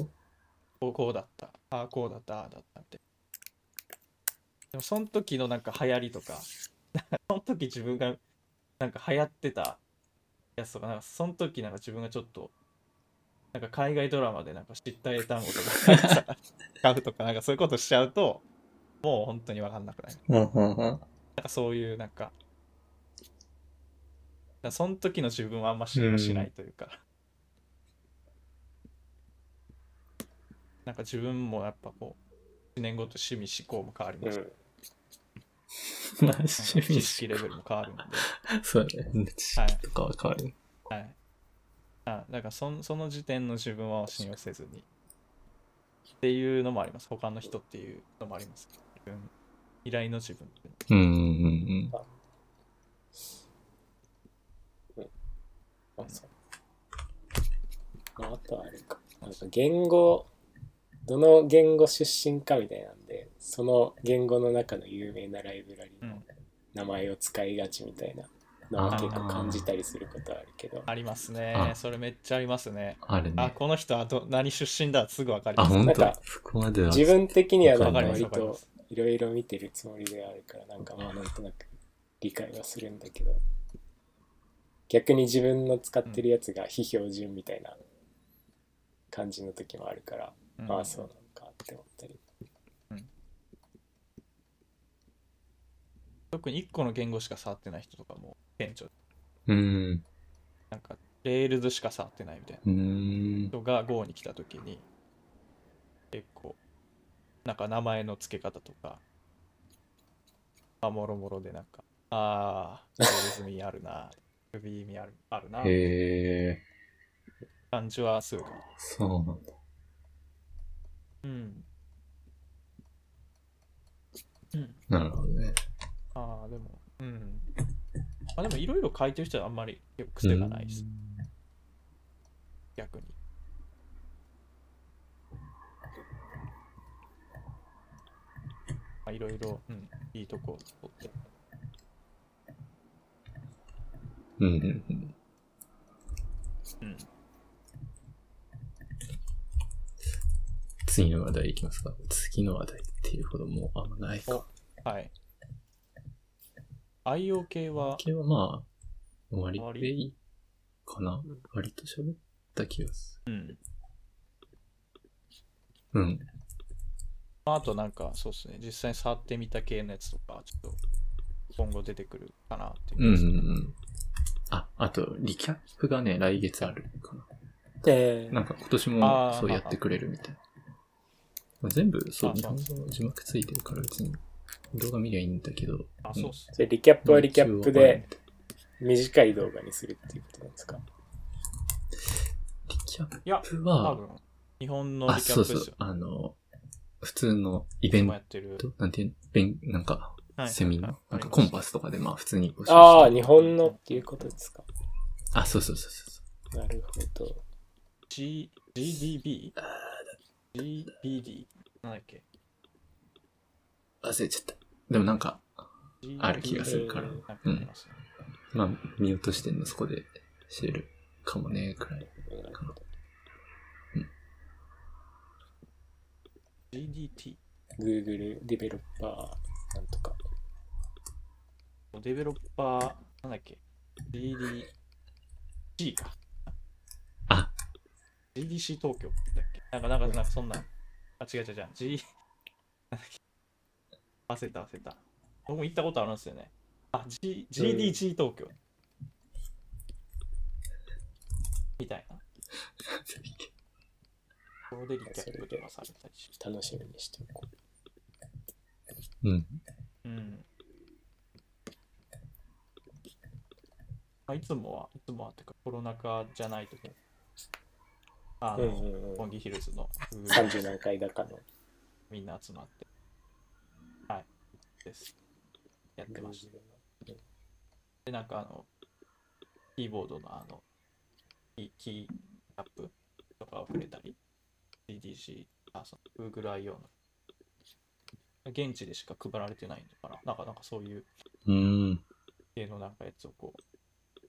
B: こうこうだったああこうだったああだったってでもその時のなんか流行りとか その時自分がなんか流行ってたやつとかなんかその時なんか自分がちょっとなんか海外ドラマでなんか知った英単語とかなんか 使うとかなんかそういうことしちゃうともう本当に分かんなくなる
A: はんはんはん
B: なんかそういうなんかだからその時の自分はあんま信用しないというか、なんか自分もやっぱこう1年ごと趣味思考も変わり
C: う
B: ます、
C: ん
A: まあ、
B: なんか
A: 趣
B: 知
A: 味
B: 識レベルも変わるんで、
A: そうだね。知識とかは変わる。
B: はい、あだからそんその時点の自分は信用せずにっていうのもあります他の人っていうのもあります自分依頼の自分って
A: うんうん
C: あそうまああとはあれか。なんか言語、どの言語出身かみたいなんで、その言語の中の有名なライブラリの名前を使いがちみたいなのは結構感じたりすることはあるけど、
B: ありますね
A: あ。
B: それめっちゃありますね。
A: ある
B: あ、
A: ね。
B: この人はど何出身だすぐわかり
A: あ、
B: ます。
A: 本
C: なん
A: 当
C: か
A: そこまでは。
C: 自分的にはなんか
B: わかりますわか
C: 割
B: りま
C: と
B: す。
C: いろいろ見てるつもりではあるから、なんかまあなんとなく理解はするんだけど、逆に自分の使ってるやつが非標準みたいな感じの時もあるから、
B: うん
C: ああそうなのかって思ったり。
B: 特に1個の言語しか触ってない人とかも顕著。
A: うん。
B: なんか、レールズしか触ってないみたいな
A: うん。
B: 人が Go に来た時に、結構、なんか名前の付け方とか、あ、もろもろでなんか、ああ、レールズ 味あるな、Ruby 味あるあるな、
A: へえ、
B: 感じはすぐ。
A: そうなんだ。
B: うん。うん。
A: なるほどね。
B: ああ、でも、うん。まあでも、いろいろ書いてる人はあんまり結構癖がないです、逆に。まあ、いろいろ、うん、いいとこを取って。
A: うん。うんうん。
B: うん。
A: 次の話題いきますか。次の話題っていうほどもうあんまないか。
B: はい。IO 系は、
A: 系はまあ、割
B: 割
A: でいいかな。割と喋った気がす
B: うん。
A: る。うん。
B: まあ、あとなんか、そうですね、実際に触ってみた系のやつとか、ちょっと、今後出てくるかなっていう
A: うん
B: 感
A: う
B: じで
A: ん
B: すね。
A: うん。あ、あと、リキャップがね、来月あるかな。
C: え
A: なんか今年
B: あ
A: も
B: ー
A: そうやってくれるみたいな。まあ全部、そう、
B: あ
A: 日
B: そう
A: 本語の字幕ついてるから別に動画見りゃいいんだけど。
B: あ、そうっす。
C: それリキャップはリキャップで短い動画にするっていうことなんですか
A: リキャッ
B: いや、
A: プ
B: 多
A: は、
B: 分、日本の
A: あ、
B: リキャ
A: そう
B: ッ
A: そ
B: プで
A: う
B: すよ。、
A: あの、普通のイベ
B: 今や
A: ン
B: ってる。
A: ト、なんていうの勉なんか、
B: はい
A: セミナー、
B: はい
A: なんかコンパスとかでまあ普通に募集して
C: ああ、日本のっていうことですか
A: あ、そうそうそうそうそう。
C: なるほど。
B: G、GDB? GBD? なんだっけ
A: 忘れちゃった。でもなんか、ある気がするから
B: なんかありますね
A: まあ、見落としてんのそこで知れるかもね、くらい。
C: なるほど
B: GDT。
C: Google ディベロッパーなんとか。
B: デベロッパー、なんだっけ ?GDG か。
A: あ、
B: GDC 東京だっけなんか、なんか、なんかそんな。あ、違う違う違う。G、なんだっけ。忘れた忘れた。僕も行ったことあるんですよね。あ、G、GDG 東京。みたいな。これでリキャップとかされたりして。
C: 楽しみにしておこう。
A: うん。
B: うん。まあ、いつもは、いつもはってか、コロナ禍じゃないときあ
C: うん
B: の、
C: うんうん
B: ボンギヒルズのグーグル
C: 30何回だかの
B: みんな集まって、はい、です。やってました。で、なんかあの、キーボードのあの、キー、キータップとかを触れたり、CDC、あ、その Google I.O. の、現地でしか配られてないのかな。なんか、なんかそういう
A: うん。
B: 系のなんかやつをこう、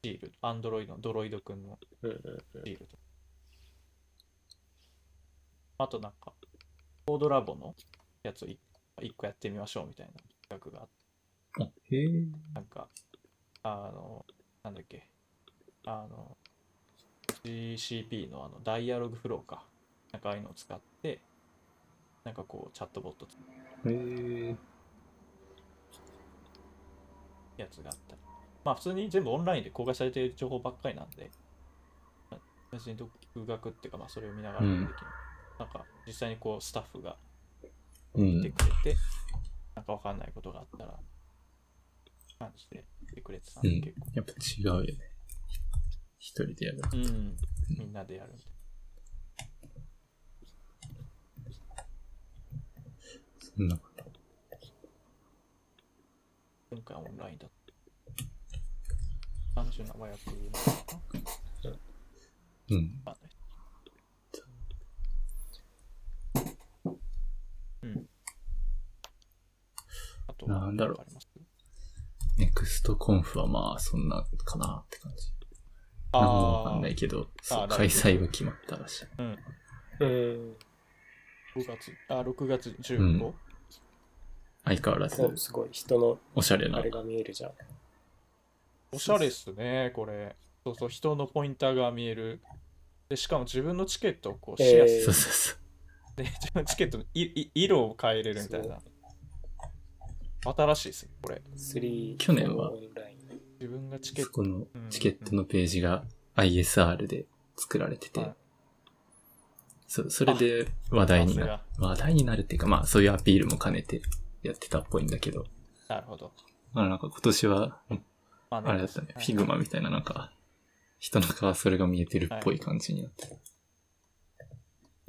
B: シール、アンドロイドのドロイドくんの
C: うんうんうん
B: シールとか。あとなんか、コードラボのやつを一一個やってみましょうみたいな企画があって、
A: あ、へえ。
B: なんか、あの、なんだっけ、あの、GCP のあの、ダイアログフローか。なんかああいうのを使って、なんかこう、チャットボットって
A: へえ。
B: やつがあったり。まあ、普通に全部オンラインで公開されている情報ばっかりなんで、まあ別に独学っていうか、まあ、それを見ながらできる。
A: うん
B: なんか、実際にこう、スタッフが
A: う
B: 来て
A: ん。
B: くれて、なんかわかんないことがあったら、感じで来てくれてたん
A: うん
B: で、結構。
A: やっぱ違うよね。一人でやる。
B: うん、みんなでやるみたいな。
A: そんなこと。
B: 回オンラインだと。単純な和訳なのかな
A: うん。
B: わかんないうん。あとは
A: なんだろう
B: あります
A: ネクストコンフはまあ、そんなかなって感じ。
B: あ
A: なんもわか
B: あ
A: んないけど、そ
B: あ
A: う
B: ー
A: 開催が決まったらしい。
C: うん。
B: 6月、あ、6月15、
A: うん相変わら
C: そう、
A: ず、
C: すごい。人の
A: おしゃれ
C: あ
A: な
C: れ。が見えるじゃん。
B: おしゃれっすね、これ。そうそう、人のポインターが見える。で、しかも自分のチケットをこうシェアす
A: そう
B: る。
A: そうそう。
B: で、自分のチケットのいい色を変えれるみたいな。新しいですね、これ。
C: 3
A: 去年は
C: オンライン
B: 自分がチケッ
A: そこ
B: ト。
A: のチケットのページが ISR で作られて
B: は
A: て
B: い、
A: そそれで話題になる。
B: さ
A: 話題になるっていうか、まあそういうアピールも兼ねてやってたっぽいんだけど、
B: すがなるほど。
A: まあなんか今年は、
B: まあ
A: あれだったね、
B: は
A: フィ
B: い
A: グマみたいななんか、人の顔それが見えてるっぽい感じになってる。
C: の。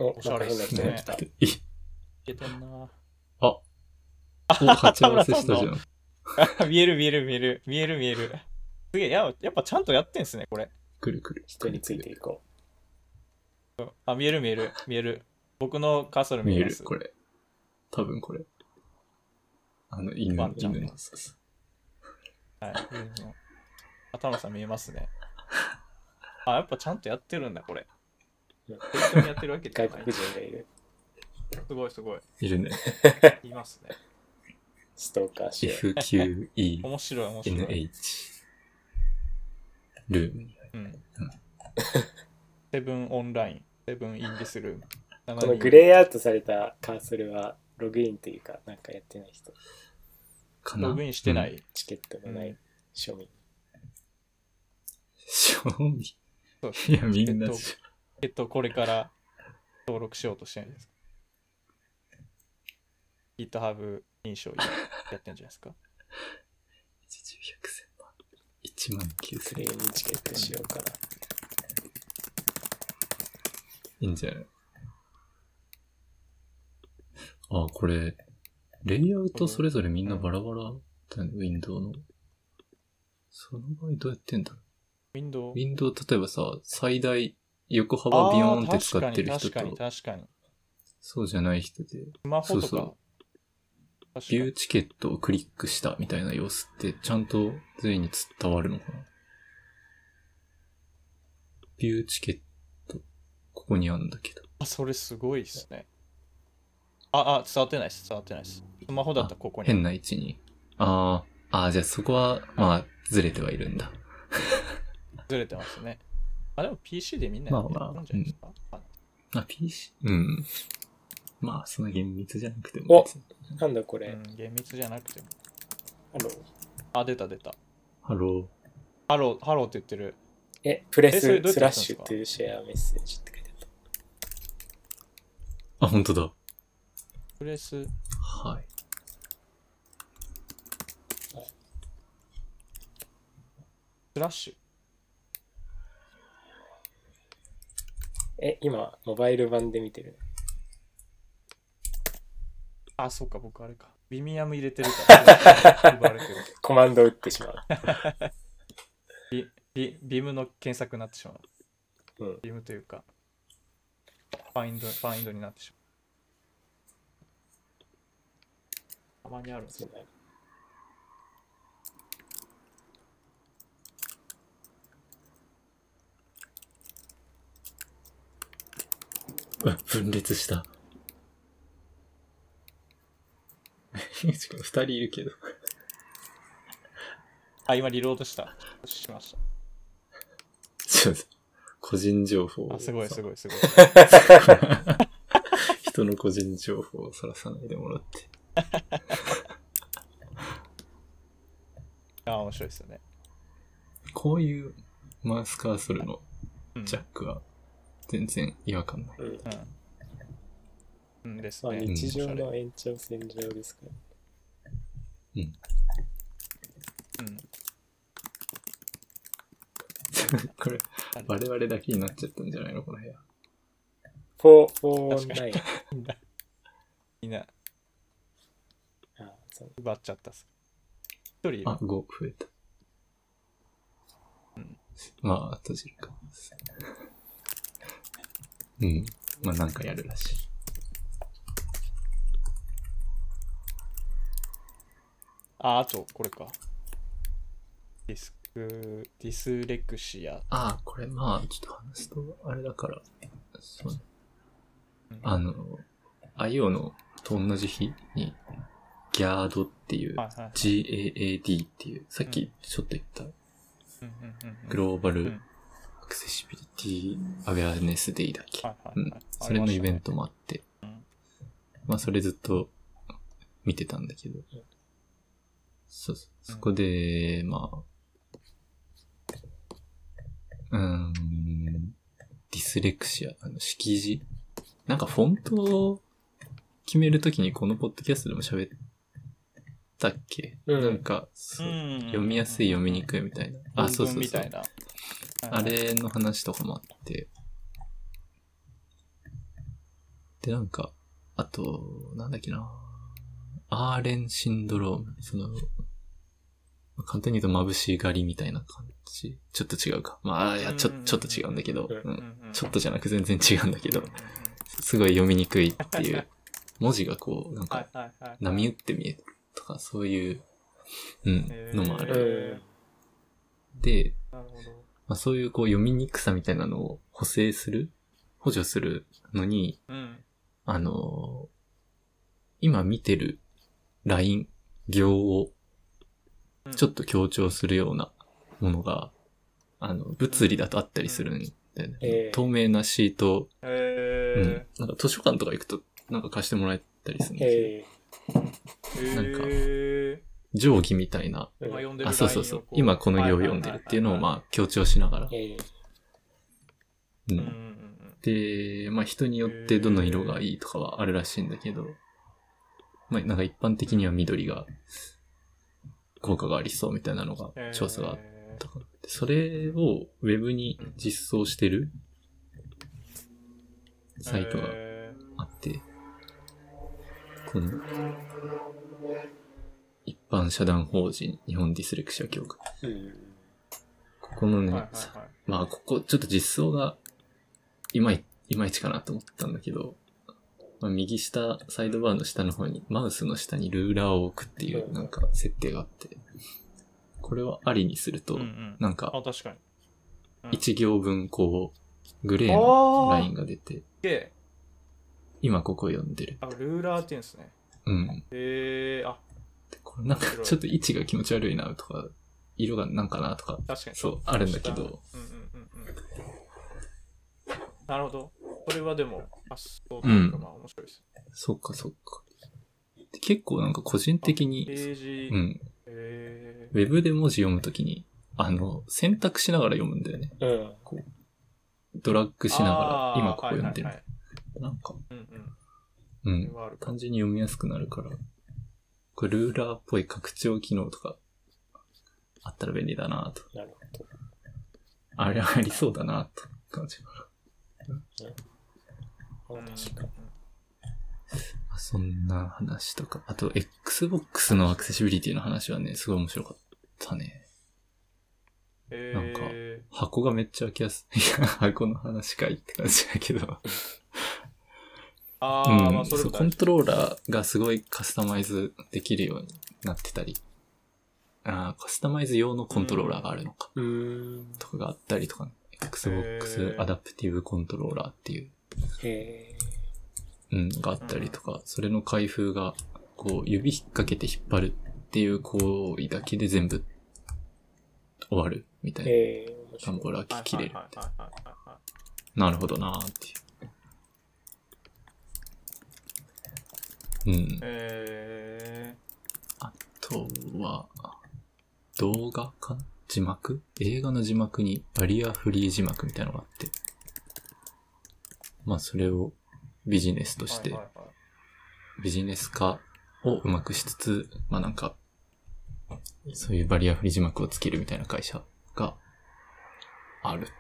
B: お
C: お
B: し
C: し
B: ゃ
C: ゃ
B: れ
C: れ
B: っ
C: な
B: すね
C: 人が
A: ね
C: 来た。
A: え
B: いけてんな。
A: あ、お、鉢合わせしたじゃん。
B: あ見える見える見える見える見えるすげえややっぱちゃんとやってんすねこれ
A: くるくる。
C: 人についていこ
B: あ見える見える見える僕のカーソル見
A: 見
B: え
A: え
B: ま
A: る
B: す、
A: これ。多分これ。あの、犬
B: ワ
A: の
B: ン、ちゃん
A: 犬の、そうそう
B: はい、 うん頭さん見えます ねあやっぱちゃんとやってるんだこれ適当にやってるわけ
C: う。
B: じゃ
C: 外
B: ない
C: 国人がいる。
B: すごいすごい
A: いるね。
B: いますね
C: ストーカーしよ
A: FQENH。
B: 面白い面白い、
A: ルームに。
B: うん、セブンオンラインセブンインディスルーム
C: う。このグ
B: ー
C: レーアウトされたカーソルは、ログインっていうか、なんかやってない人、
A: かな。
B: ログ インしてない、
A: うん。
C: チケットのない庶民。
A: 賞味。
B: そう
A: いや、みんな
B: えっと、えっと、これから登録しようとしてるんですか ?GitHub 認証やってんじゃないですか
A: 1万9000
C: クレームチケットしようかな。
A: いいんじゃないあ、これ、レイアウトそれぞれみんなバラバラだよね、ウィンドウの。その場合どうやってんだろ
B: ウィンドウ
A: うウィンドウ例えばさ、最大、横幅ビヨーンって使ってる人
B: 確かに確
A: と、
B: かに確かに。
A: そうじゃない人で、
B: スマホと
A: そ
B: か。
A: うそ
B: 確か
A: ビュ
B: に
A: ーチケットをクリックしたみたいな様子って、ちゃんと全員に伝わるのかなビューチケット、ここにあるんだけど。
B: あ、それすごいですね。あ、あ、伝わってないです。伝わってないです。スマホだったらここに。
A: 変な位置に。あーあー、じゃあそこは、まあ、ずれてはいるんだ。
B: ずれてますね。あ、でも PC でみんなやってるんじゃないですか、
A: あ、PC? うん。まあ、その厳密じゃなくて
C: お
A: も別に。
C: なんだこれ、
B: うん、厳密じゃなくても。
C: あの、
B: あ、出た出た。
A: ハロ
B: ハロー、ハローって言ってる。
C: え、プレ
B: えそれ
C: ス
B: どうやって
C: ス
B: やったん
C: ラッ
B: です
C: シ
B: か
C: ュというシェアメッセージって書いてあっ
A: ー。あ、本当だ。
B: プレス、
A: はい。
B: スラッシュ。
C: た。え、今、モバイル版で見てる。
B: あ、そっか、僕あれか。ビミアム入れてる から。奪われてる
C: コマンド打ってしまう。
B: ビビームの検索になってしまう。
C: うん
B: ビームというか、ファインド、ファインドになってしまう。たまにあるんです
C: そ
B: よ
C: う。だね
A: うわ分裂した。ゆう ちくん二人いるけど。
B: あ、今リロードした。しまし
A: ちょっと、個人情報を
B: た。
A: さ。
B: あ、すごいすごいすごい。
A: 人の個人情報をさらさないでもらって。
B: あ、面白いですよね。
A: こういうマウスカーソルの
B: うん。
A: ジャックは全然違和感 ない。
C: うん。
B: うん。うんです
C: まあ、
B: ね。
C: 日常
B: おしゃ
C: の
B: れ
C: 延長線上ですから。
B: うん。
A: これ、我々だけになっちゃったんじゃないのこの部屋。
C: フォー、フォーオンライン。
B: みんな
C: あそう
B: 奪っちゃったっす。一人いる
A: あ、5増えた。まあ、閉じるかもです。うん。まあ、なんかやるらしい。
B: あ、あと、これか。ディスク、ディスレクシア。
A: ああ、これまあ、ちょっと話すと、あれだから、そうね
B: うん
A: あの、IO のと同じ日に、ギャードっていう、
B: はいはい。
A: GAAD っていう、さっきちょっと言った、
B: うんうんうんうん
A: グローバ
B: う
A: ル
B: ん
A: アクセシビリティアウェアネスデイだっけ、
B: はいは
A: う
B: い
A: ん
B: はい。
A: それのイベント
B: ト。
A: もあって、
B: うん
A: まあそれずっと見てたんだけど、そうそう
B: うん
A: そこで、まあ、うーん、ディスレクシア、あの、識字。なんかフォントを決めるときにこのポッドキャストでも喋ったっけ、
C: うん
A: なんか、そう読みやすい、読みにくいみたいな。あ、
B: あ、
A: そ
B: そうう
A: そう
B: そ。
A: そうう
B: みたいな。
A: あれの話とかもあって。で、なんか、あと、なんだっけな。アーレンシンドローム。その、簡単に言うと眩しい狩りみたいな感じ。ちょっと違うか。まあ、いや、ちょ、ちょっと違うんだけど、
C: う
A: うんちょっ
B: と
A: とじゃなく全然違うんだけど、
B: はい
A: すごい読みにくいっていう。文字がこう、なんか、
B: はいはい。
A: 波打って見えるとか、そういう、うん、のもあ
B: へ
A: る。
B: ー
A: で、
B: なるほど。
A: まあ、そういうこう読みにくさみたいなのを補正する、補助するのに、
B: うん。
A: あのー今見てるライン、行を
B: うん
A: ちょっと強調するようなものが、あの、物理だとあったりするんだよね。
C: えー
A: 透明なシート、う
B: へ
A: ん、なんか図書館とか行くとなんか貸してもらえたりするんだけど、
C: え
B: え。
A: なんか
B: へ
A: 定規みたいな、
C: ー
B: ー今読んでる
A: あ、そうそうそう
B: ラインを、
A: 今この行を読んでるっていうのを
B: は
A: まあ強調しながら、
C: え
A: う
C: ー
B: いはいはいはいうんんうんうん
A: で、まあ人によってどの色がいいとかはあるらしいんだけど、まあなんか一般的には緑が効果がありそうみたいなの
B: うん
A: が調査があっ
B: へー
A: たから。でそれをウェブに実装してるサイトが
B: へ
A: あって、この一般社団法人日本ディスレクシア協会。
C: うん
A: ここの
B: ー
A: ね、
B: はいはいはい
A: まあ、ここ、ちょっと実装が、いまい、いまいちかなと思ったんだけど、まあ、右下、サイドバーの下の方に、マウスの下にルーラーを置くっていう、なんか、設定があって、これはありにすると
B: うんう、ん
A: なんか、
B: あ、確かに。うん
A: 1行分、こう、グレーのラインが出て、
B: で、
A: 今ここ読んでる。
B: あ、ルーラーって言うんですね。
A: うん。
B: へえ、あ、
A: でこれなんか
B: 面白、い
A: ちょっと位置が気持ち悪いなとか、色がなんかなとか、
B: 確かに。
A: そう、あるんだけど、
B: うんうんうんうん。なるほど。これはでも、発想と
A: う
B: い
A: ん
B: うか、まあ面白いです。
A: そっかそっか。で結構なんか個人的
B: ペ
A: に、
B: ージ、
A: うん、
B: え
A: ウェブで文字読むときに、あの、選択しながら読むんだよね。
C: うん。
A: ドラッグ
B: ー、
A: しながら、今ここ読んでる。
B: あーはい
A: なんか、
B: はいはいうんうん。
A: う
B: これ
A: ん。
B: はあるか
A: 単純に読みやすくなるから、これルーラーっぽい拡張機能とか、あったら便利だなと。
C: なるほ
A: あれありそうだなと。感じが。
C: ど。
B: うん
C: 確かに。
A: まあそんな話とか。あと、Xbox のアクセシビリティの話はね、すごい面白かったね。
B: え
A: なんか
B: ー、
A: 箱がめっちゃ開きやすい。いや、箱の話かいって感じだけど。
B: あー、ま
A: う
B: あ
A: ん、
B: それ
A: そう
B: も
A: コントローラーがすごいカスタマイズできるようになってたり、あーカスタマイズ用のコントローラーがあるのか、
C: うーん。
A: とかがあったりとかね。
B: へ
A: Xbox
B: ー
A: アダプティブコントローラーっていう、
C: え
A: うん、があったりとか、それの開封が、こう、指引っ掛けて引っ張るっていう行為だけで全部終わるみた
C: ー、
A: いな。
C: えー、面
A: あ
C: 白
A: も
C: いう
A: これは切れるみたいな。
B: はいはいはいはいはい
A: なるほどなーっていう。うん。
B: え
A: あとは、動画かな字幕映画の字幕にバリアフリー字幕みたいなのがあって。まあそれをビジネスと
B: ー、
A: して
B: はい、はいはい
A: ビジネス化をうまくしつつ、まあなんか、そういうバリアフリー字幕をつけるみたいな会社があるっていう。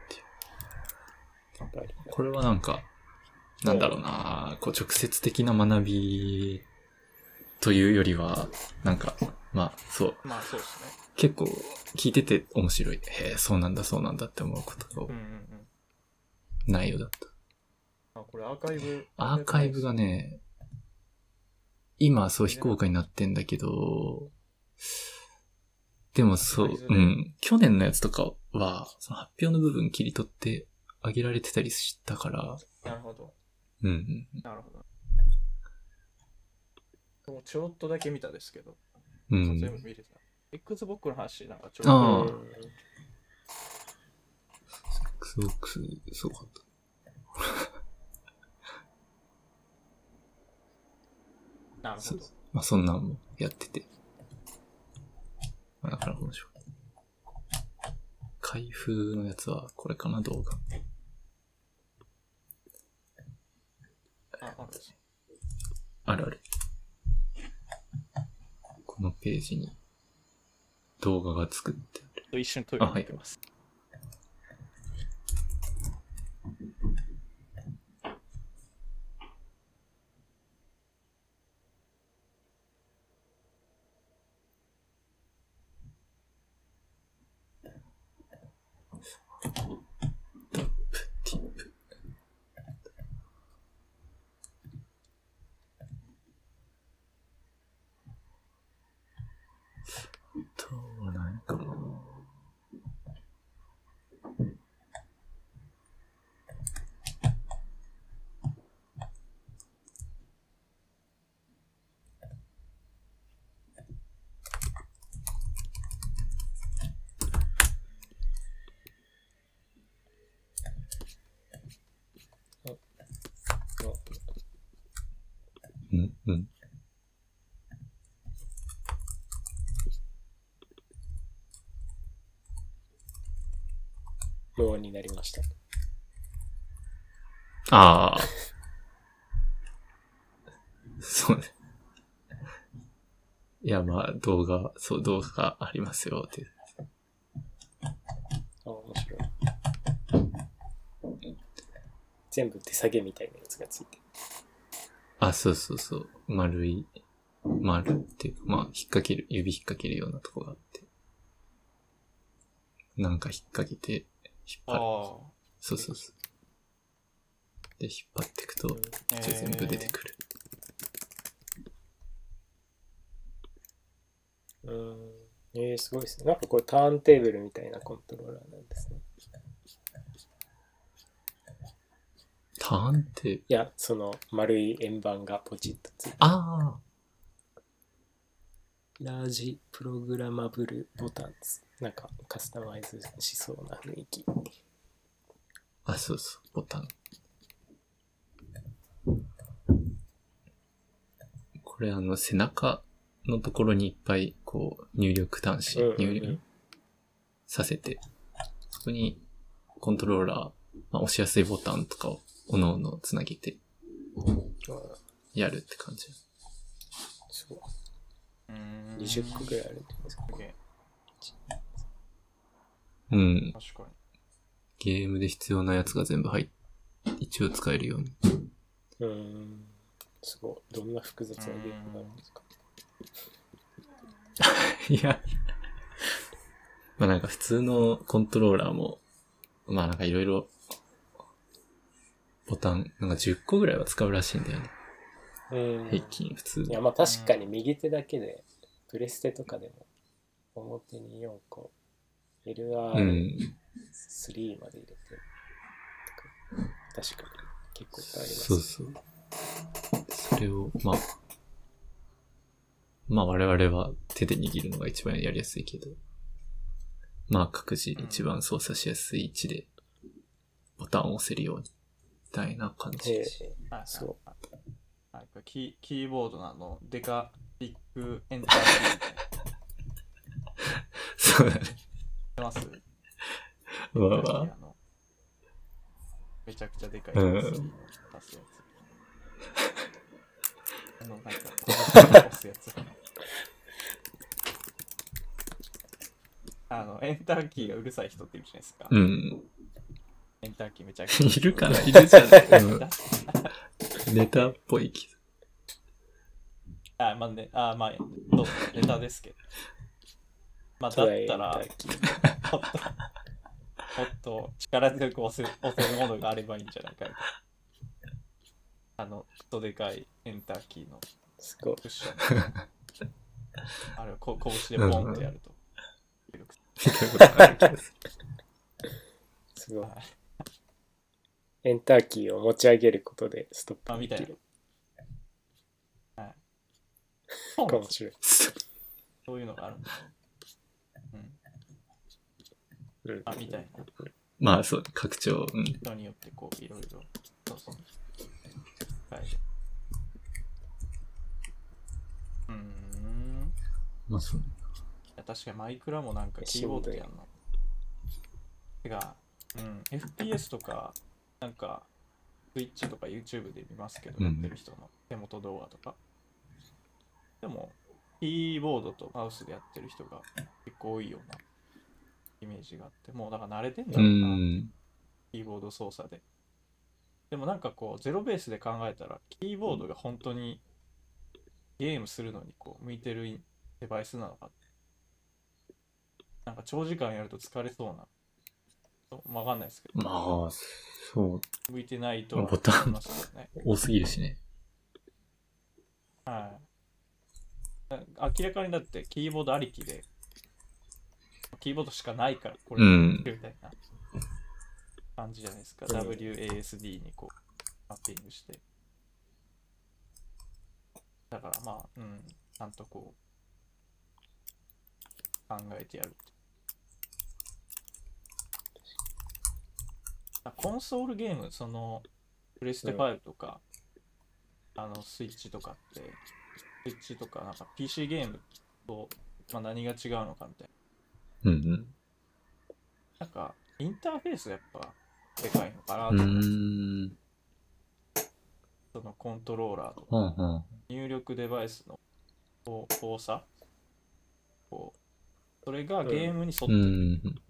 C: やっぱり
A: これはなんか、なんだろうな、こう直接的な学びというよりは、なんか、まあ、そう。
B: まあそうですね。
A: 結構聞いてて面白い。へえ、そうなんだ、そうなんだって思うこと
B: うん
A: が
B: うんうん。
A: 内容だった。
B: あ、これアーカイブ。
A: アーカイブがね、今そう非公開になってんだけど、でもそう、うん。去年のやつとかは、その発表の部分切り取ってあげられてたりしたから、
B: なるほど。
A: うんうん。
B: なるほど。もうちょろっとだけ見たですけど、
A: う
B: 全
A: ん
B: 部見れた。Xbox の話、なんかちょ
A: あー
B: ろっと。
A: Xbox、すごかった。
B: なるほど。
A: まあそんなんもやってて。まあだから面白い。開封のやつはこれかな、動画。
B: あ、あるんです
A: あるある。このページに動画が作ってある。
B: 一瞬トイレに行ってます。
A: ティップ。あとは何かなうん、うん。
C: 無音になりました。
A: ああ。 そうね。いや、まあ、動画、そう、動画がありますよ、っていう。
C: あ、面白い。全部手下げみたいなやつがついてる。
A: あ、そうそうそう。丸い、丸っていうか、まあ、引っ掛ける、指引っ掛けるようなとこがあって。なんか引っ掛けて、引っ
B: ああ
A: 張る。そうそうそう。で、引っ張っていくと、
B: ー。
A: じゃあ全部出てくる。
C: うん。えー、すごいですね。なんかこれターンテーブルみたいなコントローラーなんですね。
A: ターンって、
C: いや、その丸い円盤がポチッとついて
A: ああ、
C: ラージプログラマブルボタンです。なんかカスタマイズしそうな雰囲気。
A: あ、そうそう、ボタン。これあの、背中のところにいっぱい、こう、入力端子、
C: うんうんうん
A: 入力させて、そこにコントローラー、まあ、押しやすいボタンとかを、おのおのつなげて
C: うん
A: やるって感じ。
C: すごい。
B: うーん
C: 20個ぐらいあるんじゃないですか。
B: すげえ
A: うん。
B: 確かに。
A: ゲームで必要なやつが全部入っ一応使えるように。
C: うん。すごい。どんな複雑なゲームなんですか。
A: いや。まあなんか普通のコントローラーも、まあなんかいろいろ、ボタン、なんか10個ぐらいは使うらしいんだよね。
C: うん。
A: 平均、普通
C: い。やまあ確かに右手だけで、プレステとかでも表に4個、
A: う
C: LR3
A: ん。
C: まで入れて、とか確かに結構いっぱいあります。
A: そうそう。それを、まあ、まあ我々は手で握るのが一番やりやすいけど、まあ各自一番操作しやすい位置でボタンを押せるように、みたいな感じ。
C: ええ
B: はいはい
C: そう
B: はい、これキーキーボードのあの、デカ、ビッグ、エンターキーみたいな。
A: そうだね。
B: 出ます
A: まあま
B: あ
A: あ。
B: のめちゃくちゃでかい
A: うん
B: やつに足すやつ。あの、なんか、押すやつ。あの、エンターキーがうるさい人っているじゃないですか。
A: うん。
B: エンターキーめちゃくち ゃ。
A: いるかないるじゃない、
B: 出
A: ネタっぽいけ
B: あ、まあね、あ、まあ、どうぞネタですけど。まあ、だったら、もっと、もっと力強く押せ押せるものがあればいいんじゃないかみたいな。あの、ちょっとでかいエンターキーの
C: すごい。
B: クッション。あれをこ拳でポンってやると。
A: 見たことある 気がす
C: すごい
B: は。い
C: エンターキーを持ち上げることでストップできる。
B: ポン
C: 面白い。
B: そういうのがあるんだ。うん。
C: うん
B: あ、みたいな。
A: まあ、そう、拡張、うん。
B: 人によってこう、いろいろ。そうそう。はい。うーん。
A: まあ、そう。
B: いや確かにマイクラもなんかキーボードでやんの。てか、うん、FPS とか、なんか、Twitch とか YouTube で見ますけど、
A: うん
B: やってる人の手元動画とか。でも、キーボードとマウスでやってる人が結構多いようなイメージがあって、もうだから慣れてんだ
A: う
B: ろうな、
A: ん。
B: キーボード操作で。でもなんかこう、ゼロベースで考えたら、キーボードが本当にゲームするのにこう向いてるデバイスなのか。なんか長時間やると疲れそうな。わかんないですけど、
A: まあ、そう、
B: 向いてないと
A: ボタン
B: 思いますよね。
A: 多すぎるしね。
B: はい。な明らかにだってキーボードありきで、キーボードしかないから、これ、
A: うん
B: みたいな感じじゃないですか。
C: うん
B: WASD にこう、マッピングして。だからまあ、うん、ちゃんとこう、考えてやるって。あコンソールゲーム、その、プレステ
C: うん
B: 5とか、あの、スイッチとかって、スイッチとか、なんか PC ゲームと、まあ、何が違うのかみたい
A: うん
B: な。なんか、インターフェースやっぱ、でかいのかな
A: う
B: と
A: ん。う
B: か、
A: ーん。
B: そのコントローラーとか、
A: はんはん。
B: 入力デバイスのこう多さこう、それがゲームに
A: う
B: 沿ってる
A: ん。
B: っ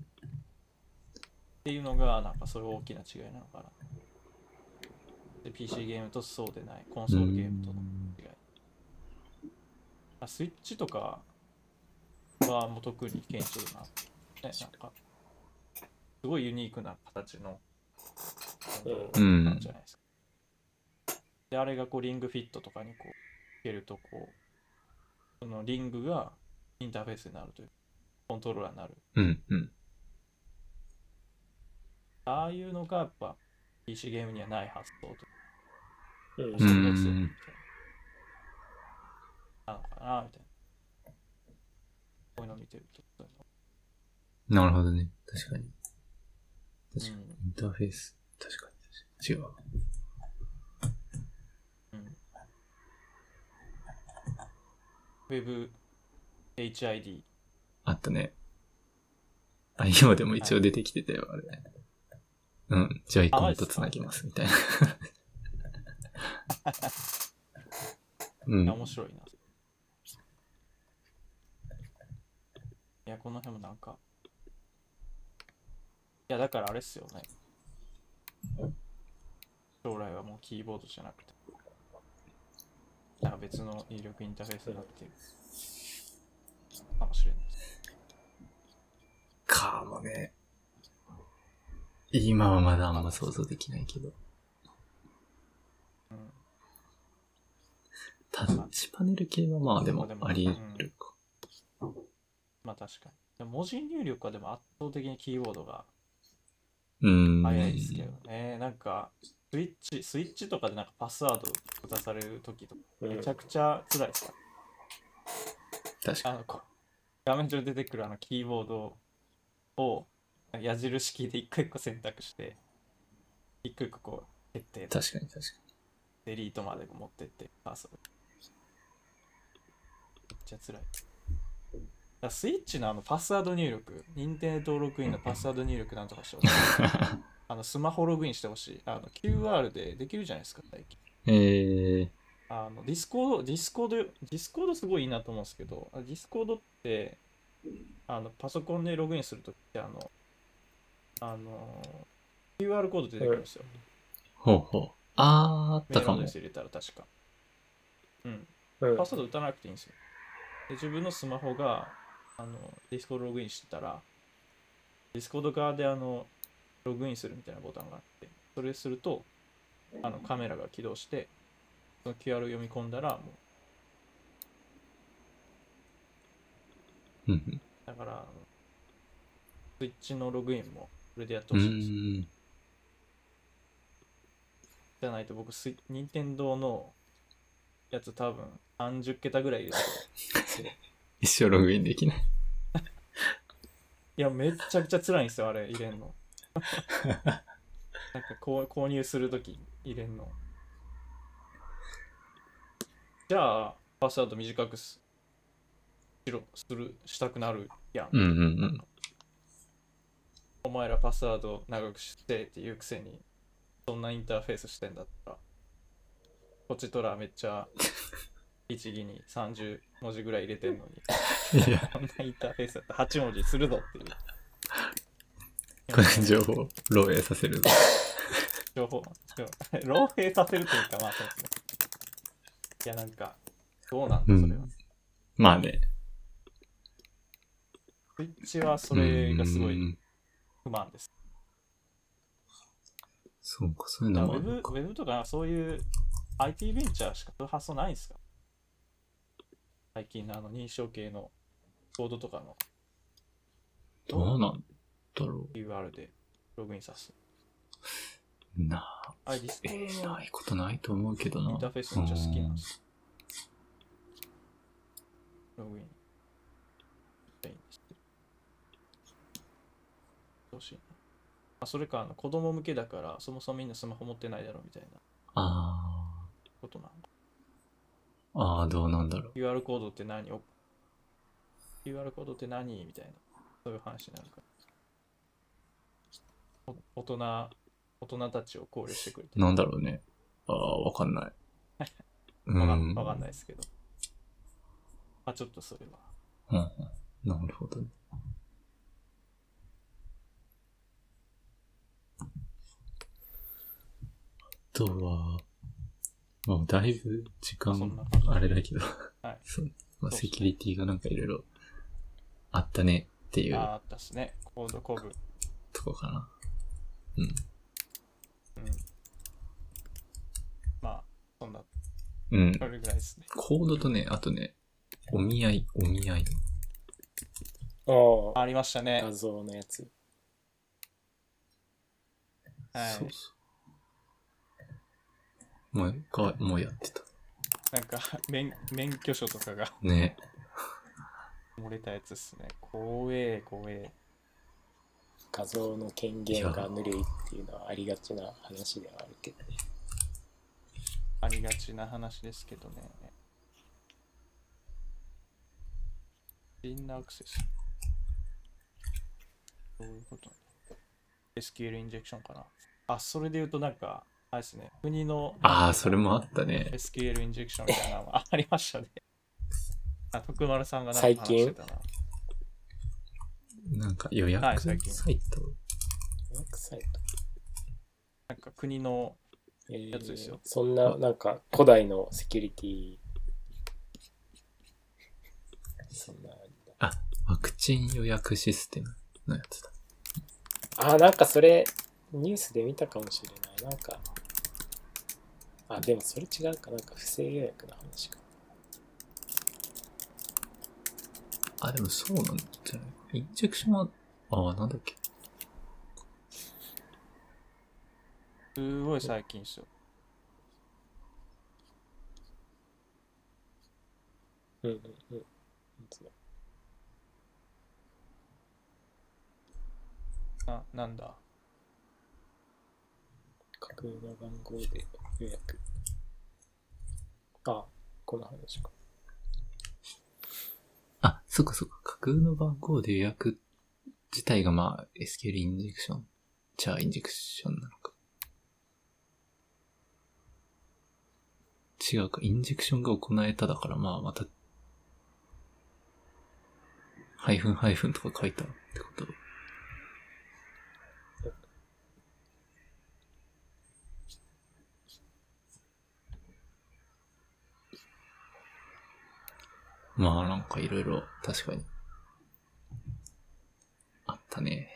B: ていうのが、なんかそれ大きな違いなのかな。で PC ゲームとそうでない、コンソールゲームとの違い。あスイッチとかはもう特に顕著だな。ね、なんか、すごいユニークな形の、
A: う
B: うんなんじゃないですか。で、あれがこう、リングフィットとかにこう、つけるとこう、そのリングがインターフェースになるという、コントローラーになる。
A: うん。うん。
B: ああいうのがやっぱ PC ゲームにはない発想と
C: うん
A: うん
B: それが強いみたいな。なのかなみたいな。こういうの見てると。そう
A: なるほどね。確かに。
B: い
A: 確
B: う
A: か
B: の
A: に。インターフェース。確かに。違う。
B: うんうんウェブ HID。
A: あったね。あ、今でも一応出てきてたよ、あれ。うん。ジョイコンとつなぎます、みたい な。う
B: いや
A: ん。
B: 面白いな。いや、この辺もなんか。いや、だからあれっすよね。将来はもうキーボードじゃなくて。なんか別の入力インターフェースになってる。かもしれない。
A: かもね。今はまだあんま想像できないけど。
B: うん
A: タッチパネル系はまあでもあり得るか。
B: まあ確かに。でも文字入力はでも圧倒的にキーボードが
A: うん。
B: 早いですけどね。なんか、スイッチ、スイッチとかでなんかパスワード出されるときとか、
C: うん
B: めちゃくちゃ辛いですから
A: 確か
B: あのこ画面上に出てくるあのキーボードを矢印キーで一個一個選択して一個一個こう決定
A: に。確かに確か
B: デリートまで持ってってパスをめっちゃ辛いだからスイッチのあのパスワード入力認定登録員のパスワード入力なんとかしてほしいあのスマホログインしてほしいあの QR でできるじゃないですか最近
A: に。 えー。
B: あの、ディスコード、ディスコード、ディスコードすごいいいなと思うんですけど、あディスコードって、あの、パソコンでログインするときって、あの、あの、QR コード出てくるんですよ。
A: ほうほう。あーあっ
B: メ
A: た
B: ール
A: か
B: アド
A: も
B: レス。入れたら確か。うん。
C: うん
B: パスワード打たなくていいんですよ。で自分のスマホがあのディスコードログインしてたら、ディスコード側であのログインするみたいなボタンがあって、それするとあのカメラが起動して、その QR を読み込んだら、もう
A: うん。
B: だからあの、スイッチのログインもそれでやって
A: う
B: ほしいです。
A: ーん。
B: じゃないと僕スイ、任天堂のやつ多分30桁ぐらいですよ。
A: 一生ログインできない。
B: いや、めっちゃくちゃ辛いんですよ、あれ、入れ んの。なんかこう、購入するとき入れんの。じゃあ、パスワード短くすしろ、する、したくなるやん。
A: うんうんうん。
B: お前らパスワード長くしてっていうくせに、そんなインターフェースしてんだったら、こっちとらめっちゃ、一義に30文字ぐらい入れてんのに、
A: いや、
B: こんなインターフェースだったら8文字するぞっていう。
A: これ情報を漏洩させるぞ。
B: 情報、でも浪費させるというか、まあ、そうですね。いや、なんか、どうなんだ、それは。
A: うんまあね。
B: スイッチはそれがすご
A: う
B: い
A: ん
B: 不満です。
A: そうか、そういう
B: だ
A: の
B: か
A: も
B: ら
A: あ
B: ウ
A: る
B: ェブ、ウ
A: のか。
B: ェブとか、そういう IT ベンチャーしかそういう発想ないんですか最近のあの認証系のコードとかの
A: どうなんだろ
B: UR でログインさせる。
A: うな。
B: あれ、ディスコ
A: えー、
B: ードの
A: ないことないと思うけどな。
B: インターフェースめっちゃ好きなんです。ログイン。ログインしてどうしようなあ、それか、あの子供向けだから、そもそもみんなスマホ持ってないだろうみたいな
A: あ
B: ことなんだ。
A: あ。ああ、どうなんだろ
B: QR コードって何お ?QR コードって何みたいな。そういう話になるから。お大人、大人たちを考慮してくれて
A: う。。なんだろうね。ああ、わか んない。う
B: わかん
A: ん。
B: わかんない
A: い。
B: ですけど。まあ、ちょっとそれは。
A: なるほどね。あとは、もうだいぶ時
B: そん
A: 間
B: な感じ
A: あれだけど、
B: はい
A: そうまあ、
B: そうっす
A: セ
B: ね
A: キュリティがなんかいろいろあったねってい
B: あ
A: う
B: ーあったっすね。コードコブ。
A: とこかな。
B: うんまあ、そんな、
A: うん
B: そ。れぐらいですね。
A: コードとね、あとね、お見合い、お見合い。
C: ああ、
B: ありましたね
C: 画。像のやつ。
B: は
A: そう
B: い。
A: そう。もう、か、もうやってた。
B: なんか、免免許証とかが
A: ね。
B: 漏れたやつですね。怖え、怖え。
C: 画像の権限がぬるいっていうのはありがちな話ではあるけどね。
B: ありがちな話ですけどね。インナーアクセス。どういうこと ?SQL インジェクションかな。あ、それで言うとなんか、あれですね。国の
A: ああ、それもあったね。
B: SQL インジェクションみたいなのも ありましたね。あ、徳丸さんがなんか
C: 最
B: 話
C: 近
B: してたな。
A: なんか予約
B: はい
A: サ
B: 最
A: イ
B: 近
A: ト。
C: 予約サイト。
B: なんか国の、
C: えー
B: やつですよ
C: そんな、なんか、古代のセキュリティ。そんなあるんだ。
A: ワクチン予約システムのやつだ。
C: あー、なんかそれ、ニュースで見たかもしれない。なんか、あ、でもそれ違うかなんか不正予約の話か。
A: あ、でもそうなんじゃないインジェクションは、ああ、なんだっけ。
B: すごい最近ですよ。
C: うんうんうん。本当だ
B: な、なんだ。
C: 架空の番号で予約。あ、この話か。
A: あ、そっかそっか。架空の番号で予約自体がまあ、SQL インジェクション。じゃあ、インジェクションなのか。違うか。インジェクションが行えただから、まあ、また、ハイフンハイフンとか書いたってこと。まあなんかいろいろ確かに。あったね。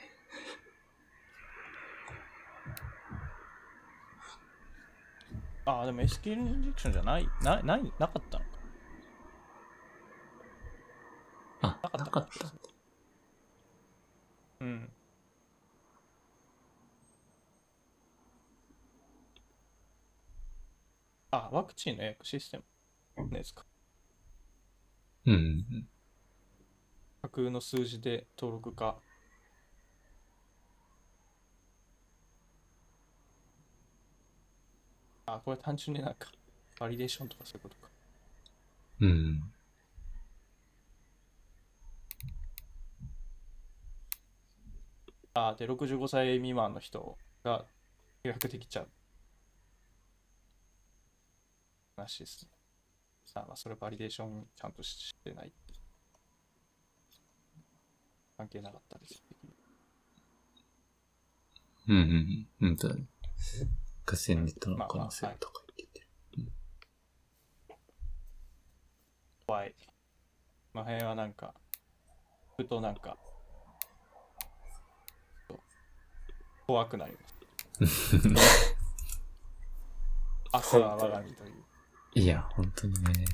B: あ、でも SQL インジェクションじゃない、ない、ない、なかったのか。
A: あ、
B: なかった
A: なかった。
B: うん。あ、ワクチンの予約システムですか。
A: うん。
B: 架空の数字で登録か。あ、これ単純になんか、バリデーションとかそういうことか。
A: うん。
B: あ、で、65歳未満の人が予約できちゃう。話ですね。あ、まあ、それバリデーションちゃんとししてない。関係なかったです。
A: うんうんうん。うんとだね。合戦ネタの可能性が高いって言ってる。
B: 怖い。この辺はなんか、ふとなんか、ちょっと怖くなります。明日は我が身という。
A: いや、本当にね。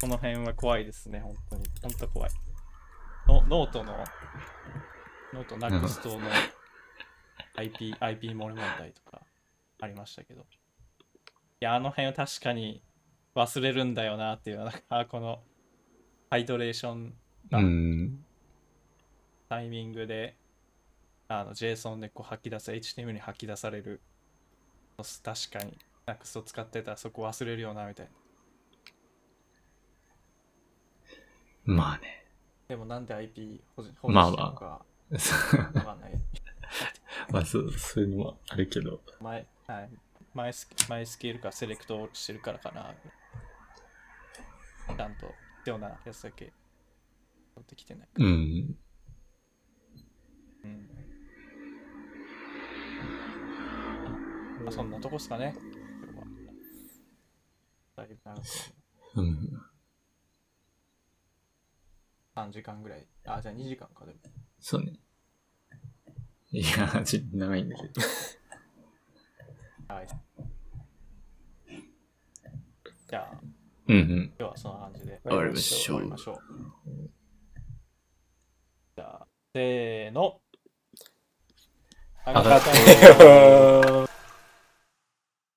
B: この辺は怖いですね、本当に。本当怖い。のノートの、ノートナックス島の IP、IP モル問題とかありましたけど。いや、あの辺は確かに忘れるんだよなっていうのは、なんか、このハイドレーション
A: う
B: あ
A: ん。
B: タイミングで、あの JSON でこう吐き出す、HTML に吐き出される。確かに、ナックスを使ってたらそこ忘れるよな、みたいな。
A: まあね。
B: でもなんで IP 保持保持
A: まあ
B: して
A: ま
B: る
A: あ
B: のかわかんない。
A: まあそう、そういうのもあるけど。
B: 前、はい、前ス前スケールかセレクトしてるからかな。ちゃんと必要なやつだけ取ってきてない。
A: うん。
B: うんまあ、そんなとこっすかね。今日はだいぶ長く
A: うん。
B: 3時間ぐらい。あ、じゃあ2時間かでも。
A: そうね。いや、ちょっと長いんだけど。
B: はい。じゃあ、
A: うんうん。
B: 今日はそんな感じで。
A: わかりまし
B: 終
A: ょ
B: わり
A: う
B: ま。しょう。じゃあ、せーの。
A: 上がっ
B: 上がった
C: よ